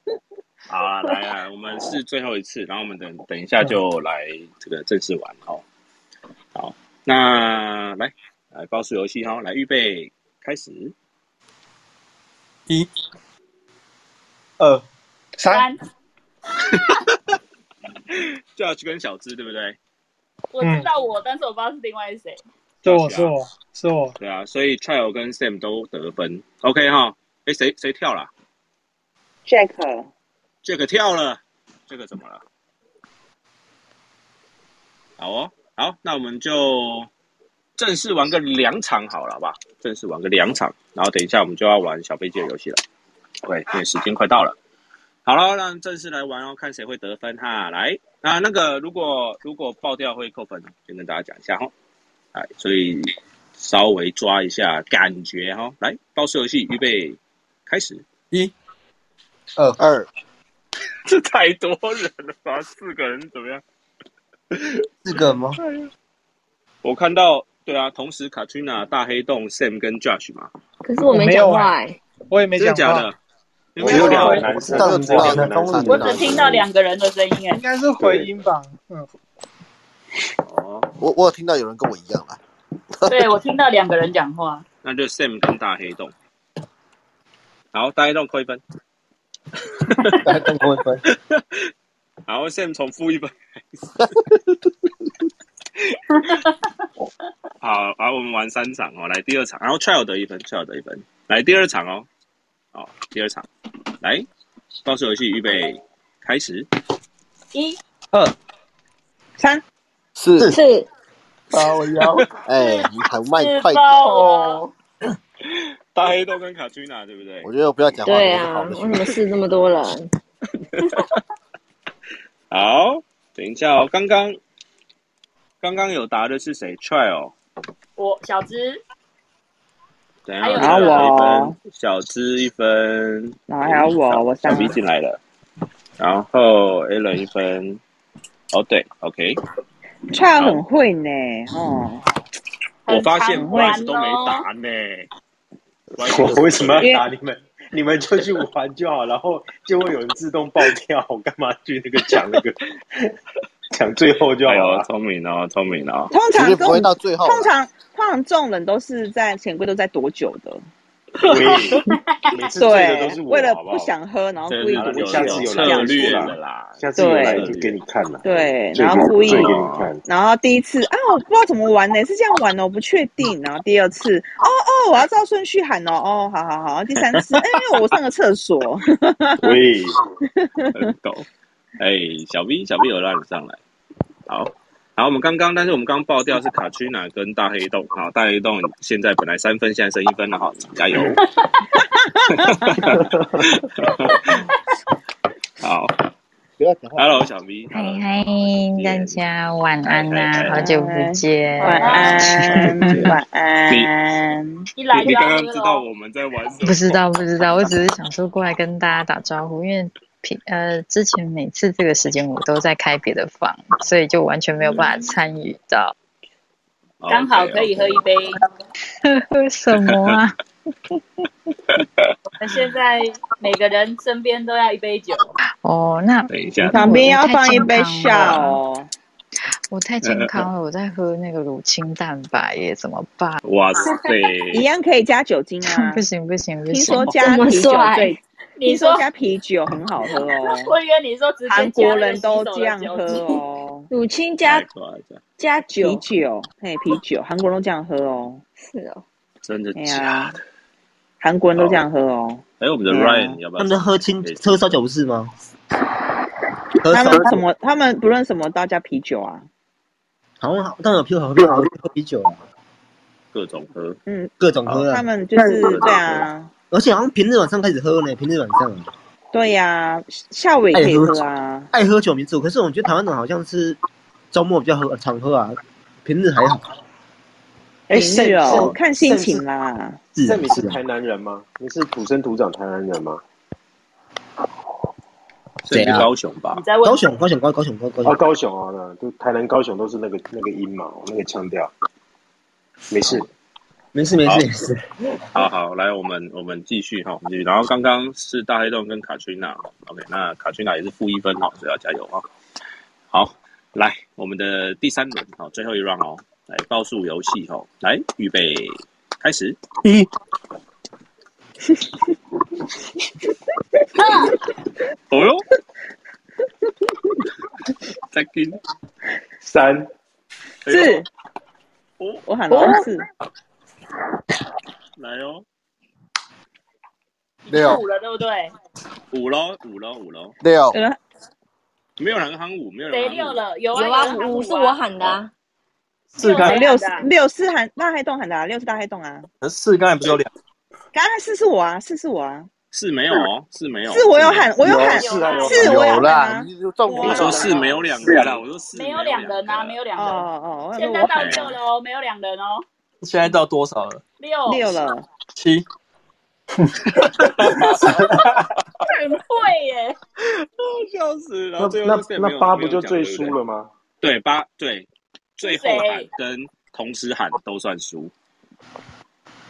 [SPEAKER 2] 好啊，来啊，我们是最后一次，然后我们等等一下就来这个正式玩哦。好，那来来包数游戏哈，来预备开始，
[SPEAKER 10] 一、二，
[SPEAKER 4] 三，
[SPEAKER 8] 三，
[SPEAKER 2] 就要去跟小资对不对？
[SPEAKER 8] 我
[SPEAKER 11] 嗯
[SPEAKER 8] 知道我，但是我不知道是另外是谁。
[SPEAKER 11] 是
[SPEAKER 2] Josh
[SPEAKER 11] 我
[SPEAKER 2] 啊
[SPEAKER 11] 是我是我，
[SPEAKER 2] 对啊，所以 Trial 跟 Sam 都得分，OK 哈。哎，谁谁跳了
[SPEAKER 3] Jack，
[SPEAKER 2] ？Jack 跳了，这个怎么了？好哦，好，那我们就正式玩个两场好了，好吧？正式玩个两场，然后等一下我们就要玩小飞机的游戏了。OK，因为时间快到了。好了，让正式来玩哦，看谁会得分哈。来，啊，那个如果如果爆掉会扣分，先跟大家讲一下哈。哎，所以稍微抓一下感觉哈。来，报数游戏，预备，开始。
[SPEAKER 10] 一，
[SPEAKER 4] 二，
[SPEAKER 2] 这太多人了吧？四个人怎么样？
[SPEAKER 11] 四个吗？
[SPEAKER 2] 我看到，对啊，同时 Katrina、大黑洞、Sam 跟 Josh 嘛，
[SPEAKER 9] 可是我没讲话哎，
[SPEAKER 11] 我也没
[SPEAKER 2] 真的
[SPEAKER 11] 讲
[SPEAKER 2] 假
[SPEAKER 11] 话
[SPEAKER 2] 的？里面有两个男
[SPEAKER 11] 知道
[SPEAKER 2] 生，只有两个男生，
[SPEAKER 8] 我只听到两个人的声音，哎，
[SPEAKER 11] 应该是回音吧？嗯，
[SPEAKER 4] 我我哦有听到有人跟我一样啊啦，
[SPEAKER 8] 对我听到两个人讲话。
[SPEAKER 2] 那就是 Sam 跟大黑洞。好，大黑洞扣一分。
[SPEAKER 11] 大家跟我一分。
[SPEAKER 2] 好，Sam 重复一分。 好，好，我们玩三场哦，来第二场，然后 Child 得一分，Child 得一分，来第二场哦，好，第二场，来，倒数游戏预备开始，
[SPEAKER 8] 一
[SPEAKER 11] 二
[SPEAKER 3] 三
[SPEAKER 4] 四
[SPEAKER 9] 四
[SPEAKER 11] 包腰，
[SPEAKER 4] 哎，你喊慢
[SPEAKER 8] 自
[SPEAKER 4] 快点，
[SPEAKER 8] 爆哦！
[SPEAKER 2] 大黑洞跟卡君娜对不对？
[SPEAKER 4] 我觉得不要讲话，
[SPEAKER 9] 对
[SPEAKER 4] 我
[SPEAKER 9] 啊，
[SPEAKER 4] 就跑
[SPEAKER 9] 为什
[SPEAKER 4] 回去
[SPEAKER 9] 么事这么多人？
[SPEAKER 2] 好，等一下哦，刚刚刚刚有答的是谁？Child，哦
[SPEAKER 8] 我小芝，
[SPEAKER 2] 等一
[SPEAKER 8] 还有
[SPEAKER 2] 下，Child 得一
[SPEAKER 3] 然后
[SPEAKER 2] 分，小芝一分，
[SPEAKER 3] 然后还有我，我
[SPEAKER 2] 小
[SPEAKER 3] 三
[SPEAKER 2] B 进来了，然后 A 人一分，哦对，OK，
[SPEAKER 3] 差很会呢，哦，
[SPEAKER 2] 我发现
[SPEAKER 3] 很
[SPEAKER 2] b
[SPEAKER 3] 会啊
[SPEAKER 2] r 都没答呢。
[SPEAKER 6] 我为什么要打你们？ 你们就去玩就好，然后就会有人自动爆掉，我干嘛去那个抢那个抢最后就好
[SPEAKER 2] 哎呦，
[SPEAKER 6] 了？
[SPEAKER 2] 聪明哦，聪明哦。
[SPEAKER 3] 通常这种
[SPEAKER 4] 最
[SPEAKER 3] 通常通常这种人都是在潜规都在躲酒的，
[SPEAKER 6] 喂每次醉的都是
[SPEAKER 3] 对，
[SPEAKER 6] 我
[SPEAKER 3] 为了
[SPEAKER 6] 好不好
[SPEAKER 3] 不想喝，然后故意
[SPEAKER 6] 好了
[SPEAKER 3] 躲
[SPEAKER 6] 你
[SPEAKER 3] 酒，
[SPEAKER 6] 下次有
[SPEAKER 3] 这样
[SPEAKER 6] 来
[SPEAKER 2] 策
[SPEAKER 6] 就
[SPEAKER 2] 略
[SPEAKER 6] 说
[SPEAKER 2] 的啦
[SPEAKER 6] 啦，下次有来
[SPEAKER 3] 对
[SPEAKER 6] 就给你看啦。
[SPEAKER 3] 对，
[SPEAKER 6] 醉
[SPEAKER 3] 然后
[SPEAKER 6] 给
[SPEAKER 3] 故意
[SPEAKER 6] 醉给你看，
[SPEAKER 3] 然后第一次啊，我不知道怎么玩呢、是这样玩的，我不确定。然后第二次，哦哦，我要照顺序喊哦，哦，好好好。然后第三次，哎、我上个厕所。
[SPEAKER 2] 喂，很狗。哎，小 V，小 V 有让你上来。好，然后我们刚刚，但是我们刚刚爆掉是卡区娜跟大黑洞。好，大黑洞现在本来三分，现在剩一分了哈，加 油。好
[SPEAKER 4] 不要讲话。
[SPEAKER 2] ，Hello，小 V。
[SPEAKER 12] 嗨嗨，大家晚
[SPEAKER 2] 嗨
[SPEAKER 12] 安呐、
[SPEAKER 2] 嗨
[SPEAKER 12] 好久不见，
[SPEAKER 3] 晚
[SPEAKER 12] 嗯
[SPEAKER 3] 安，晚安。
[SPEAKER 8] 一
[SPEAKER 2] 你
[SPEAKER 8] 来
[SPEAKER 2] 你
[SPEAKER 8] 就要
[SPEAKER 2] 刚刚
[SPEAKER 8] 喝
[SPEAKER 2] 知道
[SPEAKER 8] 喽。
[SPEAKER 2] 我们在玩什么？
[SPEAKER 12] 不知道不知道，我只是想说过来跟大家打招呼，因为平呃之前每次这个时间我都在开别的房，所以就完全没有办法参与到。
[SPEAKER 8] 刚好可以喝一杯。
[SPEAKER 12] 喝什么啊？
[SPEAKER 8] 我们现在每个人身边都要一杯酒。
[SPEAKER 12] 哦，那
[SPEAKER 2] 等一
[SPEAKER 12] 那
[SPEAKER 3] 旁
[SPEAKER 12] 我
[SPEAKER 3] 边
[SPEAKER 12] 我
[SPEAKER 3] 要
[SPEAKER 12] 太
[SPEAKER 3] 放一
[SPEAKER 12] 健
[SPEAKER 3] 杯
[SPEAKER 12] 康
[SPEAKER 3] 下
[SPEAKER 12] 了，
[SPEAKER 3] 哦。
[SPEAKER 12] 我太健康了，我在喝那个乳清蛋白耶，怎么办？。
[SPEAKER 2] 哇塞！
[SPEAKER 3] 一样可以加酒精啊
[SPEAKER 12] 不行不行不
[SPEAKER 3] 听
[SPEAKER 12] 行
[SPEAKER 3] 说，加啤酒 最，
[SPEAKER 8] 你
[SPEAKER 3] 听
[SPEAKER 8] 说
[SPEAKER 3] 说加啤酒很好喝哦。
[SPEAKER 8] 我以为你说直接
[SPEAKER 3] 韩
[SPEAKER 8] 加
[SPEAKER 3] 国
[SPEAKER 8] 那个
[SPEAKER 3] 人
[SPEAKER 8] 洗
[SPEAKER 3] 都
[SPEAKER 8] 手
[SPEAKER 3] 这
[SPEAKER 8] 的
[SPEAKER 3] 样
[SPEAKER 8] 酒
[SPEAKER 3] 喝
[SPEAKER 8] 精。
[SPEAKER 3] 哦，
[SPEAKER 9] 乳清加
[SPEAKER 11] 啊
[SPEAKER 9] 加
[SPEAKER 3] 啤
[SPEAKER 9] 酒
[SPEAKER 3] 酒，嘿，啤酒，韩国人都这样喝哦。
[SPEAKER 9] 是哦，
[SPEAKER 2] 真的
[SPEAKER 3] 哎
[SPEAKER 2] 假
[SPEAKER 3] 呀，
[SPEAKER 2] 的？
[SPEAKER 3] 韩国人都这样
[SPEAKER 2] 好
[SPEAKER 3] 喝哦。
[SPEAKER 2] 哎，我们的
[SPEAKER 3] 对啊
[SPEAKER 2] Ryan 要不
[SPEAKER 11] 他们
[SPEAKER 2] 要
[SPEAKER 11] 在
[SPEAKER 2] 上来？
[SPEAKER 11] 喝清
[SPEAKER 2] 可以
[SPEAKER 11] 喝烧酒不是吗？喝
[SPEAKER 3] 他
[SPEAKER 11] 烧
[SPEAKER 3] 们什么？他们不论什么都要加啤酒啊。
[SPEAKER 11] 好像但有啤酒喝喝喝啤酒啊，
[SPEAKER 2] 各种喝。
[SPEAKER 3] 嗯，
[SPEAKER 11] 各种喝
[SPEAKER 3] 他
[SPEAKER 11] 啊，
[SPEAKER 3] 们就是对啊，
[SPEAKER 11] 而且好像平日晚上开始喝呢，平日晚上啊
[SPEAKER 3] 对呀，下午也
[SPEAKER 11] 爱
[SPEAKER 3] 可以
[SPEAKER 11] 喝
[SPEAKER 3] 喝啊。
[SPEAKER 11] 爱喝酒民族。可是我觉得台湾人好像是周末比较喝常喝啊，平日还好。
[SPEAKER 6] 哎
[SPEAKER 3] 平日
[SPEAKER 6] ，Sam
[SPEAKER 3] 哦，
[SPEAKER 6] Sam
[SPEAKER 3] 看心
[SPEAKER 6] Sam 是
[SPEAKER 3] 情啦。
[SPEAKER 11] 是啊
[SPEAKER 6] Sam 你是
[SPEAKER 11] 是啊
[SPEAKER 6] 台南人吗？你是土生土长台南人吗？
[SPEAKER 2] 甚
[SPEAKER 11] 谁
[SPEAKER 2] 至
[SPEAKER 11] 啊？
[SPEAKER 2] 高雄吧
[SPEAKER 8] 你。在问
[SPEAKER 11] 高雄高雄高高雄高高
[SPEAKER 6] 啊，
[SPEAKER 11] 雄。
[SPEAKER 6] 高雄啊，那就台南、高雄都是那个那个音嘛，那个腔调。没事，
[SPEAKER 11] 没事没
[SPEAKER 2] 好
[SPEAKER 11] 事没事，
[SPEAKER 2] 好好，来，我们我们继续哈，我们继续。然后刚刚是大黑洞跟卡翠娜，OK，那卡翠娜也是负一分哈，所以要加油啊！好，来我们的第三轮好，最后一 round 哦，来倒数游戏哦，来预备开始，
[SPEAKER 11] 一
[SPEAKER 2] 哦哟，再跟
[SPEAKER 6] 三
[SPEAKER 2] 哎呦
[SPEAKER 3] 是
[SPEAKER 2] 哦
[SPEAKER 3] 我喊
[SPEAKER 2] 哦
[SPEAKER 3] 到，是
[SPEAKER 2] 来哦，
[SPEAKER 8] 已经
[SPEAKER 4] 六
[SPEAKER 8] 五了，对不对？
[SPEAKER 2] 五喽五喽五喽，
[SPEAKER 4] 六
[SPEAKER 3] 有人
[SPEAKER 2] 没有人喊五，没有人
[SPEAKER 8] 谁
[SPEAKER 2] 喊五，
[SPEAKER 8] 六了？有
[SPEAKER 9] 有
[SPEAKER 8] 啊，有
[SPEAKER 9] 啊，
[SPEAKER 8] 人喊
[SPEAKER 9] 五是我
[SPEAKER 8] 啊。
[SPEAKER 9] 喊的啊，
[SPEAKER 10] 四
[SPEAKER 8] 六
[SPEAKER 10] 刚
[SPEAKER 8] 谁
[SPEAKER 3] 六
[SPEAKER 8] 喊
[SPEAKER 3] 四
[SPEAKER 8] 的啊？
[SPEAKER 3] 六四喊大黑洞喊的啊，六是大黑洞啊。
[SPEAKER 10] 可是四刚才不是有两？
[SPEAKER 3] 刚刚四是我啊，四是我啊，
[SPEAKER 2] 是没有哦，是没有，
[SPEAKER 3] 四我
[SPEAKER 2] 是
[SPEAKER 3] 有
[SPEAKER 2] 没
[SPEAKER 3] 喊，我
[SPEAKER 6] 有
[SPEAKER 3] 喊，
[SPEAKER 8] 有
[SPEAKER 6] 是啊
[SPEAKER 8] 啦
[SPEAKER 6] 有
[SPEAKER 3] 四
[SPEAKER 6] 喊
[SPEAKER 3] 我有
[SPEAKER 4] 有
[SPEAKER 3] 喊
[SPEAKER 4] 啦，
[SPEAKER 3] 啊，
[SPEAKER 4] 你就重
[SPEAKER 3] 我
[SPEAKER 4] 点
[SPEAKER 2] 我
[SPEAKER 3] 啊
[SPEAKER 2] 说
[SPEAKER 4] 有
[SPEAKER 2] 是
[SPEAKER 4] 啦
[SPEAKER 2] 没有两个啦，我说是
[SPEAKER 8] 没有
[SPEAKER 2] 有
[SPEAKER 8] 两人啊，没
[SPEAKER 2] 个，
[SPEAKER 8] 有
[SPEAKER 3] 哦
[SPEAKER 8] 两人。
[SPEAKER 3] 哦，我想说
[SPEAKER 8] 现
[SPEAKER 3] 我
[SPEAKER 8] 在到
[SPEAKER 3] 喊
[SPEAKER 8] 六了哦，没有两人哦。
[SPEAKER 10] 现在到多少了？
[SPEAKER 8] 六，
[SPEAKER 3] 六了，
[SPEAKER 10] 七。
[SPEAKER 8] 很会耶。
[SPEAKER 2] 笑死！然后
[SPEAKER 6] 那
[SPEAKER 2] 最后
[SPEAKER 6] 那
[SPEAKER 2] 就是没
[SPEAKER 6] 那
[SPEAKER 2] 有
[SPEAKER 6] 八
[SPEAKER 2] 没
[SPEAKER 6] 不
[SPEAKER 2] 有
[SPEAKER 6] 就
[SPEAKER 2] 讲对不
[SPEAKER 6] 最
[SPEAKER 2] 对
[SPEAKER 6] 输？了吗？
[SPEAKER 2] 对八对，最后喊
[SPEAKER 8] 谁？
[SPEAKER 2] 跟同时喊都算输。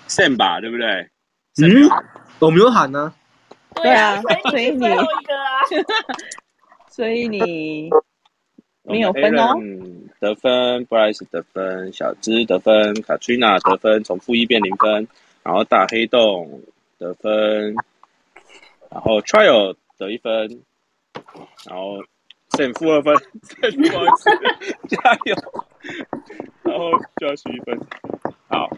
[SPEAKER 2] Sam 吧，对不对？Sam 没有
[SPEAKER 11] 嗯
[SPEAKER 2] 喊，，
[SPEAKER 11] 我没有喊呢、
[SPEAKER 8] 对啊，
[SPEAKER 3] 对啊
[SPEAKER 8] 所以你是最后一个啊。
[SPEAKER 3] 所以你没有
[SPEAKER 2] 有
[SPEAKER 3] 分哦。
[SPEAKER 2] 得分，Bryce 得分，小芝得分，Katrina 得分，从负一变零分，然后大黑洞得分，然后 Trial 得一分，然后 Sam 负二分 ，Sam 不好意 思，加油，然后 Josh 一分，好，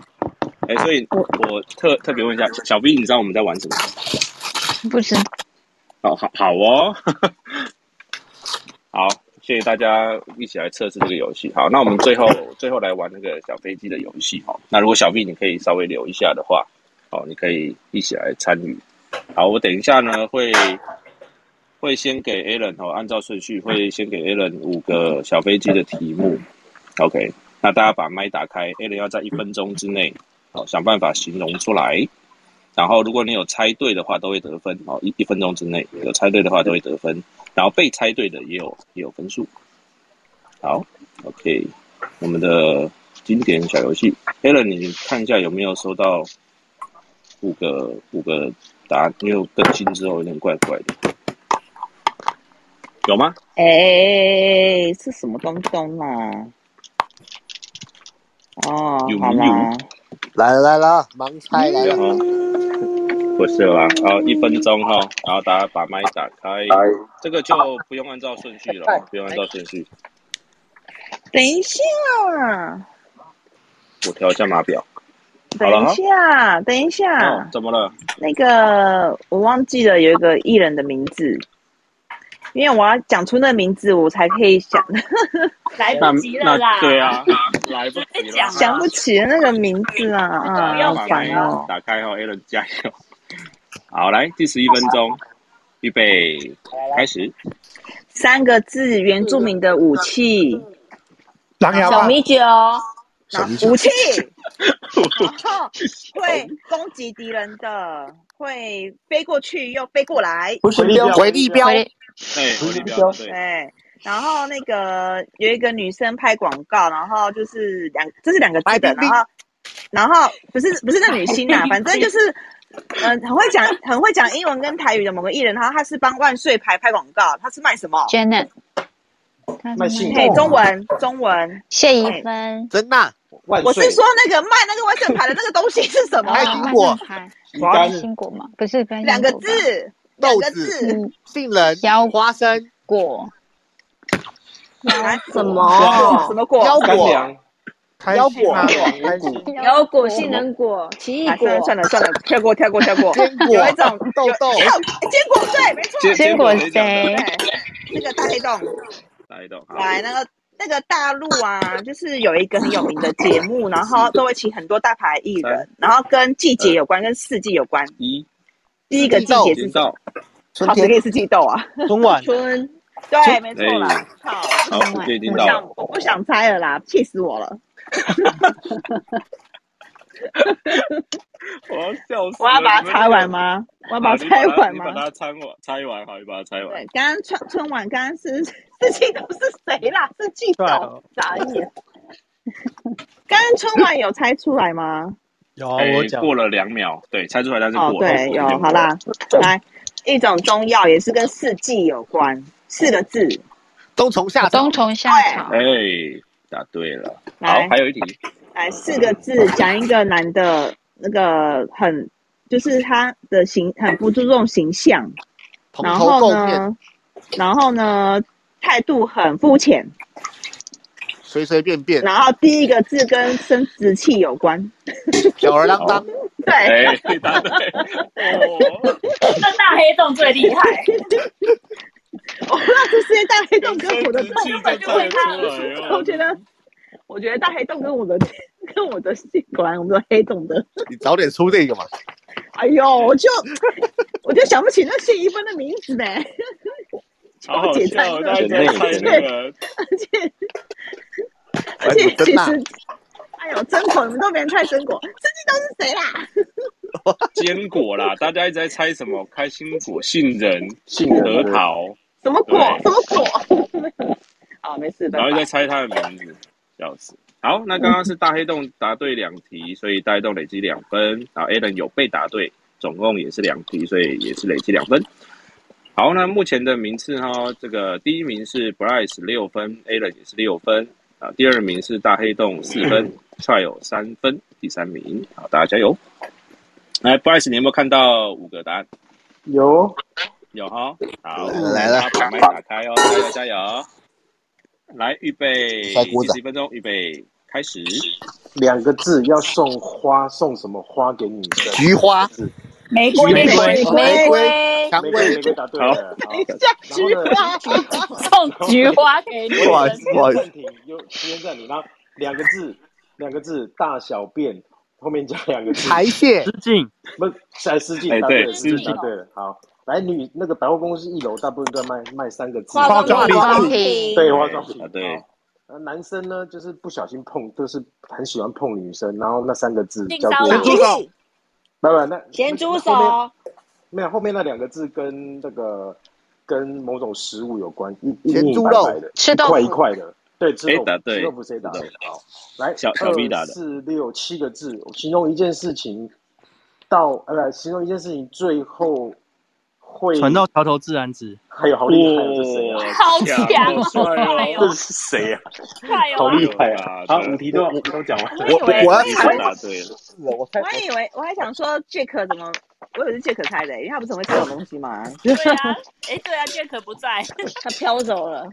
[SPEAKER 2] 哎、所以我特特别问一下，小 B，你知道我们在玩什么吗？
[SPEAKER 12] 不知道
[SPEAKER 2] 好好好哦， 好，谢谢大家一起来测试这个游戏。好，那我们最后最后来玩那个小飞机的游戏哈。那如果小 B 你可以稍微留一下的话，哦，你可以一起来参与。好，我等一下呢会会先给 Alan 哦，按照顺序会先给 Alan 五个小飞机的题目。OK，那大家把麦打开，Alan 要在一分钟之内哦想办法形容出来。然后如果你有猜对的话，都会得分哦，一一分钟之内有猜对的话都会得分，然后被猜对的也有也有分数。好，OK，我们的经典小游戏 a l a n 你看一下有没有收到五个五个答案？因为我更新之后有点怪怪的，有吗？
[SPEAKER 3] 哎、是什么东东啊？哦
[SPEAKER 2] 有，
[SPEAKER 3] 好
[SPEAKER 2] 没有
[SPEAKER 3] 啦，？
[SPEAKER 4] 来了来了，盲猜来
[SPEAKER 2] 有
[SPEAKER 4] 了。
[SPEAKER 2] 吗？不是啦，然后一分钟哈，然后大家把麦打开，这个就不用按照顺序
[SPEAKER 3] 哎
[SPEAKER 2] 了，不用按照顺序，
[SPEAKER 3] 等一下，啊
[SPEAKER 2] 我调一下码表。好了
[SPEAKER 3] 等一
[SPEAKER 2] 哈，
[SPEAKER 3] 下，等一下，
[SPEAKER 2] 哦，怎么了？
[SPEAKER 3] 那个我忘记了有一个艺人的名字，因为我要讲出那名字，我才可以想，
[SPEAKER 8] 来
[SPEAKER 2] 那
[SPEAKER 8] 不及了
[SPEAKER 2] 那
[SPEAKER 8] 啦，啊
[SPEAKER 2] 对 啊，来不
[SPEAKER 8] 哎
[SPEAKER 2] 及了，
[SPEAKER 3] 想不起那个名字啊啊，
[SPEAKER 2] 要
[SPEAKER 3] 好
[SPEAKER 2] 把
[SPEAKER 3] 烦
[SPEAKER 2] 麦
[SPEAKER 3] 哦！
[SPEAKER 2] 打开哦 a l a n 加油！好，来第十一分钟，预备，开始。
[SPEAKER 3] 三个字，原住民的武器，
[SPEAKER 4] 狼牙
[SPEAKER 9] 棒小米
[SPEAKER 3] 酒，
[SPEAKER 4] 小米酒
[SPEAKER 3] 武器，然后会攻击敌人的，会飞过去又飞过来，
[SPEAKER 4] 不是标回力标回力
[SPEAKER 6] 哎
[SPEAKER 2] 对，
[SPEAKER 4] 回
[SPEAKER 2] 力
[SPEAKER 4] 标
[SPEAKER 2] 对
[SPEAKER 3] 对，然后那个有一个女生拍广告，然后就是两，这是两
[SPEAKER 4] 哎
[SPEAKER 3] 个字的，然后然后不是不是那女 星啊，反正就是嗯、呃很会讲很会讲英文跟台语的某个艺人，然后他是帮万岁牌拍广告，他是卖什么？
[SPEAKER 12] ，Janet，他
[SPEAKER 3] 卖
[SPEAKER 12] 是
[SPEAKER 3] 嘿，中文中文，
[SPEAKER 12] 谢
[SPEAKER 3] 一
[SPEAKER 12] 一芬，
[SPEAKER 4] 真的，
[SPEAKER 3] 我是说那个卖那个万圣牌的 那个东西是什么？啊
[SPEAKER 12] 华开心果嘛，不是开心果
[SPEAKER 3] 两
[SPEAKER 12] 吧，
[SPEAKER 3] 个字，两个字，
[SPEAKER 12] 嗯，
[SPEAKER 4] 杏仁、
[SPEAKER 12] 腰
[SPEAKER 4] 花生
[SPEAKER 12] 果，
[SPEAKER 3] 来
[SPEAKER 9] 什
[SPEAKER 3] 什么
[SPEAKER 9] 么
[SPEAKER 3] 果？什么果？
[SPEAKER 9] 腰
[SPEAKER 3] 干
[SPEAKER 9] 果
[SPEAKER 3] 粮
[SPEAKER 4] 开
[SPEAKER 9] 腰
[SPEAKER 4] 心
[SPEAKER 9] 果
[SPEAKER 4] 啊，开心。
[SPEAKER 9] 腰果、杏仁果、奇异
[SPEAKER 3] 啊，
[SPEAKER 9] 果
[SPEAKER 3] 算了算了算了，跳过跳过跳过。
[SPEAKER 4] 坚果
[SPEAKER 3] 有一种
[SPEAKER 4] 豆
[SPEAKER 3] 有
[SPEAKER 4] 豆
[SPEAKER 3] 没有坚果对，没错。
[SPEAKER 2] 坚坚果谁讲的？
[SPEAKER 3] 对，那个大黑洞，
[SPEAKER 2] 来一道， 好，
[SPEAKER 3] 来那个那个大陆啊，就是有一个很有名的节目，然后都会请很多大牌艺人
[SPEAKER 2] 三，
[SPEAKER 3] 然后跟季节有关，跟四季有关。
[SPEAKER 2] 一，
[SPEAKER 3] 第一个季节是什么？
[SPEAKER 11] 春
[SPEAKER 3] 好，
[SPEAKER 11] 天
[SPEAKER 3] 谁可以是季豆啊？
[SPEAKER 11] 春晚
[SPEAKER 3] 春，对，没错啦。
[SPEAKER 2] 哎
[SPEAKER 3] 好，
[SPEAKER 2] 好，时间已经
[SPEAKER 3] 我
[SPEAKER 2] 到
[SPEAKER 3] 想
[SPEAKER 2] 了，
[SPEAKER 3] 我不啊想猜了啦，气死我了！
[SPEAKER 2] 我要笑死了。
[SPEAKER 3] 我要把
[SPEAKER 2] 你
[SPEAKER 3] 它
[SPEAKER 2] 们
[SPEAKER 3] 猜
[SPEAKER 2] 这
[SPEAKER 3] 完
[SPEAKER 2] 个
[SPEAKER 3] 吗？我要
[SPEAKER 2] 好
[SPEAKER 3] 把
[SPEAKER 2] 你把
[SPEAKER 3] 它猜
[SPEAKER 2] 它
[SPEAKER 3] 完
[SPEAKER 2] 你
[SPEAKER 3] 吗
[SPEAKER 2] 把？它拆完，拆完，好，你把它拆完
[SPEAKER 3] 对。，刚刚春春晚刚刚是 是季豆是谁啦？是季豆
[SPEAKER 11] 帅哦，
[SPEAKER 3] 傻眼。刚刚春晚有猜出 来吗？
[SPEAKER 11] 有啊
[SPEAKER 2] 哎、
[SPEAKER 11] 我讲
[SPEAKER 2] 过了两秒，对，猜出来，但是
[SPEAKER 3] 哦，
[SPEAKER 2] 过了，
[SPEAKER 3] 对，
[SPEAKER 2] 时
[SPEAKER 3] 有
[SPEAKER 2] 间过
[SPEAKER 3] 好
[SPEAKER 2] 了。
[SPEAKER 3] 啦，来一种中药也是跟四季有关，四个字。
[SPEAKER 4] 冬虫夏
[SPEAKER 12] 冬虫夏草
[SPEAKER 2] 哎、，答对了。好
[SPEAKER 3] 来，
[SPEAKER 2] 还有一题，
[SPEAKER 3] 来四个字讲一个男的，那个很就是他的形很不注重形象，
[SPEAKER 4] 蓬
[SPEAKER 3] 然
[SPEAKER 4] 头
[SPEAKER 3] 后
[SPEAKER 4] 垢面，
[SPEAKER 3] 呢，然后呢态度很肤浅，
[SPEAKER 4] 随随便便，
[SPEAKER 3] 然后第一个字跟生殖器有关，
[SPEAKER 4] 小儿郎
[SPEAKER 2] 好，
[SPEAKER 4] 当，
[SPEAKER 3] 对，
[SPEAKER 2] 哎、答对， 哦，
[SPEAKER 8] 那大黑洞最厉害，
[SPEAKER 3] 我不知道这是因为大黑洞
[SPEAKER 2] 跟
[SPEAKER 3] 跟
[SPEAKER 2] 生
[SPEAKER 3] 我的
[SPEAKER 2] 殖
[SPEAKER 3] 洞，
[SPEAKER 2] 器
[SPEAKER 8] 根
[SPEAKER 2] 就
[SPEAKER 8] 本就
[SPEAKER 2] 猜
[SPEAKER 8] 问
[SPEAKER 2] 得
[SPEAKER 8] 他
[SPEAKER 2] 出来
[SPEAKER 3] 我
[SPEAKER 2] 哦。
[SPEAKER 3] 觉得，我觉得大黑洞跟我的跟我的果然我们的黑洞的，
[SPEAKER 4] 你早点出这个嘛。
[SPEAKER 3] 哎呦，我就我就想不起那谢一芬的名字呢，
[SPEAKER 2] 好
[SPEAKER 3] 求
[SPEAKER 2] 好
[SPEAKER 3] 姐猜
[SPEAKER 2] 笑，大家
[SPEAKER 3] 的，
[SPEAKER 2] 都在猜那个，
[SPEAKER 3] 而且而
[SPEAKER 4] 哎，你
[SPEAKER 3] 且
[SPEAKER 4] 真
[SPEAKER 3] 其
[SPEAKER 4] 大，
[SPEAKER 3] 实，哎呦，真果你们都没人猜真果，这季都是谁啊啦？
[SPEAKER 2] 坚果啦，大家一直在猜什么？开心果、杏仁、
[SPEAKER 5] 杏仁
[SPEAKER 2] 核
[SPEAKER 5] 对
[SPEAKER 2] 桃，
[SPEAKER 3] 什么果？
[SPEAKER 2] 对
[SPEAKER 3] 什么果？ 好，没事，拜
[SPEAKER 2] 然后一直在猜
[SPEAKER 3] 拜。
[SPEAKER 2] 他的名字，笑死。好，那刚刚是大黑洞答对两题，所以大黑洞累积两分，然后 Alan 有被答对，总共也是两题，所以也是累积两分。好，那目前的名次哈，这个第一名是 Bryce 六分，Allen 也是六分啊，第二名是大黑洞四分，Trio 三分，第三名，好，大家加油！来，Bryce，你有没有看到五个答案？
[SPEAKER 6] 有
[SPEAKER 2] 有哈，好，
[SPEAKER 6] 来了
[SPEAKER 2] 把麦打开哦，加油加油！来，预备，
[SPEAKER 6] 开锅
[SPEAKER 2] 计
[SPEAKER 6] 仔
[SPEAKER 2] 时一分钟，预备，开始。
[SPEAKER 6] 两个字，要送花，送什么花给女生？
[SPEAKER 2] 菊花
[SPEAKER 6] 两个字，
[SPEAKER 2] 玫瑰
[SPEAKER 6] 玫
[SPEAKER 2] 玫瑰
[SPEAKER 6] 瑰，
[SPEAKER 2] 玫瑰
[SPEAKER 6] 玫瑰，玫瑰答对
[SPEAKER 2] 好
[SPEAKER 6] 了。好，
[SPEAKER 2] 下
[SPEAKER 6] 然后呢？
[SPEAKER 8] 送菊花给女
[SPEAKER 6] 我有
[SPEAKER 8] 生
[SPEAKER 6] 时。间暂停，有时间暂停，然后两个字，两个字，大小便，后面加两个字，
[SPEAKER 4] 排泄失
[SPEAKER 6] 禁，不是，哎，失禁，
[SPEAKER 2] 哎
[SPEAKER 6] 答对
[SPEAKER 2] 对
[SPEAKER 6] 了，
[SPEAKER 2] 失
[SPEAKER 6] 失
[SPEAKER 2] 禁
[SPEAKER 6] 禁，答对了，好，来女那个百货公司一楼大部分都在卖卖三个字，
[SPEAKER 8] 化妆品化妆品
[SPEAKER 6] 对，化妆品，
[SPEAKER 2] 答啊对，
[SPEAKER 6] 呃男生呢，就是不小心碰，就是很喜欢碰女生，然后那三个字
[SPEAKER 8] 性
[SPEAKER 6] 叫
[SPEAKER 8] 骚
[SPEAKER 6] 做
[SPEAKER 8] 扰，
[SPEAKER 6] 不不，那
[SPEAKER 8] 咸猪
[SPEAKER 6] 后面
[SPEAKER 8] 手，
[SPEAKER 6] 没有后面那两个字跟那个跟某种食物有关，一一
[SPEAKER 4] 咸
[SPEAKER 6] 硬
[SPEAKER 4] 猪
[SPEAKER 6] 白
[SPEAKER 4] 肉
[SPEAKER 6] 白的，
[SPEAKER 4] 吃
[SPEAKER 6] 一
[SPEAKER 4] 豆腐
[SPEAKER 6] 块一块的，对，吃
[SPEAKER 2] 哎
[SPEAKER 6] 豆腐
[SPEAKER 2] 答，对
[SPEAKER 6] 吃豆腐谁打的
[SPEAKER 2] 吃？
[SPEAKER 6] 好，来
[SPEAKER 2] 小小 V 打
[SPEAKER 6] 二
[SPEAKER 2] 的
[SPEAKER 6] 四六七个字，我形容一件事情到呃，不形容一件事情最后会
[SPEAKER 10] 船到桥头自然直。
[SPEAKER 6] 还有好厉害哦，这谁啊？
[SPEAKER 8] 好强哦，快
[SPEAKER 6] 这
[SPEAKER 8] 哦，
[SPEAKER 6] 是
[SPEAKER 10] 啊
[SPEAKER 6] 谁呀、
[SPEAKER 8] 快
[SPEAKER 6] 好
[SPEAKER 8] 哦！
[SPEAKER 6] 厉害啊！
[SPEAKER 2] 哎
[SPEAKER 6] 好
[SPEAKER 2] 呦，
[SPEAKER 6] 五题都
[SPEAKER 2] 我
[SPEAKER 6] 都讲完了。
[SPEAKER 3] 我以为我以为
[SPEAKER 2] 答对了，
[SPEAKER 4] 是我猜
[SPEAKER 3] 我还以为我还想说 Jack 怎么，我以为是 Jack 开的、因为他不是很会猜这种东西嘛。
[SPEAKER 8] 对啊，哎，对啊，Jack 不在，
[SPEAKER 9] 他飘走了。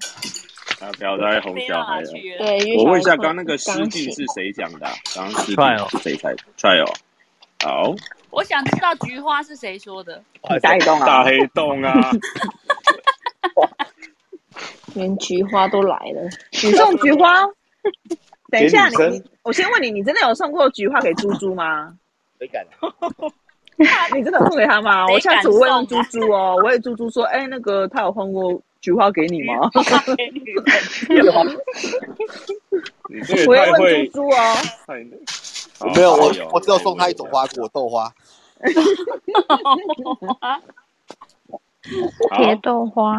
[SPEAKER 2] 啊，不要再哄
[SPEAKER 8] 飞
[SPEAKER 2] 小
[SPEAKER 8] 到
[SPEAKER 2] 孩
[SPEAKER 8] 哪
[SPEAKER 2] 了。
[SPEAKER 8] 去了？
[SPEAKER 9] 对，因
[SPEAKER 2] 我
[SPEAKER 9] 为小
[SPEAKER 2] 问一下，
[SPEAKER 9] 孩
[SPEAKER 2] 刚刚那个失
[SPEAKER 9] 刚
[SPEAKER 2] 禁
[SPEAKER 9] 醒。
[SPEAKER 2] 是谁讲的啊、刚刚失禁
[SPEAKER 10] Try 哦
[SPEAKER 2] 是谁才 try 哦？好，
[SPEAKER 8] 我想知道菊花是谁说的。
[SPEAKER 3] 大黑洞
[SPEAKER 2] 大
[SPEAKER 3] 啊，
[SPEAKER 2] 黑洞 啊！
[SPEAKER 9] 连菊花都来了，
[SPEAKER 3] 你送菊 花？等一下，
[SPEAKER 6] 给
[SPEAKER 3] 你
[SPEAKER 6] 女生
[SPEAKER 3] 你，我先问你，你真的有送过菊花给猪猪吗？啊
[SPEAKER 4] 谁 敢？
[SPEAKER 3] 你真的有送给他吗？
[SPEAKER 8] 谁
[SPEAKER 3] 我下
[SPEAKER 8] 敢
[SPEAKER 3] 次我问问
[SPEAKER 8] 送
[SPEAKER 3] 猪
[SPEAKER 8] 啊？
[SPEAKER 3] 猪哦，我问猪猪说，哎、那个他有换过菊花给你
[SPEAKER 8] 菊
[SPEAKER 3] 吗？
[SPEAKER 8] 花给女朋友，
[SPEAKER 2] 你这个
[SPEAKER 3] 我要
[SPEAKER 2] 太
[SPEAKER 3] 问猪
[SPEAKER 2] 会，
[SPEAKER 3] 猪哦。
[SPEAKER 2] 太
[SPEAKER 4] 我
[SPEAKER 2] 好
[SPEAKER 4] 没有，
[SPEAKER 2] 加
[SPEAKER 4] 我
[SPEAKER 2] 油！
[SPEAKER 4] 我只有送
[SPEAKER 2] 太会
[SPEAKER 4] 他一
[SPEAKER 2] 了
[SPEAKER 4] 种花果豆花。
[SPEAKER 12] 哦
[SPEAKER 2] 好
[SPEAKER 12] 蝶，豆花，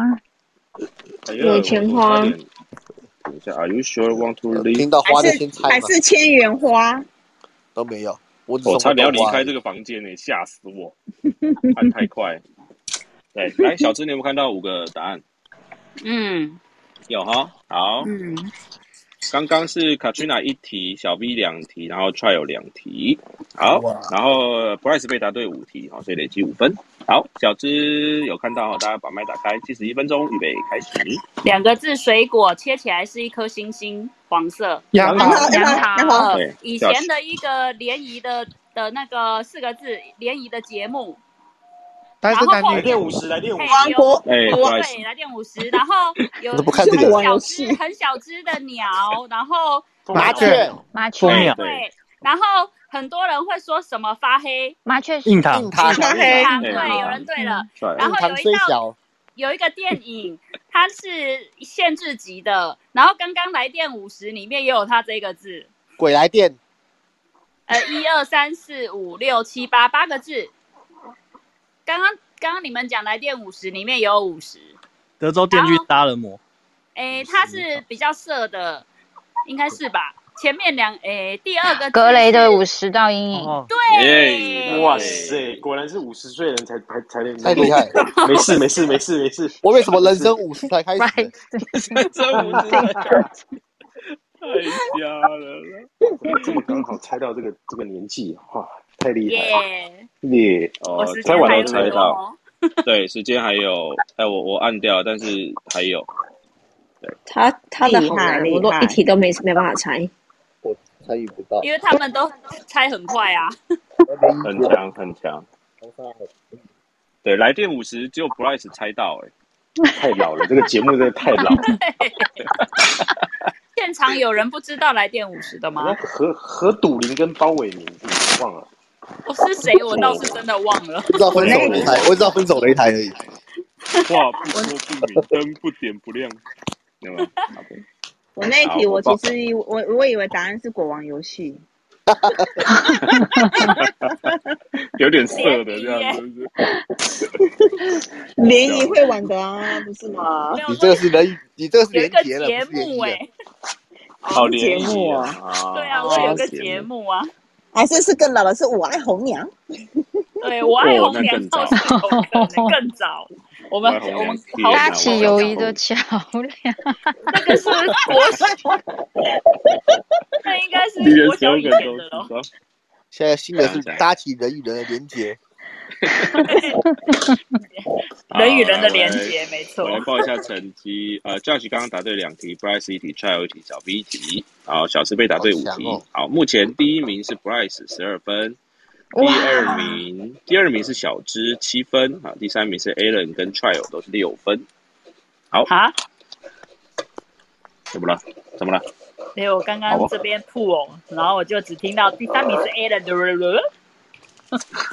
[SPEAKER 2] 哎呦，
[SPEAKER 9] 有
[SPEAKER 2] 我
[SPEAKER 9] 钱
[SPEAKER 2] 我差
[SPEAKER 9] 花，
[SPEAKER 2] 点，等一下，Are you sure want to
[SPEAKER 4] 有
[SPEAKER 2] leave？
[SPEAKER 4] 听到
[SPEAKER 3] 还
[SPEAKER 4] 花的先
[SPEAKER 3] 是
[SPEAKER 4] 猜
[SPEAKER 3] 还
[SPEAKER 4] 嘛，
[SPEAKER 3] 是千元花，
[SPEAKER 4] 都没有，我只
[SPEAKER 2] 我
[SPEAKER 4] 送
[SPEAKER 2] 差
[SPEAKER 4] 过
[SPEAKER 2] 点要
[SPEAKER 4] 豆
[SPEAKER 2] 离
[SPEAKER 4] 花而
[SPEAKER 2] 开
[SPEAKER 4] 已。
[SPEAKER 2] 这个房间呢，欸吓死我！ 按太快。对，来，小智，你有没有看到五个答案？
[SPEAKER 8] 嗯
[SPEAKER 2] 有哈，好，
[SPEAKER 8] 嗯，
[SPEAKER 2] 刚刚是 Katrina 一题，小 V 两题，然后 Try 有两题，好
[SPEAKER 4] 哇，
[SPEAKER 2] 然后呃 Bryce 被答对五题，好，所以累积五分。好，小芝有看到，大家把麦打开，计时一分钟，预备开始。
[SPEAKER 8] 两个字，水果切起来是一颗星星，黄色。
[SPEAKER 6] 杨
[SPEAKER 3] 杨
[SPEAKER 6] 桃
[SPEAKER 3] 桃，杨
[SPEAKER 8] 杨
[SPEAKER 3] 桃，杨桃，
[SPEAKER 8] 桃，哦
[SPEAKER 2] 对，
[SPEAKER 8] 以
[SPEAKER 2] 下
[SPEAKER 8] 前
[SPEAKER 2] 去。
[SPEAKER 8] 的一个联谊的的那个四个字联谊的节目，
[SPEAKER 11] 单
[SPEAKER 8] 然
[SPEAKER 11] 身
[SPEAKER 8] 后
[SPEAKER 11] 男
[SPEAKER 8] 后
[SPEAKER 6] 来
[SPEAKER 11] 女，
[SPEAKER 6] 练
[SPEAKER 8] 面
[SPEAKER 6] 五十，来练五
[SPEAKER 8] 嘿
[SPEAKER 6] 十，
[SPEAKER 3] 王
[SPEAKER 8] 有
[SPEAKER 3] 国
[SPEAKER 2] 哎
[SPEAKER 3] 国
[SPEAKER 2] ，Bryce，
[SPEAKER 8] 对来电五十，然后有
[SPEAKER 4] 我都不看
[SPEAKER 3] 这
[SPEAKER 4] 这
[SPEAKER 3] 么
[SPEAKER 8] 很
[SPEAKER 4] 个，
[SPEAKER 3] 玩
[SPEAKER 8] 小
[SPEAKER 3] 游
[SPEAKER 8] 只
[SPEAKER 3] 戏，
[SPEAKER 8] 很小只的鸟， 然后
[SPEAKER 6] 凤
[SPEAKER 4] 麻
[SPEAKER 8] 那
[SPEAKER 6] 鸟，
[SPEAKER 8] 个
[SPEAKER 4] 雀、
[SPEAKER 10] 蜂
[SPEAKER 12] 麻雀，
[SPEAKER 8] 对
[SPEAKER 10] 鸟、
[SPEAKER 2] 对
[SPEAKER 8] 对，然后很多人会说什么发黑
[SPEAKER 12] 麻雀
[SPEAKER 10] 硬
[SPEAKER 4] 硬
[SPEAKER 10] 糖、
[SPEAKER 4] 糖
[SPEAKER 3] 印、
[SPEAKER 6] 小
[SPEAKER 3] 堂
[SPEAKER 6] 硬
[SPEAKER 8] 硬
[SPEAKER 3] 黑，
[SPEAKER 6] 糖，
[SPEAKER 8] 糖，
[SPEAKER 2] 对，
[SPEAKER 8] 对，
[SPEAKER 2] 硬
[SPEAKER 8] 有
[SPEAKER 2] 糖
[SPEAKER 8] 人
[SPEAKER 12] 嗯
[SPEAKER 8] 对了
[SPEAKER 12] 嗯，
[SPEAKER 2] ，Try
[SPEAKER 8] 然
[SPEAKER 4] 硬
[SPEAKER 8] 后
[SPEAKER 4] 糖
[SPEAKER 8] 有一
[SPEAKER 4] 虽
[SPEAKER 8] 道
[SPEAKER 4] 小，
[SPEAKER 8] 有一个电影，它是限制级的，然后刚刚来电五十里面也有它这个字，
[SPEAKER 4] 鬼来电。
[SPEAKER 8] 呃，一二三四五六七八八个字。刚刚刚刚你们讲来电五十里面也有五十，
[SPEAKER 10] 德州
[SPEAKER 8] 然
[SPEAKER 10] 电锯
[SPEAKER 8] 后
[SPEAKER 10] 杀人魔。
[SPEAKER 8] 诶，
[SPEAKER 10] 五
[SPEAKER 8] 它
[SPEAKER 10] 十
[SPEAKER 8] 是比较色的，应该是吧？前面两诶，第二个字
[SPEAKER 12] 格雷的五
[SPEAKER 8] 是
[SPEAKER 12] 十道阴影，
[SPEAKER 10] 哦，
[SPEAKER 2] 耶，答
[SPEAKER 6] 哇
[SPEAKER 2] 对。
[SPEAKER 6] 塞，果然是五十岁人才才才能
[SPEAKER 4] 太
[SPEAKER 6] 能
[SPEAKER 4] 厉
[SPEAKER 6] 够，
[SPEAKER 4] 害了！
[SPEAKER 6] 没事没事没事 没事
[SPEAKER 4] 我为什么
[SPEAKER 6] 没
[SPEAKER 4] 人
[SPEAKER 6] 事
[SPEAKER 4] 生，五十才开始？
[SPEAKER 12] right，
[SPEAKER 2] 这五十
[SPEAKER 12] 对
[SPEAKER 2] 太太瞎了啦。
[SPEAKER 6] 怎么这么刚好猜到这个这个年纪，哇，太厉害了，
[SPEAKER 8] 耶，
[SPEAKER 6] 耶、
[SPEAKER 8] 我
[SPEAKER 2] 哦，
[SPEAKER 8] 时
[SPEAKER 6] 猜
[SPEAKER 8] 间
[SPEAKER 6] 完
[SPEAKER 8] 还
[SPEAKER 6] 了
[SPEAKER 2] 都
[SPEAKER 8] 有
[SPEAKER 6] 猜
[SPEAKER 8] 很
[SPEAKER 2] 猜
[SPEAKER 8] 多
[SPEAKER 2] 到，
[SPEAKER 8] 哦。
[SPEAKER 2] 对，时间还有，哎，我我按掉了，但是还有，
[SPEAKER 9] 他他的
[SPEAKER 3] 厉
[SPEAKER 9] 好
[SPEAKER 3] 害
[SPEAKER 9] 难，我
[SPEAKER 3] 厉
[SPEAKER 9] 都一
[SPEAKER 3] 害，
[SPEAKER 9] 题都没没办法猜。
[SPEAKER 4] 我参与不到，
[SPEAKER 8] 因为他们都猜很快啊。
[SPEAKER 4] 我没意
[SPEAKER 2] 很
[SPEAKER 4] 见。
[SPEAKER 2] 强很强。对，来电五十只有 Bryce 猜到、哎，
[SPEAKER 6] 太老了，这 个节目真的太老了。
[SPEAKER 8] 现场有人不知道来电五十的
[SPEAKER 6] 好像
[SPEAKER 8] 吗？
[SPEAKER 6] 何何笃林跟包伟明是不是忘了，
[SPEAKER 8] 我、是谁？我倒是真的忘了。
[SPEAKER 4] 我知道
[SPEAKER 3] 我
[SPEAKER 4] 分
[SPEAKER 3] 那
[SPEAKER 4] 手
[SPEAKER 3] 一
[SPEAKER 4] 擂
[SPEAKER 3] 集
[SPEAKER 4] 台，我知道分手擂台而已。
[SPEAKER 2] 话不说不明，灯不点不亮，有没有？OK，
[SPEAKER 3] 我那一
[SPEAKER 2] 好，
[SPEAKER 3] 题
[SPEAKER 2] 我
[SPEAKER 3] 我其
[SPEAKER 2] 报，
[SPEAKER 3] 实以我我以为答案是国王游戏，
[SPEAKER 2] 有点色
[SPEAKER 8] 联
[SPEAKER 2] 的
[SPEAKER 8] 谊
[SPEAKER 2] 这样
[SPEAKER 8] 耶，
[SPEAKER 2] 是不是？
[SPEAKER 3] 联
[SPEAKER 2] 笑了，
[SPEAKER 3] 谊会玩的啊，不是吗？
[SPEAKER 8] 没有
[SPEAKER 4] 你
[SPEAKER 8] 说
[SPEAKER 4] 这个是人，你这个是
[SPEAKER 8] 有一
[SPEAKER 4] 连
[SPEAKER 8] 个
[SPEAKER 4] 结了，不
[SPEAKER 8] 节
[SPEAKER 4] 是联
[SPEAKER 8] 目
[SPEAKER 4] 谊
[SPEAKER 8] 哎、
[SPEAKER 4] 了。
[SPEAKER 3] 哦，
[SPEAKER 2] 好
[SPEAKER 3] 是节
[SPEAKER 2] 联
[SPEAKER 3] 目
[SPEAKER 2] 谊啊，
[SPEAKER 3] 哦，
[SPEAKER 2] 啊，
[SPEAKER 8] 对啊，我
[SPEAKER 2] 是
[SPEAKER 8] 有个
[SPEAKER 3] 哦，
[SPEAKER 2] 节
[SPEAKER 8] 节
[SPEAKER 2] 目，
[SPEAKER 8] 目啊，
[SPEAKER 3] 还是是更老的是我爱红娘，
[SPEAKER 8] 对我爱
[SPEAKER 12] 哦
[SPEAKER 8] 红
[SPEAKER 12] 那
[SPEAKER 8] 娘
[SPEAKER 12] 更
[SPEAKER 8] 到
[SPEAKER 12] 早
[SPEAKER 8] 手可能更早，我们
[SPEAKER 12] 我爱红
[SPEAKER 8] 我
[SPEAKER 12] 娘
[SPEAKER 8] 们
[SPEAKER 12] 天
[SPEAKER 8] 好
[SPEAKER 12] 哪搭起友谊的
[SPEAKER 8] 桥梁，那个是国小，那应该是国小以前的喽。
[SPEAKER 4] 现在新的是搭起人与人的连接。
[SPEAKER 8] 人与
[SPEAKER 4] 啊
[SPEAKER 8] 人的
[SPEAKER 2] 好来
[SPEAKER 8] 连结没错
[SPEAKER 2] 我来报一下成绩， 呃，Josh 刚刚答对两题，Bryce 一题，Child 一题，小 B 一题，好，小师被答对五
[SPEAKER 4] 好
[SPEAKER 2] 题，
[SPEAKER 4] 强哦
[SPEAKER 2] 好，目前第一名是 Bryce 十二分，第
[SPEAKER 12] 哇
[SPEAKER 2] 二名第二名是小芝七分，好，第三名是 Alan 跟 Child 都是六分，好，
[SPEAKER 8] 啊，
[SPEAKER 2] 怎么了？怎么了？
[SPEAKER 8] 所以我刚刚
[SPEAKER 2] 好哦
[SPEAKER 8] 这边布偶，然后我就只听到第三名是 Alan 的，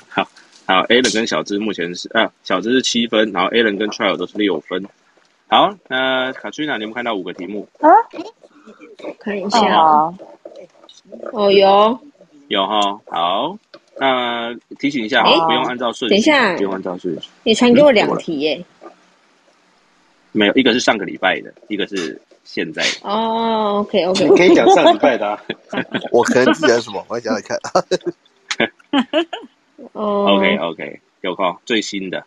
[SPEAKER 2] 好，Alan 跟小芝目前是啊，小芝是七分，然后 Alan 跟 Trial 都是六分。好，那卡翠娜，你有没有看到五个题目？
[SPEAKER 3] 啊，
[SPEAKER 9] 看一
[SPEAKER 2] 下
[SPEAKER 9] 哦，有，
[SPEAKER 2] 有哈，好，那提醒一下
[SPEAKER 9] 诶
[SPEAKER 2] 哈，不用按照顺序，
[SPEAKER 9] 哎等一下
[SPEAKER 2] 不用按照顺序。
[SPEAKER 9] 你传给我
[SPEAKER 2] 嗯
[SPEAKER 9] 两，题耶、
[SPEAKER 2] 没有，一个是上个礼拜的，一个是现在的。
[SPEAKER 9] 哦，OK OK，
[SPEAKER 2] 的、啊。
[SPEAKER 4] 我可能记得什么，我来讲讲看。
[SPEAKER 9] 哦
[SPEAKER 2] OK OK，有空最新的，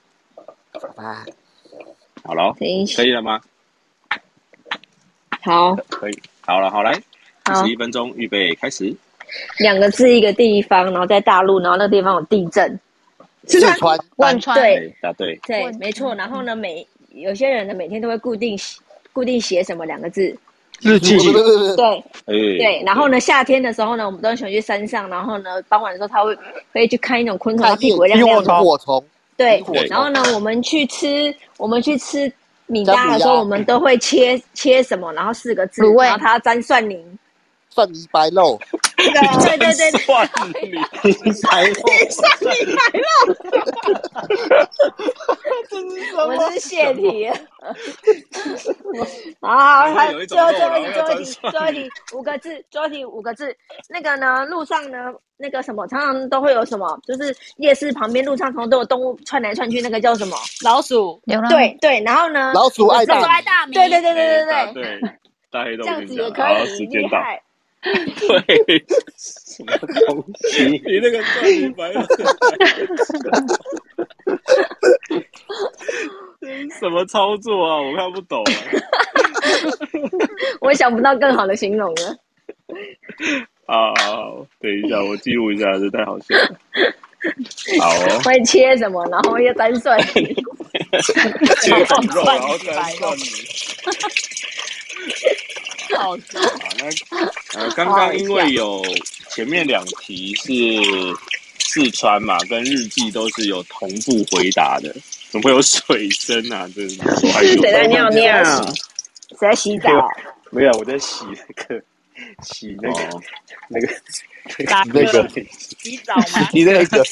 [SPEAKER 2] 好了
[SPEAKER 9] 啊等一，下
[SPEAKER 2] 可以了吗？
[SPEAKER 9] 好，
[SPEAKER 2] 可以，好了，好来，
[SPEAKER 9] 好
[SPEAKER 2] 十一分钟，预备开始。
[SPEAKER 9] 两个字一个地方，然后在大陆，然后那个地方有地震，
[SPEAKER 4] 四川
[SPEAKER 9] 汶川对
[SPEAKER 2] 哎，答对，
[SPEAKER 9] 对，没错。然后呢，每有些人呢，每天都会固定写固定写什么两个字，
[SPEAKER 11] 日记
[SPEAKER 9] 对
[SPEAKER 2] 哎，
[SPEAKER 9] 对。然后呢，夏天的时候呢，我们都很喜欢去山上，然后呢，傍晚的时候他会会去看一种昆虫，它屁股会亮亮
[SPEAKER 4] 萤
[SPEAKER 9] 的。
[SPEAKER 4] 火虫，
[SPEAKER 9] 对
[SPEAKER 4] 萤火虫，
[SPEAKER 9] 然后呢，我们去吃我们去吃米
[SPEAKER 4] 姜母
[SPEAKER 9] 搭
[SPEAKER 4] 鸭
[SPEAKER 9] 的时候，我们都会切切什么，然后四个字，然后它要沾蒜泥，
[SPEAKER 4] 蒜泥白肉，
[SPEAKER 9] 那个对对对，
[SPEAKER 2] 蒜 泥
[SPEAKER 4] 白肉，
[SPEAKER 9] 蒜泥白 肉，我是泄题。啊，
[SPEAKER 3] 然后
[SPEAKER 9] 还
[SPEAKER 3] 有一种
[SPEAKER 9] 最
[SPEAKER 3] 肉
[SPEAKER 9] 后最后
[SPEAKER 3] 然
[SPEAKER 9] 一
[SPEAKER 3] 后
[SPEAKER 9] 题，
[SPEAKER 3] 要
[SPEAKER 9] 最
[SPEAKER 3] 沾
[SPEAKER 9] 后一题，
[SPEAKER 3] 蒜
[SPEAKER 9] 最后一
[SPEAKER 3] 泥
[SPEAKER 9] 题五个字，最后一题五个字。那个呢，路上呢，那个什么，常常都会有什么，就是夜市旁边路上常常都有动物窜来窜去，那个叫什么？
[SPEAKER 8] 老鼠。
[SPEAKER 12] 流浪
[SPEAKER 9] 对对，然后呢？
[SPEAKER 4] 老鼠
[SPEAKER 9] 五个
[SPEAKER 4] 爱
[SPEAKER 9] 字
[SPEAKER 4] 大米老鼠爱
[SPEAKER 9] 对
[SPEAKER 8] 大米
[SPEAKER 9] 对对对
[SPEAKER 2] 哎答
[SPEAKER 9] 对对，
[SPEAKER 2] 对，大黑都
[SPEAKER 9] 这样子也可
[SPEAKER 2] 好，
[SPEAKER 9] 以，
[SPEAKER 2] 时
[SPEAKER 9] 厉
[SPEAKER 2] 间到。
[SPEAKER 9] 害。
[SPEAKER 2] 对，什么东西？你那个蒜泥白肉什么操作啊？我看不懂、啊。
[SPEAKER 9] 我想不到更好的形容了。
[SPEAKER 2] 好好好，等一下，我记录一下，这太好笑 了。好哦，
[SPEAKER 9] 会切什么？然后又单蒜泥，
[SPEAKER 2] 切骨肉，然后再蒜泥。
[SPEAKER 8] 好笑。
[SPEAKER 2] 呃，
[SPEAKER 9] 哦
[SPEAKER 2] 刚刚因为有前面两题是四川嘛，跟日记都是有同步回答的，怎么会有水声啊？真是 害羞
[SPEAKER 9] 谁在尿尿？谁在洗
[SPEAKER 6] 没有
[SPEAKER 9] 澡？
[SPEAKER 6] 没有，我在洗那个洗那个、那个
[SPEAKER 9] 哪
[SPEAKER 6] 那
[SPEAKER 9] 个
[SPEAKER 6] 个
[SPEAKER 8] 洗澡吗？
[SPEAKER 6] 洗那个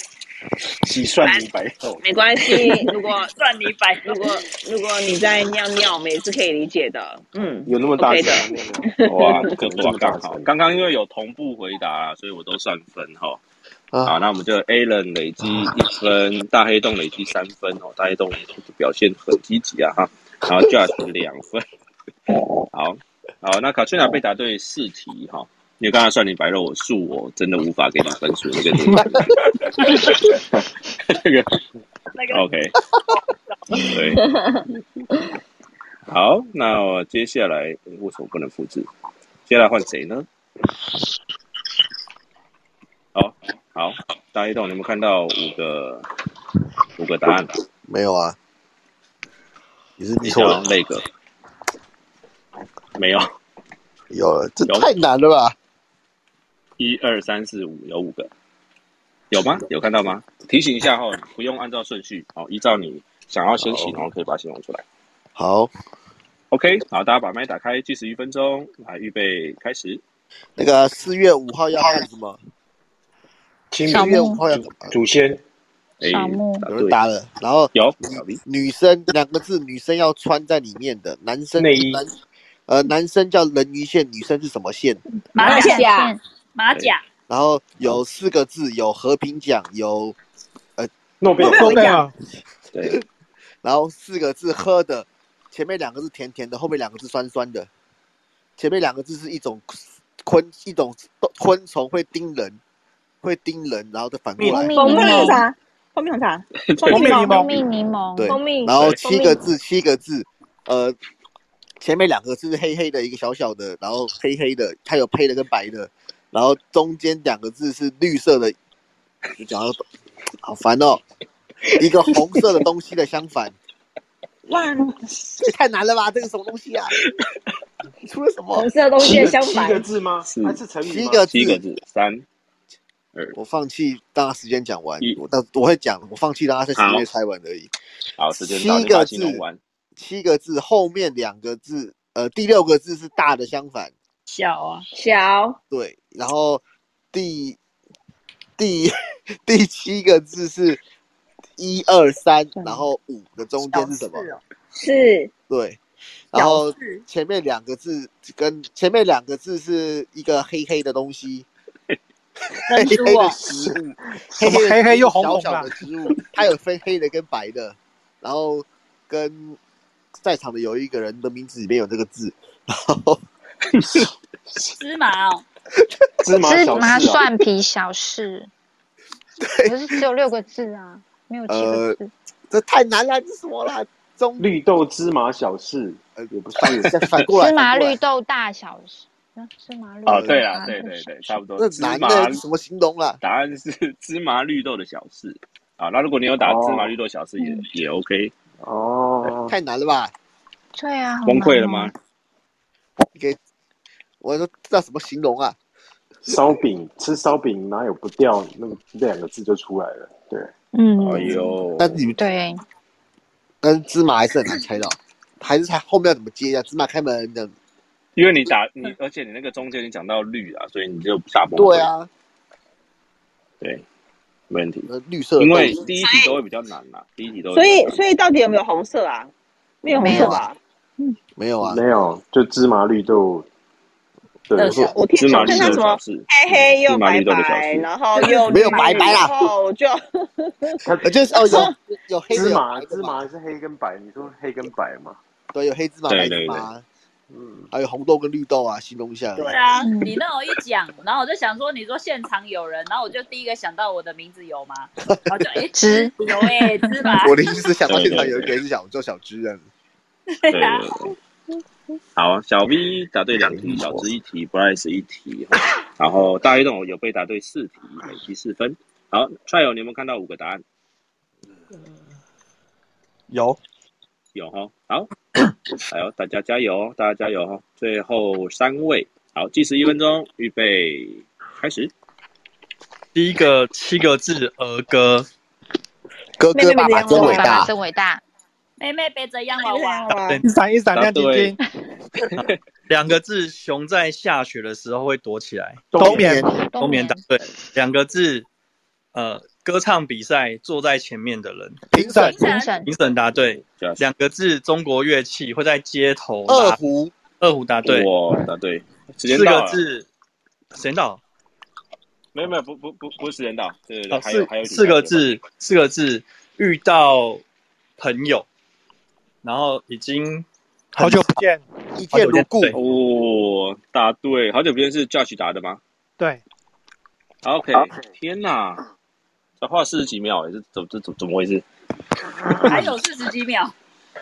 [SPEAKER 6] 洗蒜泥白肉。
[SPEAKER 3] 没关系，如果
[SPEAKER 8] 蒜泥白
[SPEAKER 3] 如果如果你在尿尿，我们也是可以理解的。嗯，
[SPEAKER 6] 有那么大
[SPEAKER 3] OK 的
[SPEAKER 6] 声？
[SPEAKER 2] 哇，不可能
[SPEAKER 6] 这
[SPEAKER 2] 哇，
[SPEAKER 6] 么大
[SPEAKER 2] 刚好刚刚因为有同步回答，所以我都算分哈。好，那我们就 Alan 累积一分，大黑洞累积三分哦，大黑洞表现很积极啊哈。然后 Josh 两分，好，好，那卡翠娜被答对四题哈。因为刚才算你白肉，我恕我真的无法给你分数， 那个真的那个 OK，对，好，那我接下来诶为什么不能复制？接下来换谁呢？好好，大黑洞，你有没有看到五个五个答案？
[SPEAKER 4] 没有啊，你是
[SPEAKER 2] 你
[SPEAKER 4] 错
[SPEAKER 2] 想
[SPEAKER 4] 了
[SPEAKER 2] 要那个没有？
[SPEAKER 4] 有了，这
[SPEAKER 2] 有
[SPEAKER 4] 太难了吧？
[SPEAKER 2] 一二三四五，有五个，有吗？有看到吗？提醒一下哦，不用按照顺序哦，依照你想要先形容，可以把它形容出来。
[SPEAKER 4] 好，
[SPEAKER 2] OK，好，大家把麦打开，计时一分钟，来预备开始。
[SPEAKER 4] 那个四月五号要看什么？
[SPEAKER 6] 清
[SPEAKER 4] 四月五号要干嘛？
[SPEAKER 6] 祖先，
[SPEAKER 2] 哎
[SPEAKER 6] 扫墓
[SPEAKER 4] 有人答了，然后
[SPEAKER 2] 有
[SPEAKER 4] 女生两个字，女生要穿在里面的，男生
[SPEAKER 6] 内衣
[SPEAKER 4] 男呃男生叫人鱼线，女生是什么线？
[SPEAKER 8] 马
[SPEAKER 9] 甲
[SPEAKER 8] 线，马甲，
[SPEAKER 4] 然后有四个字，有和平奖，有呃
[SPEAKER 6] 诺贝尔诺贝尔，
[SPEAKER 2] 对，
[SPEAKER 4] 然后四个字喝的，前面两个字甜甜的，后面两个字酸酸的，前面两个字是一种昆一种昆虫会叮人，会叮人，然后再反过来。
[SPEAKER 9] 蜂蜜是啥？
[SPEAKER 3] 蜂蜜红茶，
[SPEAKER 4] 蜂蜜柠檬
[SPEAKER 3] 蜂
[SPEAKER 4] 蜂蜜
[SPEAKER 12] 柠檬
[SPEAKER 4] 对
[SPEAKER 3] 蜂蜜，，
[SPEAKER 4] 然后七个字，七个字，呃，前面两个字是黑黑的，一个小小的，然后黑黑的，它有配的跟白的，然后中间两个字是绿色的，就讲到好烦哦，一个红色的东西的相反，
[SPEAKER 3] 哇，
[SPEAKER 4] 这也太难了吧，这个什么东 西啊？出了什么？
[SPEAKER 9] 红色的东西的相反
[SPEAKER 6] 七个字吗？它是成语吗
[SPEAKER 4] 七个字，
[SPEAKER 6] 七个
[SPEAKER 2] 字，三二，
[SPEAKER 4] 我放弃让他时间讲完，我到我会讲，我放弃让他在时间内猜完而已。
[SPEAKER 2] 好，时间到，
[SPEAKER 4] 七
[SPEAKER 2] 你把
[SPEAKER 4] 个
[SPEAKER 2] 它形容
[SPEAKER 4] 字
[SPEAKER 2] 完。，
[SPEAKER 4] 七个字后面两个字，呃，第六个字是大的相反，
[SPEAKER 8] 小啊，
[SPEAKER 9] 小，
[SPEAKER 4] 对，然后第第 第七个字是一二三，然后五的中间是什么？
[SPEAKER 8] 哦
[SPEAKER 9] 是
[SPEAKER 4] 对，然后
[SPEAKER 9] 小字
[SPEAKER 4] 前面两个字跟前面两个字是一个黑黑的东 西，黑
[SPEAKER 8] 珍珠
[SPEAKER 4] 黑的
[SPEAKER 8] 哦
[SPEAKER 4] 食物，
[SPEAKER 13] 什么
[SPEAKER 4] 的
[SPEAKER 13] 黑黑
[SPEAKER 4] 食物
[SPEAKER 13] 又红
[SPEAKER 4] 小
[SPEAKER 13] 红
[SPEAKER 4] 小
[SPEAKER 13] 啊
[SPEAKER 4] 的食物，它有分黑的跟白的，然后跟在场的有一个人的名字里面有这个字，然 后
[SPEAKER 8] 芝麻哦，
[SPEAKER 6] 芝
[SPEAKER 4] 麻小
[SPEAKER 12] 芝
[SPEAKER 4] 事啊
[SPEAKER 12] 麻蒜皮小事，不是只有六个字啊，没有七个
[SPEAKER 6] 呃
[SPEAKER 12] 字。
[SPEAKER 4] 这太难了，这什么啦？中
[SPEAKER 6] 绿豆芝麻小事，
[SPEAKER 4] 呃，
[SPEAKER 6] 也不
[SPEAKER 4] 算
[SPEAKER 6] 是，
[SPEAKER 4] 反
[SPEAKER 12] 芝麻绿豆大小事，啊芝麻绿豆
[SPEAKER 2] 哦，对啦，
[SPEAKER 12] 大
[SPEAKER 2] 对
[SPEAKER 12] 小
[SPEAKER 2] 对
[SPEAKER 12] 事
[SPEAKER 2] 对，差不多。
[SPEAKER 4] 那
[SPEAKER 2] 芝
[SPEAKER 4] 男
[SPEAKER 2] 麻
[SPEAKER 4] 的什么啊形容啦？
[SPEAKER 2] 答案是 芝麻绿豆的小事啊。那如果你有打
[SPEAKER 4] 哦
[SPEAKER 2] 芝麻绿豆小事也
[SPEAKER 12] 嗯
[SPEAKER 2] 也 OK。
[SPEAKER 6] 哦，
[SPEAKER 4] 太难了吧？
[SPEAKER 12] 对啊，好
[SPEAKER 2] 崩溃
[SPEAKER 12] 难
[SPEAKER 2] 了
[SPEAKER 12] 哦。
[SPEAKER 2] 吗？
[SPEAKER 4] 给我说这叫什么形容啊？
[SPEAKER 6] 烧饼吃烧饼哪有不掉那个那两个字就出来了，对，
[SPEAKER 12] 嗯
[SPEAKER 2] 哎呦，
[SPEAKER 4] 但你们
[SPEAKER 12] 对，
[SPEAKER 4] 但是芝麻还是很难猜到，还是猜后面要怎么接呀、芝麻开门这样子。
[SPEAKER 2] 因为你打你，而且你那个中间你讲到绿啊，所以你就大崩溃。
[SPEAKER 4] 对啊，呃
[SPEAKER 2] 对，没问题。
[SPEAKER 4] 绿色的
[SPEAKER 2] 因
[SPEAKER 4] 豆
[SPEAKER 2] 为
[SPEAKER 4] 子
[SPEAKER 2] 第一题都会比较难啦，第一题都会
[SPEAKER 3] 所
[SPEAKER 2] 比较
[SPEAKER 3] 以
[SPEAKER 2] 难
[SPEAKER 3] 所以到底有没有红色啊？没有红色吧？
[SPEAKER 4] 没有啊，
[SPEAKER 6] 没有，就芝麻绿豆，对，
[SPEAKER 3] 呃，我听
[SPEAKER 6] 芝麻
[SPEAKER 3] 我看
[SPEAKER 6] 绿
[SPEAKER 3] 他
[SPEAKER 6] 豆
[SPEAKER 3] 什么
[SPEAKER 6] 小事，
[SPEAKER 3] 黑黑又
[SPEAKER 6] 芝麻
[SPEAKER 3] 白
[SPEAKER 6] 绿豆的小
[SPEAKER 3] 白，
[SPEAKER 6] 事，
[SPEAKER 3] 然后 又
[SPEAKER 4] 没有
[SPEAKER 3] 绿
[SPEAKER 4] 白白啦
[SPEAKER 3] 然后我就
[SPEAKER 4] 呃，就是哦，有有黑的
[SPEAKER 6] 芝
[SPEAKER 4] 有
[SPEAKER 6] 麻
[SPEAKER 4] 白的
[SPEAKER 6] 芝麻
[SPEAKER 4] 嘛，
[SPEAKER 6] 是黑跟白，你说黑跟白嘛？
[SPEAKER 4] 对，有黑芝麻、白
[SPEAKER 2] 对
[SPEAKER 4] 芝
[SPEAKER 2] 对对，
[SPEAKER 4] 麻，嗯还有红豆跟绿豆啊，形容一下。
[SPEAKER 8] 对 啊，你那我一讲，然后我就想说，你说现场有人，然后我就第一个想到我的名字有吗？然后就 哎
[SPEAKER 12] 芝
[SPEAKER 8] 有哎、芝麻，
[SPEAKER 4] 我的意思是想到
[SPEAKER 2] 对对
[SPEAKER 4] 现场有一
[SPEAKER 2] 对
[SPEAKER 4] 个人是小叫小芝这样子。
[SPEAKER 8] 对
[SPEAKER 2] 对
[SPEAKER 8] 啊，
[SPEAKER 2] 对对。好，小 V 答对两题，小智一题，Bryce 一题， 然后大黑洞有被答对四题，累积四分。好，帅友，你有没有看到五个答案？
[SPEAKER 10] 有
[SPEAKER 2] 有哈，好， 还有大家加油哦，大家加油哈！最后三位，好，计时一分钟，预备，开始。
[SPEAKER 10] 第一个七个字儿歌，
[SPEAKER 4] 哥
[SPEAKER 3] 哥妹妹爸
[SPEAKER 12] 这样爸爸。真伟大，
[SPEAKER 8] 妹妹背着洋娃娃，
[SPEAKER 10] 一闪一闪
[SPEAKER 13] 亮晶晶。
[SPEAKER 10] 啊 两个字，熊在下雪的时候会躲起来。
[SPEAKER 13] 冬眠
[SPEAKER 10] 冬眠答对。两个字，呃，歌唱比赛坐在前面的人，
[SPEAKER 4] 评审
[SPEAKER 8] 评 审
[SPEAKER 10] 评审答对。两个字，中国乐器会在街头。
[SPEAKER 4] 二胡，
[SPEAKER 10] 二胡答对。
[SPEAKER 2] 哇，答对，时间
[SPEAKER 10] 四
[SPEAKER 2] 到
[SPEAKER 10] 个
[SPEAKER 2] 了，
[SPEAKER 10] 字，谁到？
[SPEAKER 2] 没有没有，不不不不是时间到，对对对，
[SPEAKER 10] 哦，
[SPEAKER 2] 还有
[SPEAKER 10] 四
[SPEAKER 2] 还有一题
[SPEAKER 10] 四
[SPEAKER 2] 还有
[SPEAKER 10] 个
[SPEAKER 2] 一题
[SPEAKER 10] 字，四个字，遇到朋友，然后已经好久不
[SPEAKER 13] 见，
[SPEAKER 4] 一
[SPEAKER 10] 好
[SPEAKER 13] 见
[SPEAKER 10] 久不
[SPEAKER 13] 如
[SPEAKER 10] 见
[SPEAKER 13] 故
[SPEAKER 10] 对
[SPEAKER 2] 哦，答对，好久不见是 Judge 答的吗
[SPEAKER 13] 对，
[SPEAKER 2] ？OK，天哪，才花四十几秒，这怎这怎怎么回事？
[SPEAKER 8] 还有四十几秒，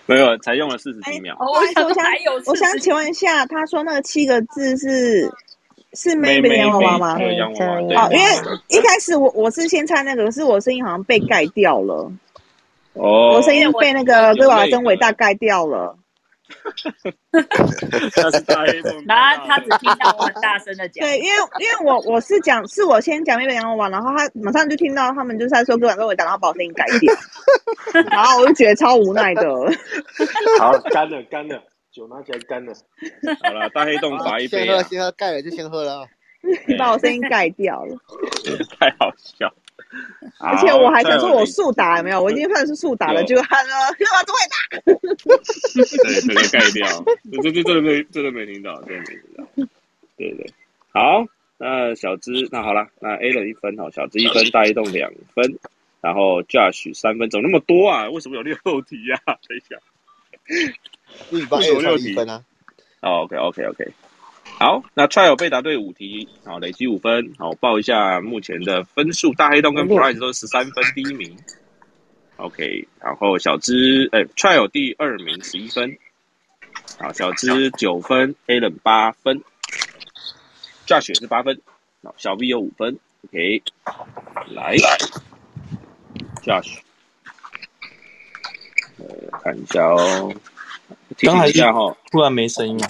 [SPEAKER 2] 没有，才用了四十几秒。
[SPEAKER 8] 哦，
[SPEAKER 3] 不好意思，
[SPEAKER 8] 想
[SPEAKER 3] 我
[SPEAKER 8] 说
[SPEAKER 3] 想
[SPEAKER 8] 还有
[SPEAKER 3] 我
[SPEAKER 8] 四
[SPEAKER 3] 想
[SPEAKER 8] 十
[SPEAKER 3] 请问一下，他说那个七个字是是妹
[SPEAKER 2] 妹
[SPEAKER 3] 妹的洋
[SPEAKER 2] 妹
[SPEAKER 3] 娃娃
[SPEAKER 2] 背
[SPEAKER 3] 吗？
[SPEAKER 2] 着洋娃娃，
[SPEAKER 8] 嗯
[SPEAKER 2] 对，
[SPEAKER 3] 哦，因为一开始我我是先猜那个，可是我声音好像被盖掉了，
[SPEAKER 2] 哦
[SPEAKER 3] 我声音被那个
[SPEAKER 2] 有
[SPEAKER 3] 哥娃娃
[SPEAKER 2] 那
[SPEAKER 3] 真
[SPEAKER 2] 个
[SPEAKER 3] 伟大盖掉了。
[SPEAKER 2] 那是大黑洞，
[SPEAKER 8] 然后他只听到我很大声的讲，
[SPEAKER 3] 对，因为因为我我是讲是我先讲妹妹洋娃娃，然后他马上就听到他们就在说哥娃娃真伟大，然后把我声音改掉，然后我就觉得超无奈的。
[SPEAKER 6] 好，干了干了，酒拿起来干了，
[SPEAKER 2] 好了，大黑洞
[SPEAKER 4] 好
[SPEAKER 2] 罚
[SPEAKER 4] 了
[SPEAKER 2] 一
[SPEAKER 4] 先
[SPEAKER 2] 杯
[SPEAKER 4] 喝，
[SPEAKER 2] 啊，
[SPEAKER 4] 先喝，盖了就先喝了啊。
[SPEAKER 3] 你把我声音盖掉了，
[SPEAKER 2] 太好笑。
[SPEAKER 3] 而且我还
[SPEAKER 2] 好
[SPEAKER 3] 想说，我
[SPEAKER 2] 再有
[SPEAKER 3] 速打有没有？我已经算是速打了，
[SPEAKER 2] 有
[SPEAKER 3] 结果他说哥娃娃真伟大。
[SPEAKER 2] 对，这个盖掉，这这这真的没真的没听到，真的没听到。对对，好，那小芝，那好了，那 A 了一分哦，小芝一分，大一动两分，然后 Josh 三分，怎么那么多啊？为什么有六题啊？ 等一下，
[SPEAKER 4] 因为你帮
[SPEAKER 2] 为
[SPEAKER 4] A
[SPEAKER 2] 什么
[SPEAKER 4] 人少
[SPEAKER 2] 六
[SPEAKER 4] 了
[SPEAKER 2] 题
[SPEAKER 4] 一分啊。
[SPEAKER 2] 哦，OK OK OK，好，那 t r i a l 被答对五题，好，累积五分，好，报一下目前的分数，大黑洞跟
[SPEAKER 4] 六
[SPEAKER 2] Brian 都是十三分第一名， OK，然后小芝，哎、t r i a l 第二名十一分，好，小芝九分，Allen 八分，Josh 也是八分，好，小 V 有五分，OK，来，Josh，呃，看一下哦，提
[SPEAKER 5] 刚
[SPEAKER 2] 醒
[SPEAKER 5] 才
[SPEAKER 2] 一
[SPEAKER 5] 是
[SPEAKER 2] 下哈、哦，
[SPEAKER 5] 突然没声音了。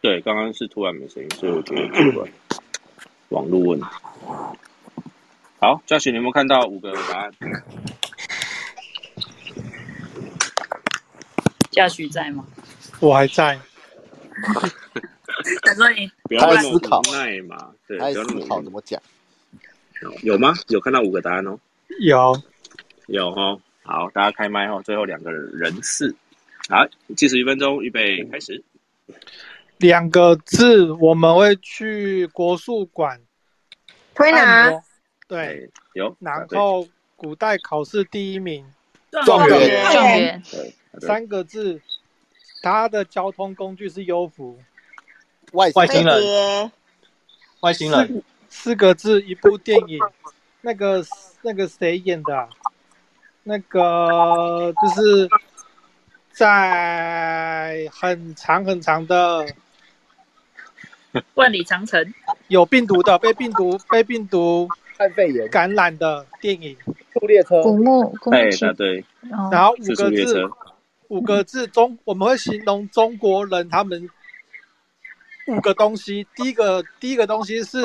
[SPEAKER 2] 对，刚刚是突然没声音，所以我觉得主观 网络问题。好，Josh，你有没有看到五个答案？
[SPEAKER 8] 嘉许在吗？
[SPEAKER 5] 我还在，
[SPEAKER 8] 想说你
[SPEAKER 2] 不要
[SPEAKER 4] 他在
[SPEAKER 2] 那么
[SPEAKER 4] 思考
[SPEAKER 2] 无奈嘛，对，
[SPEAKER 4] 他
[SPEAKER 2] 不要
[SPEAKER 4] 在
[SPEAKER 2] 那
[SPEAKER 4] 思
[SPEAKER 2] 么
[SPEAKER 4] 考
[SPEAKER 2] 无
[SPEAKER 4] 怎么讲。
[SPEAKER 2] 有吗？有看到五个答案哦，
[SPEAKER 5] 有
[SPEAKER 2] 有哦。好，大家开麦哦，最后两个人次，好，计时一分钟，预备开始。
[SPEAKER 5] 两个字，我们会去国术馆
[SPEAKER 6] 推
[SPEAKER 5] 按
[SPEAKER 6] 拿
[SPEAKER 5] 摩，
[SPEAKER 6] 哎
[SPEAKER 5] 对，
[SPEAKER 2] 有，
[SPEAKER 5] 然
[SPEAKER 2] 对
[SPEAKER 5] 后古代考试第一名，
[SPEAKER 6] 状元状元状元
[SPEAKER 2] 对答对
[SPEAKER 5] 三个字，他的交通工具是优浮，
[SPEAKER 4] 外
[SPEAKER 5] 外星人
[SPEAKER 6] 人，
[SPEAKER 5] 外星人，四个字，一部电影，那个那个谁演的啊、那个就是在很长很长的
[SPEAKER 8] 万里长城，
[SPEAKER 5] 有病毒的，被病毒被病毒
[SPEAKER 14] 肺炎
[SPEAKER 5] 感染的电影，
[SPEAKER 14] 速列车
[SPEAKER 12] 古墓古墓
[SPEAKER 2] 哎，
[SPEAKER 12] 奇
[SPEAKER 2] 答对，
[SPEAKER 5] 然后五
[SPEAKER 2] 四速
[SPEAKER 5] 个
[SPEAKER 2] 列
[SPEAKER 5] 字
[SPEAKER 2] 车，
[SPEAKER 5] 五个字中，我们会形容中国人他们五个东西。第一个第一个东西是，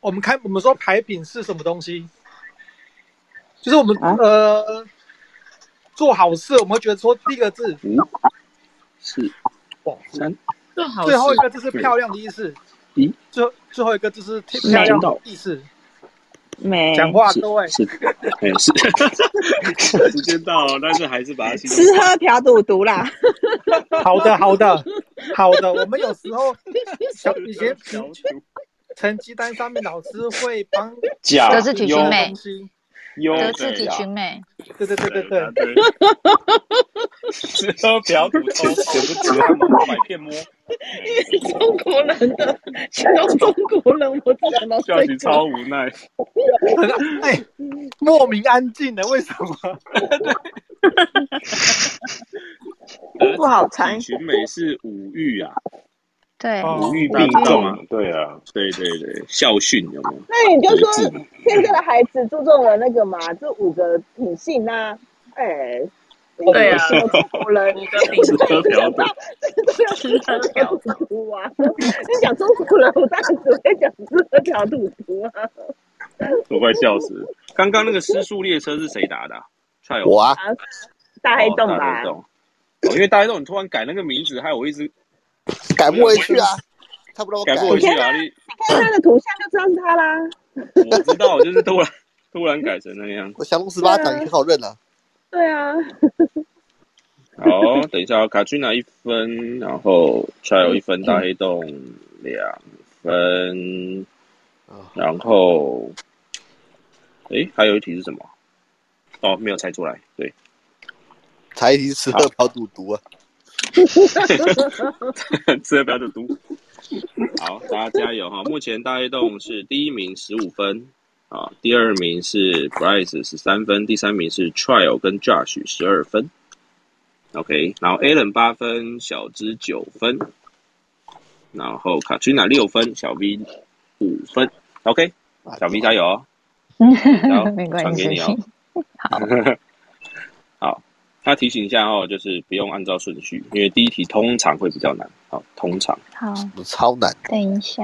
[SPEAKER 5] 我们看我们说牌品是什么东西，就是我们、呃做好事，我们会觉得说第一个字，
[SPEAKER 2] 五、四、三、
[SPEAKER 8] 做好
[SPEAKER 5] 最后一个字是
[SPEAKER 2] 对
[SPEAKER 5] 漂亮的意思，
[SPEAKER 2] 一，
[SPEAKER 5] 最后最后一个字是
[SPEAKER 2] 美
[SPEAKER 5] 漂亮的意思。
[SPEAKER 3] 没
[SPEAKER 5] 讲话欸
[SPEAKER 2] 是
[SPEAKER 5] 各位，
[SPEAKER 2] 是，哎是， 时间到了，但是还是啊把它心中
[SPEAKER 3] 吃喝嫖赌毒啦，
[SPEAKER 5] 好 的好的好的，我们有时候小以前成绩成绩单上面老师会帮
[SPEAKER 12] 甲
[SPEAKER 5] 老
[SPEAKER 12] 德
[SPEAKER 5] 师
[SPEAKER 12] 智体
[SPEAKER 5] 标
[SPEAKER 12] 群美
[SPEAKER 5] 东西，
[SPEAKER 2] 优
[SPEAKER 12] 德智体
[SPEAKER 2] 雅
[SPEAKER 12] 群美，
[SPEAKER 5] 对对对对对，
[SPEAKER 2] 对，
[SPEAKER 5] 吃喝嫖赌
[SPEAKER 2] 简直简直
[SPEAKER 5] 盲目拐骗摸，
[SPEAKER 6] 因为是 中国人的，想到中国人，我只
[SPEAKER 15] 哎
[SPEAKER 6] 想到
[SPEAKER 2] 教
[SPEAKER 6] 这
[SPEAKER 2] 训
[SPEAKER 6] 个
[SPEAKER 2] 超。无奈，
[SPEAKER 5] 很哎莫名安静的，为什么？
[SPEAKER 6] 不好猜
[SPEAKER 2] 体群美是五育啊，
[SPEAKER 12] 对，
[SPEAKER 2] 五育
[SPEAKER 15] 病
[SPEAKER 2] 大家知道
[SPEAKER 15] 重
[SPEAKER 2] 吗？
[SPEAKER 15] 啊，哦对啊，
[SPEAKER 2] 对对对，校训有没有？
[SPEAKER 3] 那你就说
[SPEAKER 2] 德智嘛
[SPEAKER 3] 现在的孩子注重了那个嘛，这五个品性呐、啊，哎、你
[SPEAKER 8] 对啊
[SPEAKER 3] 什么中国人？
[SPEAKER 8] 五个品
[SPEAKER 2] 吃喝
[SPEAKER 3] 你
[SPEAKER 2] 嫖
[SPEAKER 3] 想
[SPEAKER 2] 赌
[SPEAKER 3] 到，这个要
[SPEAKER 8] 吃
[SPEAKER 3] 吃
[SPEAKER 8] 喝
[SPEAKER 3] 喝
[SPEAKER 8] 嫖
[SPEAKER 3] 嫖
[SPEAKER 8] 赌
[SPEAKER 3] 赌毒啊！你讲中国人，我当然只会讲吃喝嫖赌毒啊！
[SPEAKER 2] 我快笑死了。刚刚那个失速列车是谁打的、啊？踹
[SPEAKER 4] 我啊，
[SPEAKER 3] 啊，大黑洞
[SPEAKER 2] 哦、大黑
[SPEAKER 3] 吧？
[SPEAKER 2] 洞。哦，因为大黑洞，你突然改那个名字，害我一直
[SPEAKER 4] 改
[SPEAKER 2] 我
[SPEAKER 4] 不
[SPEAKER 2] 想
[SPEAKER 4] 回
[SPEAKER 2] 说
[SPEAKER 4] 去啊，他不让我
[SPEAKER 2] 改
[SPEAKER 4] 改
[SPEAKER 2] 不
[SPEAKER 4] 啊
[SPEAKER 2] 回
[SPEAKER 3] 你
[SPEAKER 2] 去
[SPEAKER 3] 看
[SPEAKER 2] 啊！
[SPEAKER 3] 他，
[SPEAKER 2] 你
[SPEAKER 3] 你看他的图像就知道是他啦。
[SPEAKER 2] 我知道，就是突然突然改成那样。
[SPEAKER 4] 我降龙十八掌也很好认啊。
[SPEAKER 3] 对啊，
[SPEAKER 2] 好，等一下、哦，卡君拿一分，然后 Child 一分，大黑洞哦两分，
[SPEAKER 5] 哦
[SPEAKER 2] 然后，诶，还有一题是什么？哦，没有猜出来，对，
[SPEAKER 4] 才一吃喝嫖赌毒啊，
[SPEAKER 2] 吃了不要就读。好，大家加油哈！目前大黑洞是第一名十五分啊，第二名是 Bryce 十三分，第三名是 Trial 跟 Josh 十二分。OK，然后 Alan 八分，小芝九分，然后卡君娜六分，小 V 五分。OK，小 V 加油哦！好
[SPEAKER 12] 没关
[SPEAKER 2] 传给
[SPEAKER 12] 系
[SPEAKER 2] 你，哦。
[SPEAKER 12] 好，
[SPEAKER 2] 好，那提醒一下哦，就是不用按照顺序，因为第一题通常会比较难。好，通常
[SPEAKER 12] 好，
[SPEAKER 4] 我超难。
[SPEAKER 12] 等一下，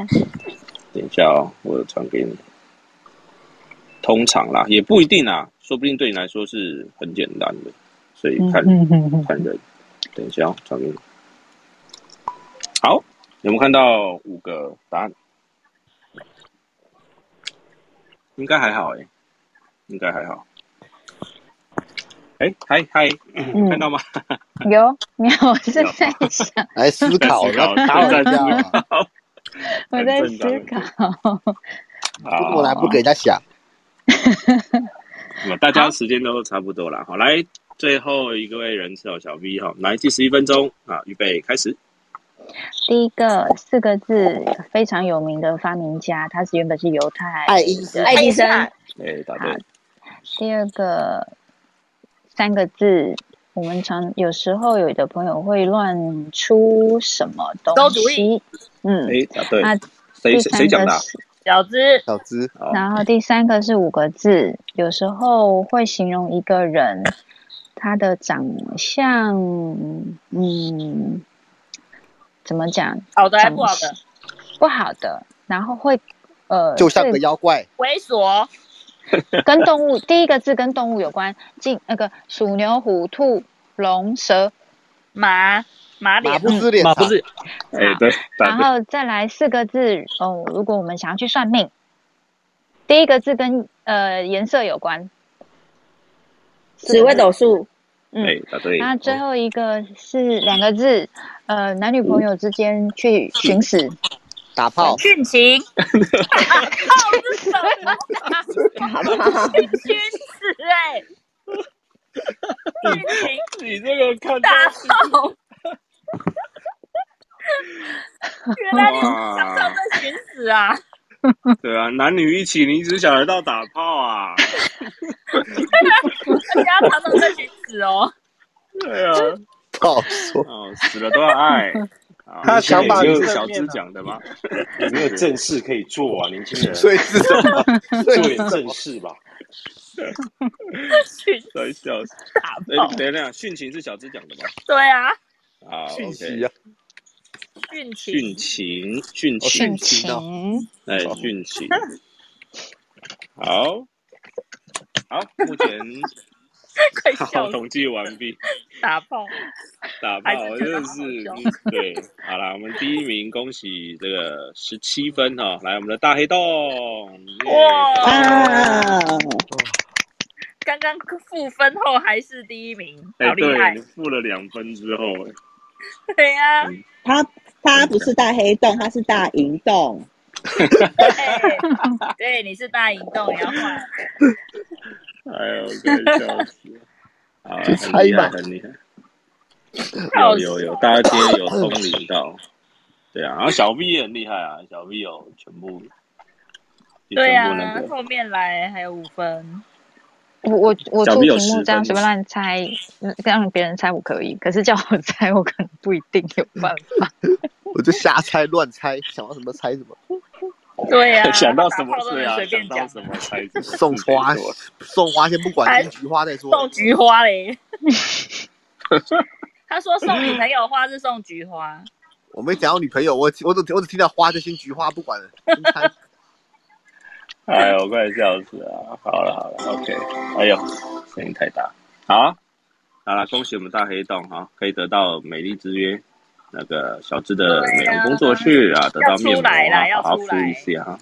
[SPEAKER 2] 等一下哦，我传给你。通常啦，也不一定啦，说不定对你来说是很简单的，所以
[SPEAKER 12] 嗯
[SPEAKER 2] 看
[SPEAKER 12] 嗯嗯嗯，
[SPEAKER 2] 看人。等一下、哦，传给你。好，有没有看到五个答案？应该还好诶、应该还好。诶，嗨嗨，
[SPEAKER 12] 嗯
[SPEAKER 2] 看到吗？
[SPEAKER 12] 有，没有？我正
[SPEAKER 2] 有
[SPEAKER 12] 在想，
[SPEAKER 4] 来思
[SPEAKER 2] 在
[SPEAKER 4] 考，
[SPEAKER 2] 思
[SPEAKER 4] 不要
[SPEAKER 2] 考，
[SPEAKER 4] 打扰
[SPEAKER 2] 正
[SPEAKER 4] 人
[SPEAKER 2] 在思
[SPEAKER 4] 家啊！
[SPEAKER 2] 考，
[SPEAKER 12] 我
[SPEAKER 2] 很
[SPEAKER 12] 在
[SPEAKER 2] 正常
[SPEAKER 12] 思
[SPEAKER 2] 很
[SPEAKER 12] 考
[SPEAKER 2] 正。常。
[SPEAKER 4] 这么难不
[SPEAKER 2] 好
[SPEAKER 4] 给，人家想，
[SPEAKER 2] 那么大家
[SPEAKER 12] 好，
[SPEAKER 2] 时间都差不多了。好，来最后一位人是哦，小 V 哈，来计时一分钟啊，预备开始。
[SPEAKER 12] 第一个四个字非常有名的发明家，他是原本是犹太
[SPEAKER 4] 爱因斯
[SPEAKER 12] 的
[SPEAKER 6] 爱迪生，
[SPEAKER 2] 哎，答
[SPEAKER 12] 好
[SPEAKER 2] 对，
[SPEAKER 12] 第二个三个字，我们常有时候有的朋友会乱出什么东西，嗯，
[SPEAKER 2] 哎，答对
[SPEAKER 12] 那，
[SPEAKER 2] 谁
[SPEAKER 12] 第
[SPEAKER 2] 谁
[SPEAKER 12] 三
[SPEAKER 2] 谁讲
[SPEAKER 12] 个
[SPEAKER 2] 的啊？哦
[SPEAKER 12] 是
[SPEAKER 8] 小资，
[SPEAKER 4] 小资，
[SPEAKER 12] 然后第三个是五个字，有时候会形容一个人他的长相，嗯，怎么讲？
[SPEAKER 8] 好哦的还
[SPEAKER 12] 长
[SPEAKER 8] 不好的？
[SPEAKER 12] 不好的，然后会呃，
[SPEAKER 4] 就像个
[SPEAKER 12] 对
[SPEAKER 4] 妖怪，
[SPEAKER 8] 猥琐，
[SPEAKER 12] 跟动物第一个字跟动物有关，进那个鼠、牛、虎、兔、龙、蛇、
[SPEAKER 8] 马、嗯马啊
[SPEAKER 4] 脸马不知脸
[SPEAKER 2] 马不知哎，对，答
[SPEAKER 12] 然
[SPEAKER 2] 对，
[SPEAKER 12] 后再来四个字哦，如果我们想要去算命，第一个字跟呃颜色有关，
[SPEAKER 9] 紫微斗数，
[SPEAKER 12] 嗯
[SPEAKER 2] 哎，答对，
[SPEAKER 12] 那最后一个是两个字，呃，男女朋友之间去寻死，
[SPEAKER 4] 打炮，
[SPEAKER 8] 殉情，
[SPEAKER 9] 好不好？
[SPEAKER 8] 君子 哎，殉
[SPEAKER 2] 你这个看
[SPEAKER 8] 情打炮。原来你是想上在寻死啊！
[SPEAKER 2] 对啊，男女一起，你只想得到打炮 啊？
[SPEAKER 8] 而且他常常在寻死哦。
[SPEAKER 2] 对啊，
[SPEAKER 4] 好说，
[SPEAKER 2] 哦，死了都要 爱。啊
[SPEAKER 10] 他想法
[SPEAKER 2] 这也
[SPEAKER 10] 很
[SPEAKER 2] 是
[SPEAKER 10] 正
[SPEAKER 2] 小
[SPEAKER 10] 面
[SPEAKER 2] 资
[SPEAKER 10] 啊
[SPEAKER 2] 讲的 吗？
[SPEAKER 5] 有没有正事可以做啊，年轻人？
[SPEAKER 4] 所以是什 么？所
[SPEAKER 5] 做
[SPEAKER 4] 以是
[SPEAKER 5] 点
[SPEAKER 4] 什
[SPEAKER 5] 正
[SPEAKER 4] 么？
[SPEAKER 5] 事吧。
[SPEAKER 8] 殉
[SPEAKER 2] 在笑死。
[SPEAKER 8] 打
[SPEAKER 2] 哎
[SPEAKER 8] 炮，
[SPEAKER 2] 等一下，殉情是小资讲的吗？
[SPEAKER 8] 对啊，
[SPEAKER 2] 啊
[SPEAKER 4] 讯息
[SPEAKER 2] ，OK，
[SPEAKER 4] 啊，
[SPEAKER 8] 殉
[SPEAKER 2] 殉
[SPEAKER 8] 情，
[SPEAKER 2] 情，殉
[SPEAKER 4] 哦，
[SPEAKER 2] 情
[SPEAKER 4] 殉
[SPEAKER 12] 殉
[SPEAKER 4] 情啊，
[SPEAKER 12] 情。
[SPEAKER 2] 哎，
[SPEAKER 4] 哦
[SPEAKER 2] 殉情，好，好，目前
[SPEAKER 8] 快
[SPEAKER 2] 好
[SPEAKER 8] 笑死！
[SPEAKER 2] 统计完毕，
[SPEAKER 8] 打炮
[SPEAKER 2] 打
[SPEAKER 8] 还
[SPEAKER 2] 炮
[SPEAKER 8] 是觉
[SPEAKER 2] 真的
[SPEAKER 8] 得好好
[SPEAKER 2] 是，
[SPEAKER 8] 笑。
[SPEAKER 2] 嗯，对，好啦，我们第一名恭喜这个十七分哈、哦，来我们的大黑洞，耶，哎恭喜大黑洞，
[SPEAKER 3] 啊，
[SPEAKER 8] 刚刚复分后还是第一名，
[SPEAKER 2] 哎、
[SPEAKER 8] 好厉
[SPEAKER 2] 对
[SPEAKER 8] 害
[SPEAKER 2] 你！付了两分之后，
[SPEAKER 8] 对呀、啊，
[SPEAKER 2] 嗯，
[SPEAKER 3] 他他不是大黑洞，他是大银洞。
[SPEAKER 8] 对， 对，你是大引动，你要换。
[SPEAKER 2] 哎呦，快笑死了，啊，
[SPEAKER 11] 去
[SPEAKER 2] 很
[SPEAKER 11] 猜
[SPEAKER 2] 厉害，
[SPEAKER 11] 吧，
[SPEAKER 2] 很厉 害。
[SPEAKER 8] 好
[SPEAKER 2] 有有有，大家今天有通灵到，对啊，然后小 V 也很厉害啊，小 V 有全部，也
[SPEAKER 8] 对
[SPEAKER 2] 全部那
[SPEAKER 8] 啊，
[SPEAKER 2] 个，
[SPEAKER 8] 后面来还有五分，
[SPEAKER 12] 我我我
[SPEAKER 2] 小 V
[SPEAKER 12] 出
[SPEAKER 2] 有
[SPEAKER 12] 题
[SPEAKER 2] 十
[SPEAKER 12] 目这样
[SPEAKER 2] 分
[SPEAKER 12] 随便乱猜，嗯让别人猜我可以，可是叫我 猜我可能不一定有 办法。
[SPEAKER 4] 我就瞎猜乱猜，想到什么猜什么，
[SPEAKER 8] 对呀、
[SPEAKER 2] 想到
[SPEAKER 8] 打
[SPEAKER 2] 什么
[SPEAKER 8] 炮都
[SPEAKER 2] 对
[SPEAKER 8] 能
[SPEAKER 2] 啊，
[SPEAKER 8] 随
[SPEAKER 2] 想
[SPEAKER 8] 便
[SPEAKER 2] 到
[SPEAKER 8] 讲
[SPEAKER 2] 什
[SPEAKER 8] 了，
[SPEAKER 2] 么猜什么，
[SPEAKER 4] 送
[SPEAKER 2] 是没
[SPEAKER 4] 花
[SPEAKER 2] 错。
[SPEAKER 4] 送花先不管，
[SPEAKER 8] 还
[SPEAKER 4] 金菊花再说。
[SPEAKER 8] 哎送菊花嘞。 他说送女朋友花是送菊花，
[SPEAKER 4] 我没讲到女朋友，我我只我只听到花就先菊花不管了，先猜。
[SPEAKER 2] 哎呦，快笑死了！好了好了，OK。哎呦，声音太大。好，好了，恭喜我们大黑洞哈，可以得到美丽之约那个小智的美
[SPEAKER 8] 对
[SPEAKER 2] 容
[SPEAKER 8] 呀、
[SPEAKER 2] 工作室啊，得
[SPEAKER 8] 要
[SPEAKER 2] 到面
[SPEAKER 8] 出来
[SPEAKER 2] 膜
[SPEAKER 8] 啦，
[SPEAKER 2] 啊，
[SPEAKER 8] 要
[SPEAKER 2] 好好
[SPEAKER 8] 出
[SPEAKER 2] 敷一
[SPEAKER 8] 来。
[SPEAKER 2] 下哈。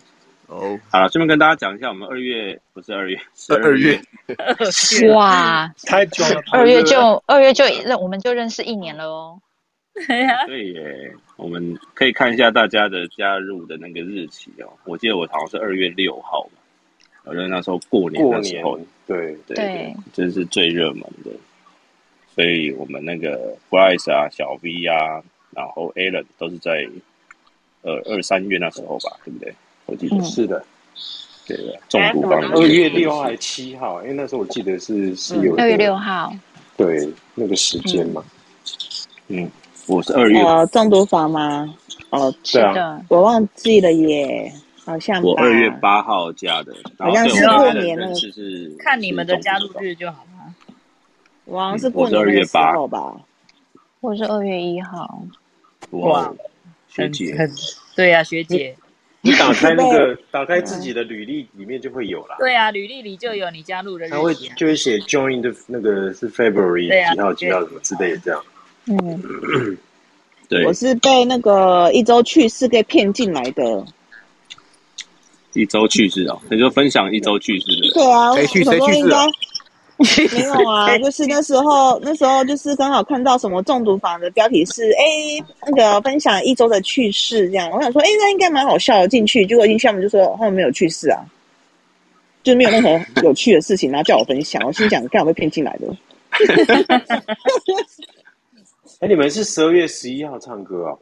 [SPEAKER 4] 哦，
[SPEAKER 2] 好了，顺便跟大家讲一下，我们二月不是二月，十
[SPEAKER 4] 二
[SPEAKER 2] 二
[SPEAKER 4] 二
[SPEAKER 2] 月
[SPEAKER 4] 月，
[SPEAKER 8] 二月，
[SPEAKER 12] 哇，
[SPEAKER 10] 太久了吧？
[SPEAKER 12] 二月
[SPEAKER 2] 不是
[SPEAKER 12] 就二月就认我们就认识一年了 哦。
[SPEAKER 8] 对 呀、
[SPEAKER 2] 对耶，我们可以看一下大家的加入的那个日期哦。我记得我好像是二月六号吧，反正那时候过年
[SPEAKER 5] 过
[SPEAKER 2] 那时
[SPEAKER 5] 年
[SPEAKER 2] 候，
[SPEAKER 5] 对，
[SPEAKER 2] 对对，
[SPEAKER 12] 对，
[SPEAKER 2] 这是最热门的。所以我们那个 Bryce 啊、小 V 啊，然后 Alan 都是在呃二三月那时候吧，对不对？我记得
[SPEAKER 12] 嗯，
[SPEAKER 5] 是的，
[SPEAKER 2] 对的，中
[SPEAKER 5] 哎
[SPEAKER 2] 毒方面
[SPEAKER 5] 二
[SPEAKER 2] 的
[SPEAKER 5] 月
[SPEAKER 2] 认
[SPEAKER 5] 六号
[SPEAKER 2] 识
[SPEAKER 5] 还七号，因为那时候我记得是是
[SPEAKER 12] 嗯，
[SPEAKER 5] 有一
[SPEAKER 12] 二月
[SPEAKER 5] 个
[SPEAKER 12] 六号，
[SPEAKER 5] 对那个时间
[SPEAKER 12] 嗯，
[SPEAKER 5] 嘛，
[SPEAKER 2] 嗯，我是二月，
[SPEAKER 8] 啊
[SPEAKER 3] 呃，中毒房吗？哦，
[SPEAKER 5] 对
[SPEAKER 12] 是
[SPEAKER 5] 啊，
[SPEAKER 12] 的，
[SPEAKER 3] 我忘记了耶，好像
[SPEAKER 2] 我
[SPEAKER 3] 吧，
[SPEAKER 2] 二月八号加的，然
[SPEAKER 3] 好
[SPEAKER 2] 后
[SPEAKER 3] 像
[SPEAKER 2] 对我跟
[SPEAKER 3] 是
[SPEAKER 8] 没有
[SPEAKER 3] 过
[SPEAKER 2] Alan
[SPEAKER 3] 年那
[SPEAKER 2] 认
[SPEAKER 3] 个，
[SPEAKER 2] 识是
[SPEAKER 8] 看
[SPEAKER 2] 嗯
[SPEAKER 8] 你
[SPEAKER 2] 是
[SPEAKER 8] 们的
[SPEAKER 2] 中毒
[SPEAKER 8] 加入
[SPEAKER 2] 的吧？
[SPEAKER 8] 日就好了。
[SPEAKER 3] 我好像
[SPEAKER 2] 嗯，
[SPEAKER 3] 是
[SPEAKER 2] 我
[SPEAKER 3] 过
[SPEAKER 2] 是
[SPEAKER 3] 年
[SPEAKER 2] 二
[SPEAKER 3] 那个
[SPEAKER 2] 月
[SPEAKER 3] 时
[SPEAKER 2] 八，
[SPEAKER 3] 候吧。
[SPEAKER 12] 我是二月一号，
[SPEAKER 2] 哇
[SPEAKER 8] 哇
[SPEAKER 2] 哦，，学
[SPEAKER 8] 很
[SPEAKER 2] 姐，
[SPEAKER 8] 很对
[SPEAKER 3] 啊
[SPEAKER 8] 呀、学姐，
[SPEAKER 5] 你打
[SPEAKER 3] 是
[SPEAKER 5] 开那
[SPEAKER 3] 被
[SPEAKER 5] 个打开自
[SPEAKER 12] 嗯，
[SPEAKER 5] 己的履历里面就会有啦，
[SPEAKER 8] 对呀、啊履历里就有你加入的
[SPEAKER 5] 他
[SPEAKER 8] 日
[SPEAKER 5] 会
[SPEAKER 8] 期啊。
[SPEAKER 5] 就会写 join 的那个是 February
[SPEAKER 8] 对啊呀、
[SPEAKER 5] 几号
[SPEAKER 8] 九
[SPEAKER 5] 几
[SPEAKER 8] 月
[SPEAKER 5] 号什
[SPEAKER 8] 几
[SPEAKER 5] 么之
[SPEAKER 8] 号？
[SPEAKER 5] 类的这样，
[SPEAKER 12] 嗯，
[SPEAKER 3] 我
[SPEAKER 2] 对，
[SPEAKER 3] 是被那个一周去是给骗进来的。
[SPEAKER 2] 一周趣事哦，你就分享一周趣事的
[SPEAKER 3] 对啊，
[SPEAKER 4] 嗯谁去
[SPEAKER 3] 我想
[SPEAKER 4] 谁
[SPEAKER 3] 说
[SPEAKER 4] 去
[SPEAKER 3] 应
[SPEAKER 4] 世啊？
[SPEAKER 3] 该 没有啊，就是那时候那时候就是刚好看到什么中毒房的标题是哎、那个分享一周的趣事这样，我想说哎、那应该蛮好笑的，进去结果进去他们就说他们没有趣事啊，就没有任何有趣的事情，然后叫我分享，我心想干我被骗进来的。
[SPEAKER 5] 哎，你们是十二月十一号唱歌哦，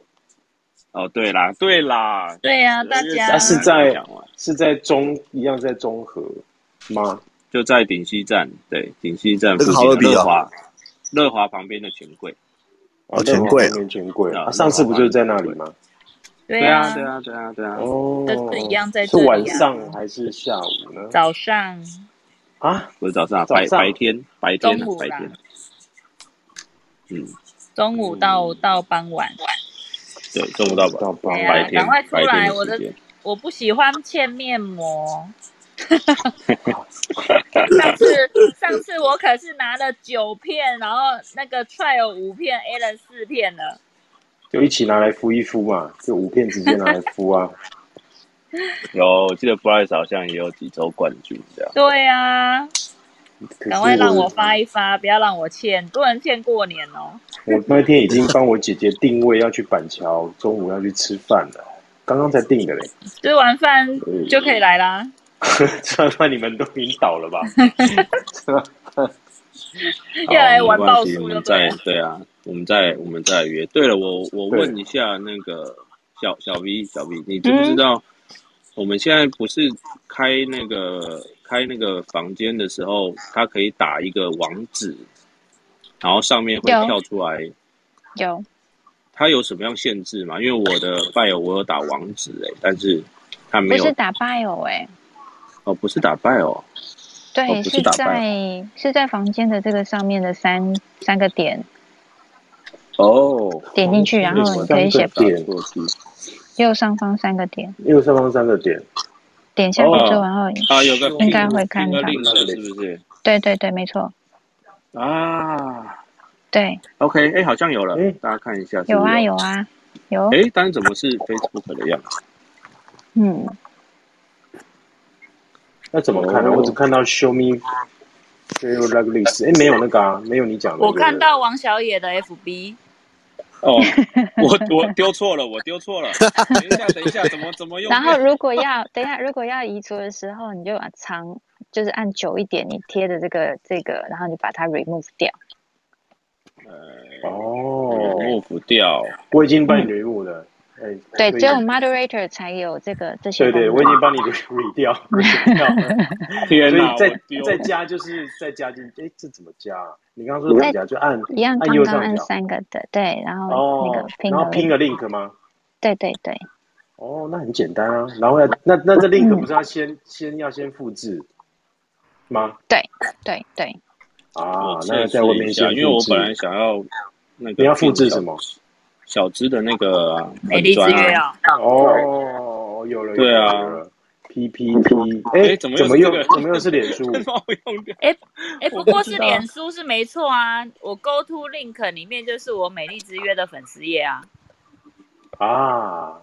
[SPEAKER 2] 哦，对啦，对啦，
[SPEAKER 8] 对呀、啊
[SPEAKER 2] 十二
[SPEAKER 8] 大
[SPEAKER 2] 月
[SPEAKER 8] 家
[SPEAKER 5] 啊
[SPEAKER 2] 十一
[SPEAKER 5] 是
[SPEAKER 2] 还没
[SPEAKER 5] 在
[SPEAKER 6] 啊
[SPEAKER 2] 讲完，
[SPEAKER 5] 是在中一样在中和吗？
[SPEAKER 2] 就在顶溪站，对，顶溪站
[SPEAKER 6] 这
[SPEAKER 2] 附
[SPEAKER 6] 是
[SPEAKER 2] 近
[SPEAKER 6] 好
[SPEAKER 2] 的
[SPEAKER 6] 乐比
[SPEAKER 4] 啊
[SPEAKER 2] 乐
[SPEAKER 6] 哦
[SPEAKER 2] 华，乐华旁边的钱柜。
[SPEAKER 6] 哦，钱柜
[SPEAKER 2] 乐华旁边
[SPEAKER 6] 哦，钱柜
[SPEAKER 2] 啊
[SPEAKER 6] 啊，上次不就是在那里吗？
[SPEAKER 2] 对啊，对啊，对啊，对啊。
[SPEAKER 6] 哦
[SPEAKER 8] 都是一样在
[SPEAKER 6] 是
[SPEAKER 8] 这里啊
[SPEAKER 6] 晚上还是下午呢？
[SPEAKER 8] 早上、
[SPEAKER 6] 啊，
[SPEAKER 2] 不是早上啊，
[SPEAKER 6] 早
[SPEAKER 2] 白
[SPEAKER 6] 上
[SPEAKER 2] 白天，白天啊，
[SPEAKER 8] 中午
[SPEAKER 2] 白
[SPEAKER 8] 啦
[SPEAKER 2] 天，，嗯，
[SPEAKER 8] 中午到到傍晚。
[SPEAKER 2] 对，中午到晚
[SPEAKER 6] 到
[SPEAKER 8] 哎
[SPEAKER 6] 傍
[SPEAKER 8] 呀
[SPEAKER 2] 白，
[SPEAKER 8] 赶
[SPEAKER 2] 天，
[SPEAKER 8] 快出
[SPEAKER 2] 白天
[SPEAKER 8] 来！
[SPEAKER 2] 的
[SPEAKER 8] 我
[SPEAKER 2] 时
[SPEAKER 8] 的
[SPEAKER 2] 间。
[SPEAKER 8] 我不喜欢嵌面膜。上次上次我可是拿了九片，然后那个 trial 五片，Allen 四片了。
[SPEAKER 6] 就一起拿来敷一敷嘛，就五片直接拿来敷啊。
[SPEAKER 2] 有，我记得 Bryce 好像也有几周冠军这样。
[SPEAKER 8] 对呀、
[SPEAKER 6] 可
[SPEAKER 8] 赶
[SPEAKER 6] 是
[SPEAKER 8] 快让我
[SPEAKER 6] 我
[SPEAKER 8] 发一发，不要让我欠，不能欠过年哦。
[SPEAKER 6] 我那天已经帮我姐姐定位要去板桥，中午要去吃饭了，刚刚才定的嘞。
[SPEAKER 8] 吃完饭就可以来啦。
[SPEAKER 6] 吃完饭你们都晕倒了 吧？吃完饭
[SPEAKER 8] 要来
[SPEAKER 2] 没
[SPEAKER 8] 玩
[SPEAKER 2] 关
[SPEAKER 8] 爆
[SPEAKER 2] 系，我
[SPEAKER 8] 数就
[SPEAKER 2] 们再
[SPEAKER 8] 对了。
[SPEAKER 2] 对啊，我们再我们再约。对了，我我
[SPEAKER 6] 对
[SPEAKER 2] 问一下那个小小 V 小 V，你知不知
[SPEAKER 8] 嗯
[SPEAKER 2] 道我们现在不是开那个开那个房间的时候，它可以打一个网址，然后上面会
[SPEAKER 12] 有
[SPEAKER 2] 跳出来，
[SPEAKER 12] 嗯有，
[SPEAKER 2] 它有什么样限制吗？因为我的伴友我有打网址哎、但是它没
[SPEAKER 12] 不是
[SPEAKER 2] 有
[SPEAKER 12] 打 bio 哎、
[SPEAKER 2] 哦，不是打败哦，哦
[SPEAKER 12] 对，
[SPEAKER 2] 不是
[SPEAKER 12] 是
[SPEAKER 2] 打败
[SPEAKER 12] 在是在房间的这个上面的三三个点
[SPEAKER 2] 哦，
[SPEAKER 12] 点进去，然
[SPEAKER 6] 这
[SPEAKER 12] 后你可
[SPEAKER 6] 三个
[SPEAKER 12] 以写
[SPEAKER 6] 点，
[SPEAKER 12] 右上方三个点，
[SPEAKER 6] 右上方三个点。
[SPEAKER 12] 点下去之后，
[SPEAKER 2] 哦
[SPEAKER 12] 然后
[SPEAKER 2] 啊，有个
[SPEAKER 12] 应
[SPEAKER 2] ping
[SPEAKER 12] 该会
[SPEAKER 2] ping
[SPEAKER 12] 看到。
[SPEAKER 2] link 是不是
[SPEAKER 12] 对对对，没错，
[SPEAKER 2] 啊？
[SPEAKER 12] 对，
[SPEAKER 2] OK，哎、好像有了，大家看一下是
[SPEAKER 12] 有
[SPEAKER 2] 不是
[SPEAKER 12] 啊
[SPEAKER 2] 有？
[SPEAKER 12] 有啊有，
[SPEAKER 2] 哎、但是怎么是 Facebook 的样 子？
[SPEAKER 12] 嗯，
[SPEAKER 6] 那怎么看呢？
[SPEAKER 2] 哦
[SPEAKER 6] 我只看到 Show me feel like this，哎，没有那个啊，没有你讲的
[SPEAKER 8] 我
[SPEAKER 6] 那
[SPEAKER 8] 看
[SPEAKER 6] 个。
[SPEAKER 8] 到王小野的 FB，
[SPEAKER 2] 哦，我我丢错了，我丢错了。等一下，等一下，怎 么怎么又
[SPEAKER 12] 然
[SPEAKER 2] 变
[SPEAKER 12] 后如果要等一下，如果要移除的时候，你就把长就是按久一点，你贴的这个这个，然后你把它 remove 掉。
[SPEAKER 6] 哦
[SPEAKER 2] ，remove 掉？
[SPEAKER 6] 我已经帮你 remove 了，哎，
[SPEAKER 12] 对，
[SPEAKER 6] 所
[SPEAKER 12] 只有
[SPEAKER 6] 以
[SPEAKER 12] moderator 才有这个这些
[SPEAKER 6] 对对，
[SPEAKER 12] 功
[SPEAKER 6] 我已
[SPEAKER 12] 能。
[SPEAKER 6] 经帮你 remove 掉 remove 掉了。
[SPEAKER 2] 天
[SPEAKER 6] 所以
[SPEAKER 2] 哪、
[SPEAKER 6] 再
[SPEAKER 2] 我丢
[SPEAKER 6] 再
[SPEAKER 2] 了。
[SPEAKER 6] 加就是再加进，哎，这怎么加啊？你刚刚说怎么
[SPEAKER 12] 在
[SPEAKER 6] 加？就按
[SPEAKER 12] 一样，
[SPEAKER 6] 按
[SPEAKER 12] 刚
[SPEAKER 6] 右
[SPEAKER 12] 刚
[SPEAKER 6] 上
[SPEAKER 12] 按
[SPEAKER 6] 角
[SPEAKER 12] 三个的，对，然后那个
[SPEAKER 6] 哦，
[SPEAKER 12] pin
[SPEAKER 6] 然后
[SPEAKER 12] link，
[SPEAKER 6] 拼个 link 吗？
[SPEAKER 12] 对对对，
[SPEAKER 6] 哦，那很简单啊。然后要那那 这 link 不
[SPEAKER 12] 嗯，
[SPEAKER 6] 是要先先要先复制吗？
[SPEAKER 12] 对对对，
[SPEAKER 2] 我
[SPEAKER 6] 啊，那
[SPEAKER 2] 测
[SPEAKER 6] 要在外
[SPEAKER 2] 试一
[SPEAKER 6] 面
[SPEAKER 2] 下，
[SPEAKER 6] 先
[SPEAKER 2] 因为
[SPEAKER 6] 复
[SPEAKER 2] 我本
[SPEAKER 6] 制。
[SPEAKER 2] 来想要那
[SPEAKER 6] 你
[SPEAKER 2] 个
[SPEAKER 6] 要复
[SPEAKER 2] pin
[SPEAKER 6] 制
[SPEAKER 2] 小
[SPEAKER 6] 什么？
[SPEAKER 2] 小资的那个啊
[SPEAKER 8] 美
[SPEAKER 2] 粉
[SPEAKER 8] 丽之
[SPEAKER 2] 砖
[SPEAKER 8] 约
[SPEAKER 2] 啊。
[SPEAKER 8] 哦，
[SPEAKER 6] 哦，有了有
[SPEAKER 2] 对
[SPEAKER 6] 了有
[SPEAKER 2] 啊，
[SPEAKER 6] 了，PPT，哎、
[SPEAKER 2] 哎、怎么
[SPEAKER 6] 怎
[SPEAKER 2] 又是这
[SPEAKER 6] 么又
[SPEAKER 2] 个？
[SPEAKER 6] 怎么又 是脸书？
[SPEAKER 2] 把我用掉，
[SPEAKER 8] 哎哎，
[SPEAKER 2] 我
[SPEAKER 8] 不
[SPEAKER 2] 不
[SPEAKER 8] 过
[SPEAKER 2] 知
[SPEAKER 8] 是
[SPEAKER 2] 道。
[SPEAKER 8] 脸书是没错啊，我 Go to Link 里面就是我美丽之约的粉丝页啊。
[SPEAKER 6] 啊，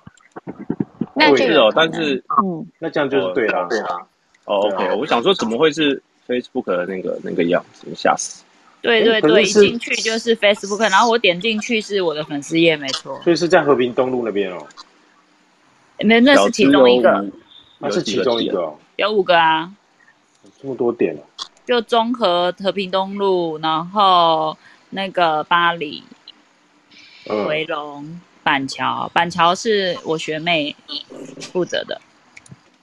[SPEAKER 12] 那就是有
[SPEAKER 2] 哦，
[SPEAKER 12] 可
[SPEAKER 2] 但
[SPEAKER 12] 能，
[SPEAKER 2] 是
[SPEAKER 12] 嗯，
[SPEAKER 6] 那这样就是
[SPEAKER 2] 哦
[SPEAKER 6] 对啦，
[SPEAKER 2] 哦
[SPEAKER 6] 对啊，
[SPEAKER 2] ，OK，我想说怎么会是 Facebook 的那个那个样子，吓死！
[SPEAKER 8] 对
[SPEAKER 6] 哎、
[SPEAKER 8] 对
[SPEAKER 6] 可是
[SPEAKER 8] 对，一进
[SPEAKER 6] 是，
[SPEAKER 8] 去就是 Facebook，然后我点进去是我的粉丝页，没错。
[SPEAKER 6] 所以是在和平东路那边哦，
[SPEAKER 8] 那那
[SPEAKER 2] 小
[SPEAKER 8] 是其
[SPEAKER 2] 资
[SPEAKER 8] 中
[SPEAKER 2] 有
[SPEAKER 8] 一个，
[SPEAKER 2] 五有
[SPEAKER 6] 那、啊是
[SPEAKER 2] 几
[SPEAKER 6] 其
[SPEAKER 2] 个
[SPEAKER 6] 中一
[SPEAKER 2] 点
[SPEAKER 6] 个哦，
[SPEAKER 8] 有五个啊，
[SPEAKER 6] 这么多点哦，
[SPEAKER 8] 就综合和平东路，然后那个巴黎、回
[SPEAKER 6] 嗯，
[SPEAKER 8] 龙、板桥，板桥是我学妹负责的。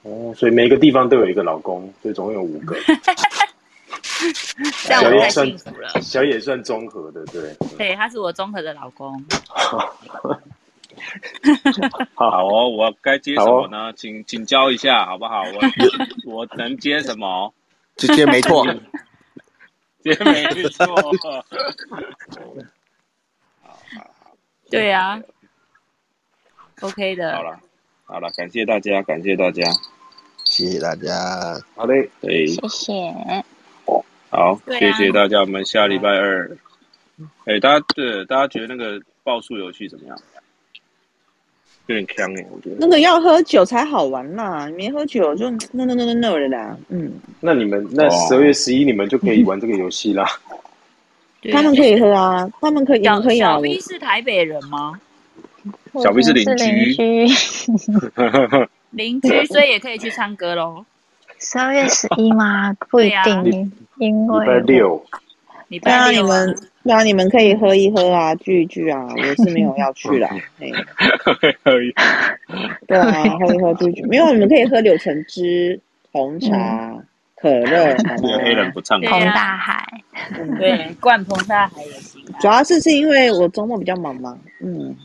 [SPEAKER 6] 哦，
[SPEAKER 2] 嗯
[SPEAKER 6] 所以每个地方都有一个老公，所以总共有五 个。
[SPEAKER 8] 这样
[SPEAKER 6] 小
[SPEAKER 8] 我
[SPEAKER 6] 野
[SPEAKER 8] 太
[SPEAKER 2] 哦，
[SPEAKER 6] 算
[SPEAKER 8] 幸福了。
[SPEAKER 6] 小野算综合的，对，嗯
[SPEAKER 8] 对，他是我综合的老公。
[SPEAKER 6] 好，
[SPEAKER 2] 好哦，我该接
[SPEAKER 6] 好
[SPEAKER 2] 什么
[SPEAKER 6] 哦，
[SPEAKER 2] 呢？请请教一下好不好？我 我能接什么？
[SPEAKER 13] 直接没 错，
[SPEAKER 2] 你接没错。
[SPEAKER 8] 对啊
[SPEAKER 2] OK，
[SPEAKER 8] ，OK
[SPEAKER 2] 好
[SPEAKER 8] 的，
[SPEAKER 2] 了好了，感谢大家，感谢大家。
[SPEAKER 13] 谢谢大家，
[SPEAKER 6] 好嘞，
[SPEAKER 2] 对，
[SPEAKER 12] 谢谢，
[SPEAKER 2] 好，
[SPEAKER 8] 对
[SPEAKER 2] 谢
[SPEAKER 8] 啊，
[SPEAKER 2] 谢大家，我们下礼拜二。哎、大家对大家觉得那个报数游戏怎么样？有点坑哎、我觉得。
[SPEAKER 3] 那个要喝酒才好玩啦，你没喝酒就 no no no no no 了啦。嗯，
[SPEAKER 6] 那你们那十二
[SPEAKER 2] 哦
[SPEAKER 6] 月十一你们就可以玩这个游戏啦。
[SPEAKER 8] 对
[SPEAKER 3] 他
[SPEAKER 8] 啊
[SPEAKER 3] 们。可以喝啊，他们可以，你们
[SPEAKER 8] 小
[SPEAKER 3] 可以
[SPEAKER 8] 小
[SPEAKER 3] 啊，我
[SPEAKER 8] V 是台北人吗？
[SPEAKER 12] 我
[SPEAKER 2] 小 V 是
[SPEAKER 12] 们是
[SPEAKER 2] 邻
[SPEAKER 12] 邻
[SPEAKER 2] 居，
[SPEAKER 12] 居，
[SPEAKER 8] 邻居，所以也可以去唱歌喽。
[SPEAKER 12] 十二月十一吗？不
[SPEAKER 8] 对
[SPEAKER 12] 一
[SPEAKER 8] 呀、
[SPEAKER 12] 定，
[SPEAKER 6] 礼
[SPEAKER 12] 因
[SPEAKER 6] 啊礼拜
[SPEAKER 12] 为我
[SPEAKER 6] 六，
[SPEAKER 8] 礼
[SPEAKER 3] 对
[SPEAKER 8] 拜
[SPEAKER 3] 啊，你
[SPEAKER 8] 六啊。
[SPEAKER 3] 们对啊，你们可以喝一喝啊，聚一聚啊，我是没有要去啦。哎、
[SPEAKER 2] 可以
[SPEAKER 3] 对啊，喝一喝聚一聚，没有，你们可以喝柳橙汁红
[SPEAKER 12] 嗯，
[SPEAKER 3] 茶，可乐、奶
[SPEAKER 2] 这个黑人不唱歌，
[SPEAKER 8] 对啊
[SPEAKER 12] 海，
[SPEAKER 8] 对，灌彭大海也行啊。
[SPEAKER 3] 主要是是因为我周末比较忙嘛，嗯，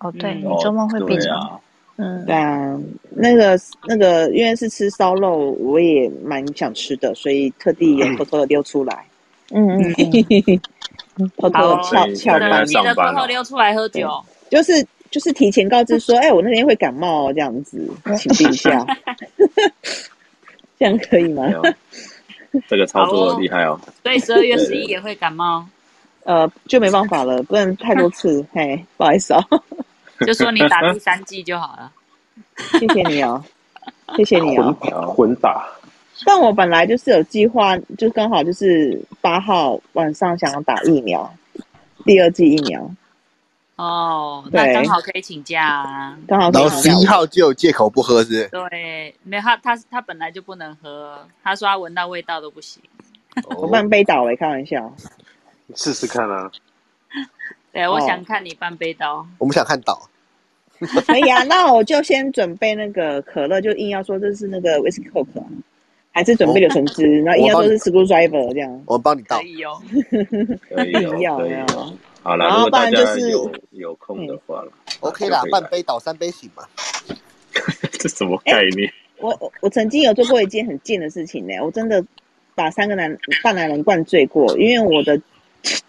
[SPEAKER 12] 哦，对
[SPEAKER 8] 嗯
[SPEAKER 12] 你周末会
[SPEAKER 8] 哦
[SPEAKER 12] 比
[SPEAKER 8] 对
[SPEAKER 12] 较
[SPEAKER 8] 啊，
[SPEAKER 12] 嗯，
[SPEAKER 3] 对啊，那个那个，因为是吃烧肉，我也蛮想吃的，所以特地有偷偷的溜出来，
[SPEAKER 12] 嗯嗯嗯，
[SPEAKER 3] 偷偷的
[SPEAKER 8] 好哦
[SPEAKER 3] 翘翘班，
[SPEAKER 8] 记得偷
[SPEAKER 2] 哦
[SPEAKER 8] 偷溜出来喝酒。
[SPEAKER 3] 就是就是提前告知说，哎、我那天会感冒哦这样子，
[SPEAKER 12] 嗯
[SPEAKER 3] 请病 假，这样可以吗？
[SPEAKER 2] 没有这个操作厉害哦。
[SPEAKER 8] 所以十二月十一也啊会感冒，
[SPEAKER 3] 呃，就没办法了，不能太多次，嘿，不好意思哦，
[SPEAKER 8] 就说你打第三剂就好了。
[SPEAKER 3] 谢谢你哦，谢谢你哦。
[SPEAKER 6] 混 混打，
[SPEAKER 3] 但我本来就是有计划，就刚好就是八号晚上想要打疫苗，第二剂疫苗，
[SPEAKER 8] 哦，那
[SPEAKER 3] 对
[SPEAKER 8] 刚好可以请假啊。
[SPEAKER 3] 刚好
[SPEAKER 13] 然后
[SPEAKER 3] 可以
[SPEAKER 13] 十
[SPEAKER 3] 下午
[SPEAKER 13] 一号就有借口不喝，是不是？
[SPEAKER 8] 对，没有他，他他本来就不能喝，他说他闻到味道都不行。
[SPEAKER 3] 我半杯倒了，开玩笑。
[SPEAKER 6] 试试看啊！
[SPEAKER 8] 对，我
[SPEAKER 3] 哦
[SPEAKER 8] 想看你半杯刀。
[SPEAKER 13] 我们想看 岛，
[SPEAKER 3] 可以啊，那我就先准备那个可乐，就硬要说这是那个 whisky coke，啊还是准备柳橙汁，
[SPEAKER 13] 哦
[SPEAKER 3] 然后硬要说是 screwdriver 这样。
[SPEAKER 13] 我帮你倒。
[SPEAKER 8] 以哦，
[SPEAKER 2] 可以
[SPEAKER 3] 硬要
[SPEAKER 2] 哦，可以
[SPEAKER 3] 没有
[SPEAKER 2] 哦。好了，
[SPEAKER 3] 然
[SPEAKER 2] 如
[SPEAKER 3] 后
[SPEAKER 2] 果
[SPEAKER 3] 不
[SPEAKER 2] 大
[SPEAKER 3] 然
[SPEAKER 2] 家
[SPEAKER 3] 就是
[SPEAKER 2] 有嗯有空的话了
[SPEAKER 13] OK 啦
[SPEAKER 2] 就可，以来
[SPEAKER 13] 半杯倒三杯醒嘛。
[SPEAKER 2] 这什么概念？
[SPEAKER 3] 我我我曾经有做过一件很贱的事情呢、我真的把三个男大男人灌醉过，因为我的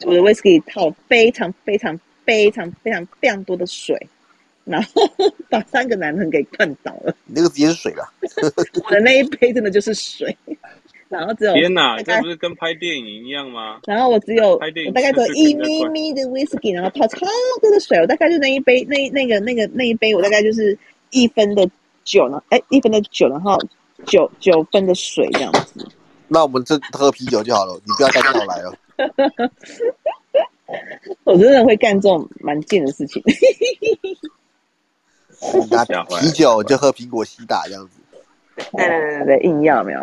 [SPEAKER 3] 我的 whisky 套非常非常非常非常非常多的水，然后 把三个男人给灌倒了。
[SPEAKER 13] 你那个直接是水了，
[SPEAKER 3] 我的那一杯真的就是水，然后只有
[SPEAKER 2] 天哪，这
[SPEAKER 3] 大概
[SPEAKER 2] 不是跟拍电影一样吗？
[SPEAKER 3] 然后我只有
[SPEAKER 2] 拍电
[SPEAKER 3] 我
[SPEAKER 2] 影
[SPEAKER 3] 大概只有
[SPEAKER 2] 就是
[SPEAKER 3] 一
[SPEAKER 2] 跟着
[SPEAKER 3] 咪
[SPEAKER 2] 灌
[SPEAKER 3] 咪的 whisky，然后泡超多的水，我大概就那一杯那一那个那个那一杯，我大概就是一分的酒呢，哎，一分的酒，然后九九分的水这样子。
[SPEAKER 13] 那我们这喝啤酒就好了，你不要带尿来 了。
[SPEAKER 3] 我真的会干这种蛮贱的事 情。
[SPEAKER 13] 你拿
[SPEAKER 2] 吓坏了
[SPEAKER 13] 啤酒就喝苹果西打这样子。
[SPEAKER 3] 对对对对对，硬要没有？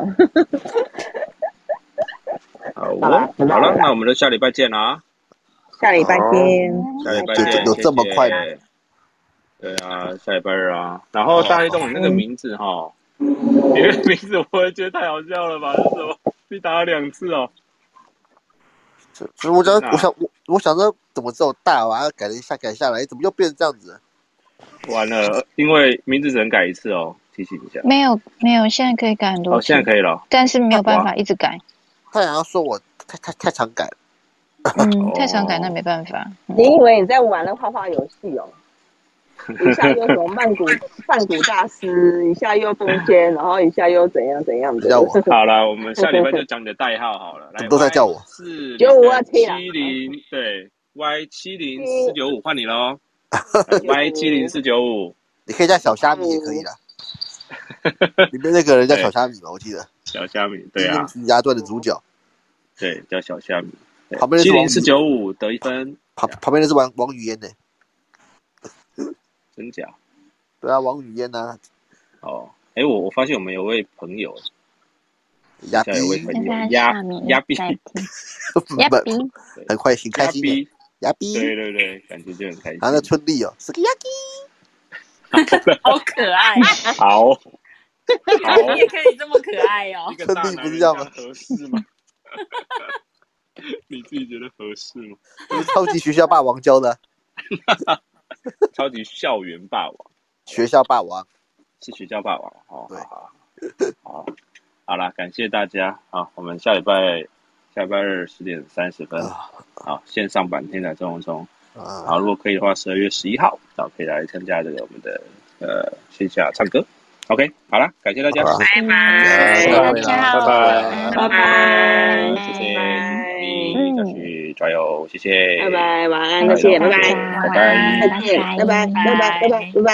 [SPEAKER 2] 好
[SPEAKER 3] 好啦
[SPEAKER 2] 哦，好了，那我们就下礼拜见啦，
[SPEAKER 3] 下礼拜见，
[SPEAKER 2] 下礼拜
[SPEAKER 3] 拜拜
[SPEAKER 2] 见，
[SPEAKER 13] 有
[SPEAKER 2] 谢
[SPEAKER 13] 这么快吗
[SPEAKER 2] 谢。对啊，下礼拜二啊。然后大黑洞，你那个名字
[SPEAKER 3] 哦
[SPEAKER 2] 哈，你那个名字我也觉得太好笑了吧？是什么？你打了两次哦。
[SPEAKER 13] 所以我想
[SPEAKER 2] 天，哪
[SPEAKER 13] 我想我我想说，怎么只有大把它改了一下改下来，怎么又变成这样子？
[SPEAKER 2] 完了，因为名字只能改一次哦，提醒一下。
[SPEAKER 12] 没有没有，现在可以改很多
[SPEAKER 2] 哦，
[SPEAKER 12] 次，
[SPEAKER 2] 现在可以了。
[SPEAKER 12] 但是没有办
[SPEAKER 2] 哇
[SPEAKER 12] 法一直改，
[SPEAKER 13] 他想要啊说我太太太常改了，
[SPEAKER 12] 嗯，太常改那没办法，
[SPEAKER 3] 哦
[SPEAKER 12] 嗯
[SPEAKER 3] 你以为你在玩了画画游戏哦？一下又什么曼谷曼谷大师，一下又中间，然后一下又怎样怎样的？
[SPEAKER 13] 叫我
[SPEAKER 2] 好了，我们下礼拜就讲你的代号好了。
[SPEAKER 13] 怎
[SPEAKER 2] 来
[SPEAKER 13] 么都在叫我。
[SPEAKER 2] 四
[SPEAKER 3] 九五二七啦
[SPEAKER 2] 七零对 Y 七零四九五换你喽 哎，Y 七零四九五。
[SPEAKER 13] 你可以叫小虾米也可 以的，里面那个人叫小虾米吧，我记得。
[SPEAKER 2] 小虾米，对
[SPEAKER 13] 《
[SPEAKER 2] 啊，
[SPEAKER 13] 金家传》的主角，
[SPEAKER 2] 对，叫小虾米。
[SPEAKER 13] 旁边那
[SPEAKER 2] 七
[SPEAKER 13] 是王
[SPEAKER 2] 零四
[SPEAKER 13] 宇，
[SPEAKER 2] 九五得一分，啊
[SPEAKER 13] 旁旁边那是王王语嫣呢。
[SPEAKER 2] 真假？
[SPEAKER 13] 对啊，王语嫣呐，
[SPEAKER 2] 哦，哎，我我发现我们有位朋友，
[SPEAKER 13] 亚
[SPEAKER 2] 下有位
[SPEAKER 13] 逼，
[SPEAKER 2] 朋
[SPEAKER 12] 现
[SPEAKER 2] 友
[SPEAKER 12] 在
[SPEAKER 2] 鸭
[SPEAKER 12] 下面
[SPEAKER 2] 鸭逼，
[SPEAKER 12] 在听，
[SPEAKER 13] 不
[SPEAKER 12] 呀
[SPEAKER 13] 不
[SPEAKER 12] 比，
[SPEAKER 2] 对
[SPEAKER 13] 很快挺开
[SPEAKER 2] 鸭
[SPEAKER 13] 心的
[SPEAKER 2] 逼，，
[SPEAKER 13] 亚逼。
[SPEAKER 2] 对对对，感觉就很开心。
[SPEAKER 13] 然后那春丽哦，是个亚逼，
[SPEAKER 8] 好可 爱，
[SPEAKER 2] 好，
[SPEAKER 8] 鸭逼也可以这么可爱哦
[SPEAKER 2] 一。个
[SPEAKER 13] 春
[SPEAKER 2] 大
[SPEAKER 13] 丽不
[SPEAKER 2] 男
[SPEAKER 13] 是这
[SPEAKER 2] 人这
[SPEAKER 13] 样吗
[SPEAKER 2] 样？合适吗？ 你自己觉得合适吗？
[SPEAKER 13] 不是超级学校霸王教的啊
[SPEAKER 2] 超级校园霸王
[SPEAKER 13] 学校霸王，
[SPEAKER 2] 是学校霸王，好
[SPEAKER 13] 对
[SPEAKER 2] 好好，好，好啦，感谢大家，好，我们下礼拜下礼拜二十点三十分，好，线上版天台中中，
[SPEAKER 13] 啊
[SPEAKER 2] 好，如果可以的话，十二月十一号，然后可以来参加这个我们的呃线下唱歌，OK，好啦，感谢大家，
[SPEAKER 13] 好啦，
[SPEAKER 12] 谢谢大
[SPEAKER 2] 拜
[SPEAKER 12] 家
[SPEAKER 2] 拜
[SPEAKER 12] 哦，
[SPEAKER 2] 拜
[SPEAKER 12] 拜
[SPEAKER 2] 拜，谢谢
[SPEAKER 12] 拜，
[SPEAKER 2] 你，下
[SPEAKER 12] 嗯，
[SPEAKER 2] 去加油，谢谢，
[SPEAKER 3] 拜拜，晚安，
[SPEAKER 2] 好
[SPEAKER 3] 谢谢，拜
[SPEAKER 2] 谢
[SPEAKER 3] 拜
[SPEAKER 2] 谢，
[SPEAKER 12] 晚
[SPEAKER 2] 拜拜。
[SPEAKER 12] 安，
[SPEAKER 3] 再见，拜拜，拜拜，拜拜，拜拜。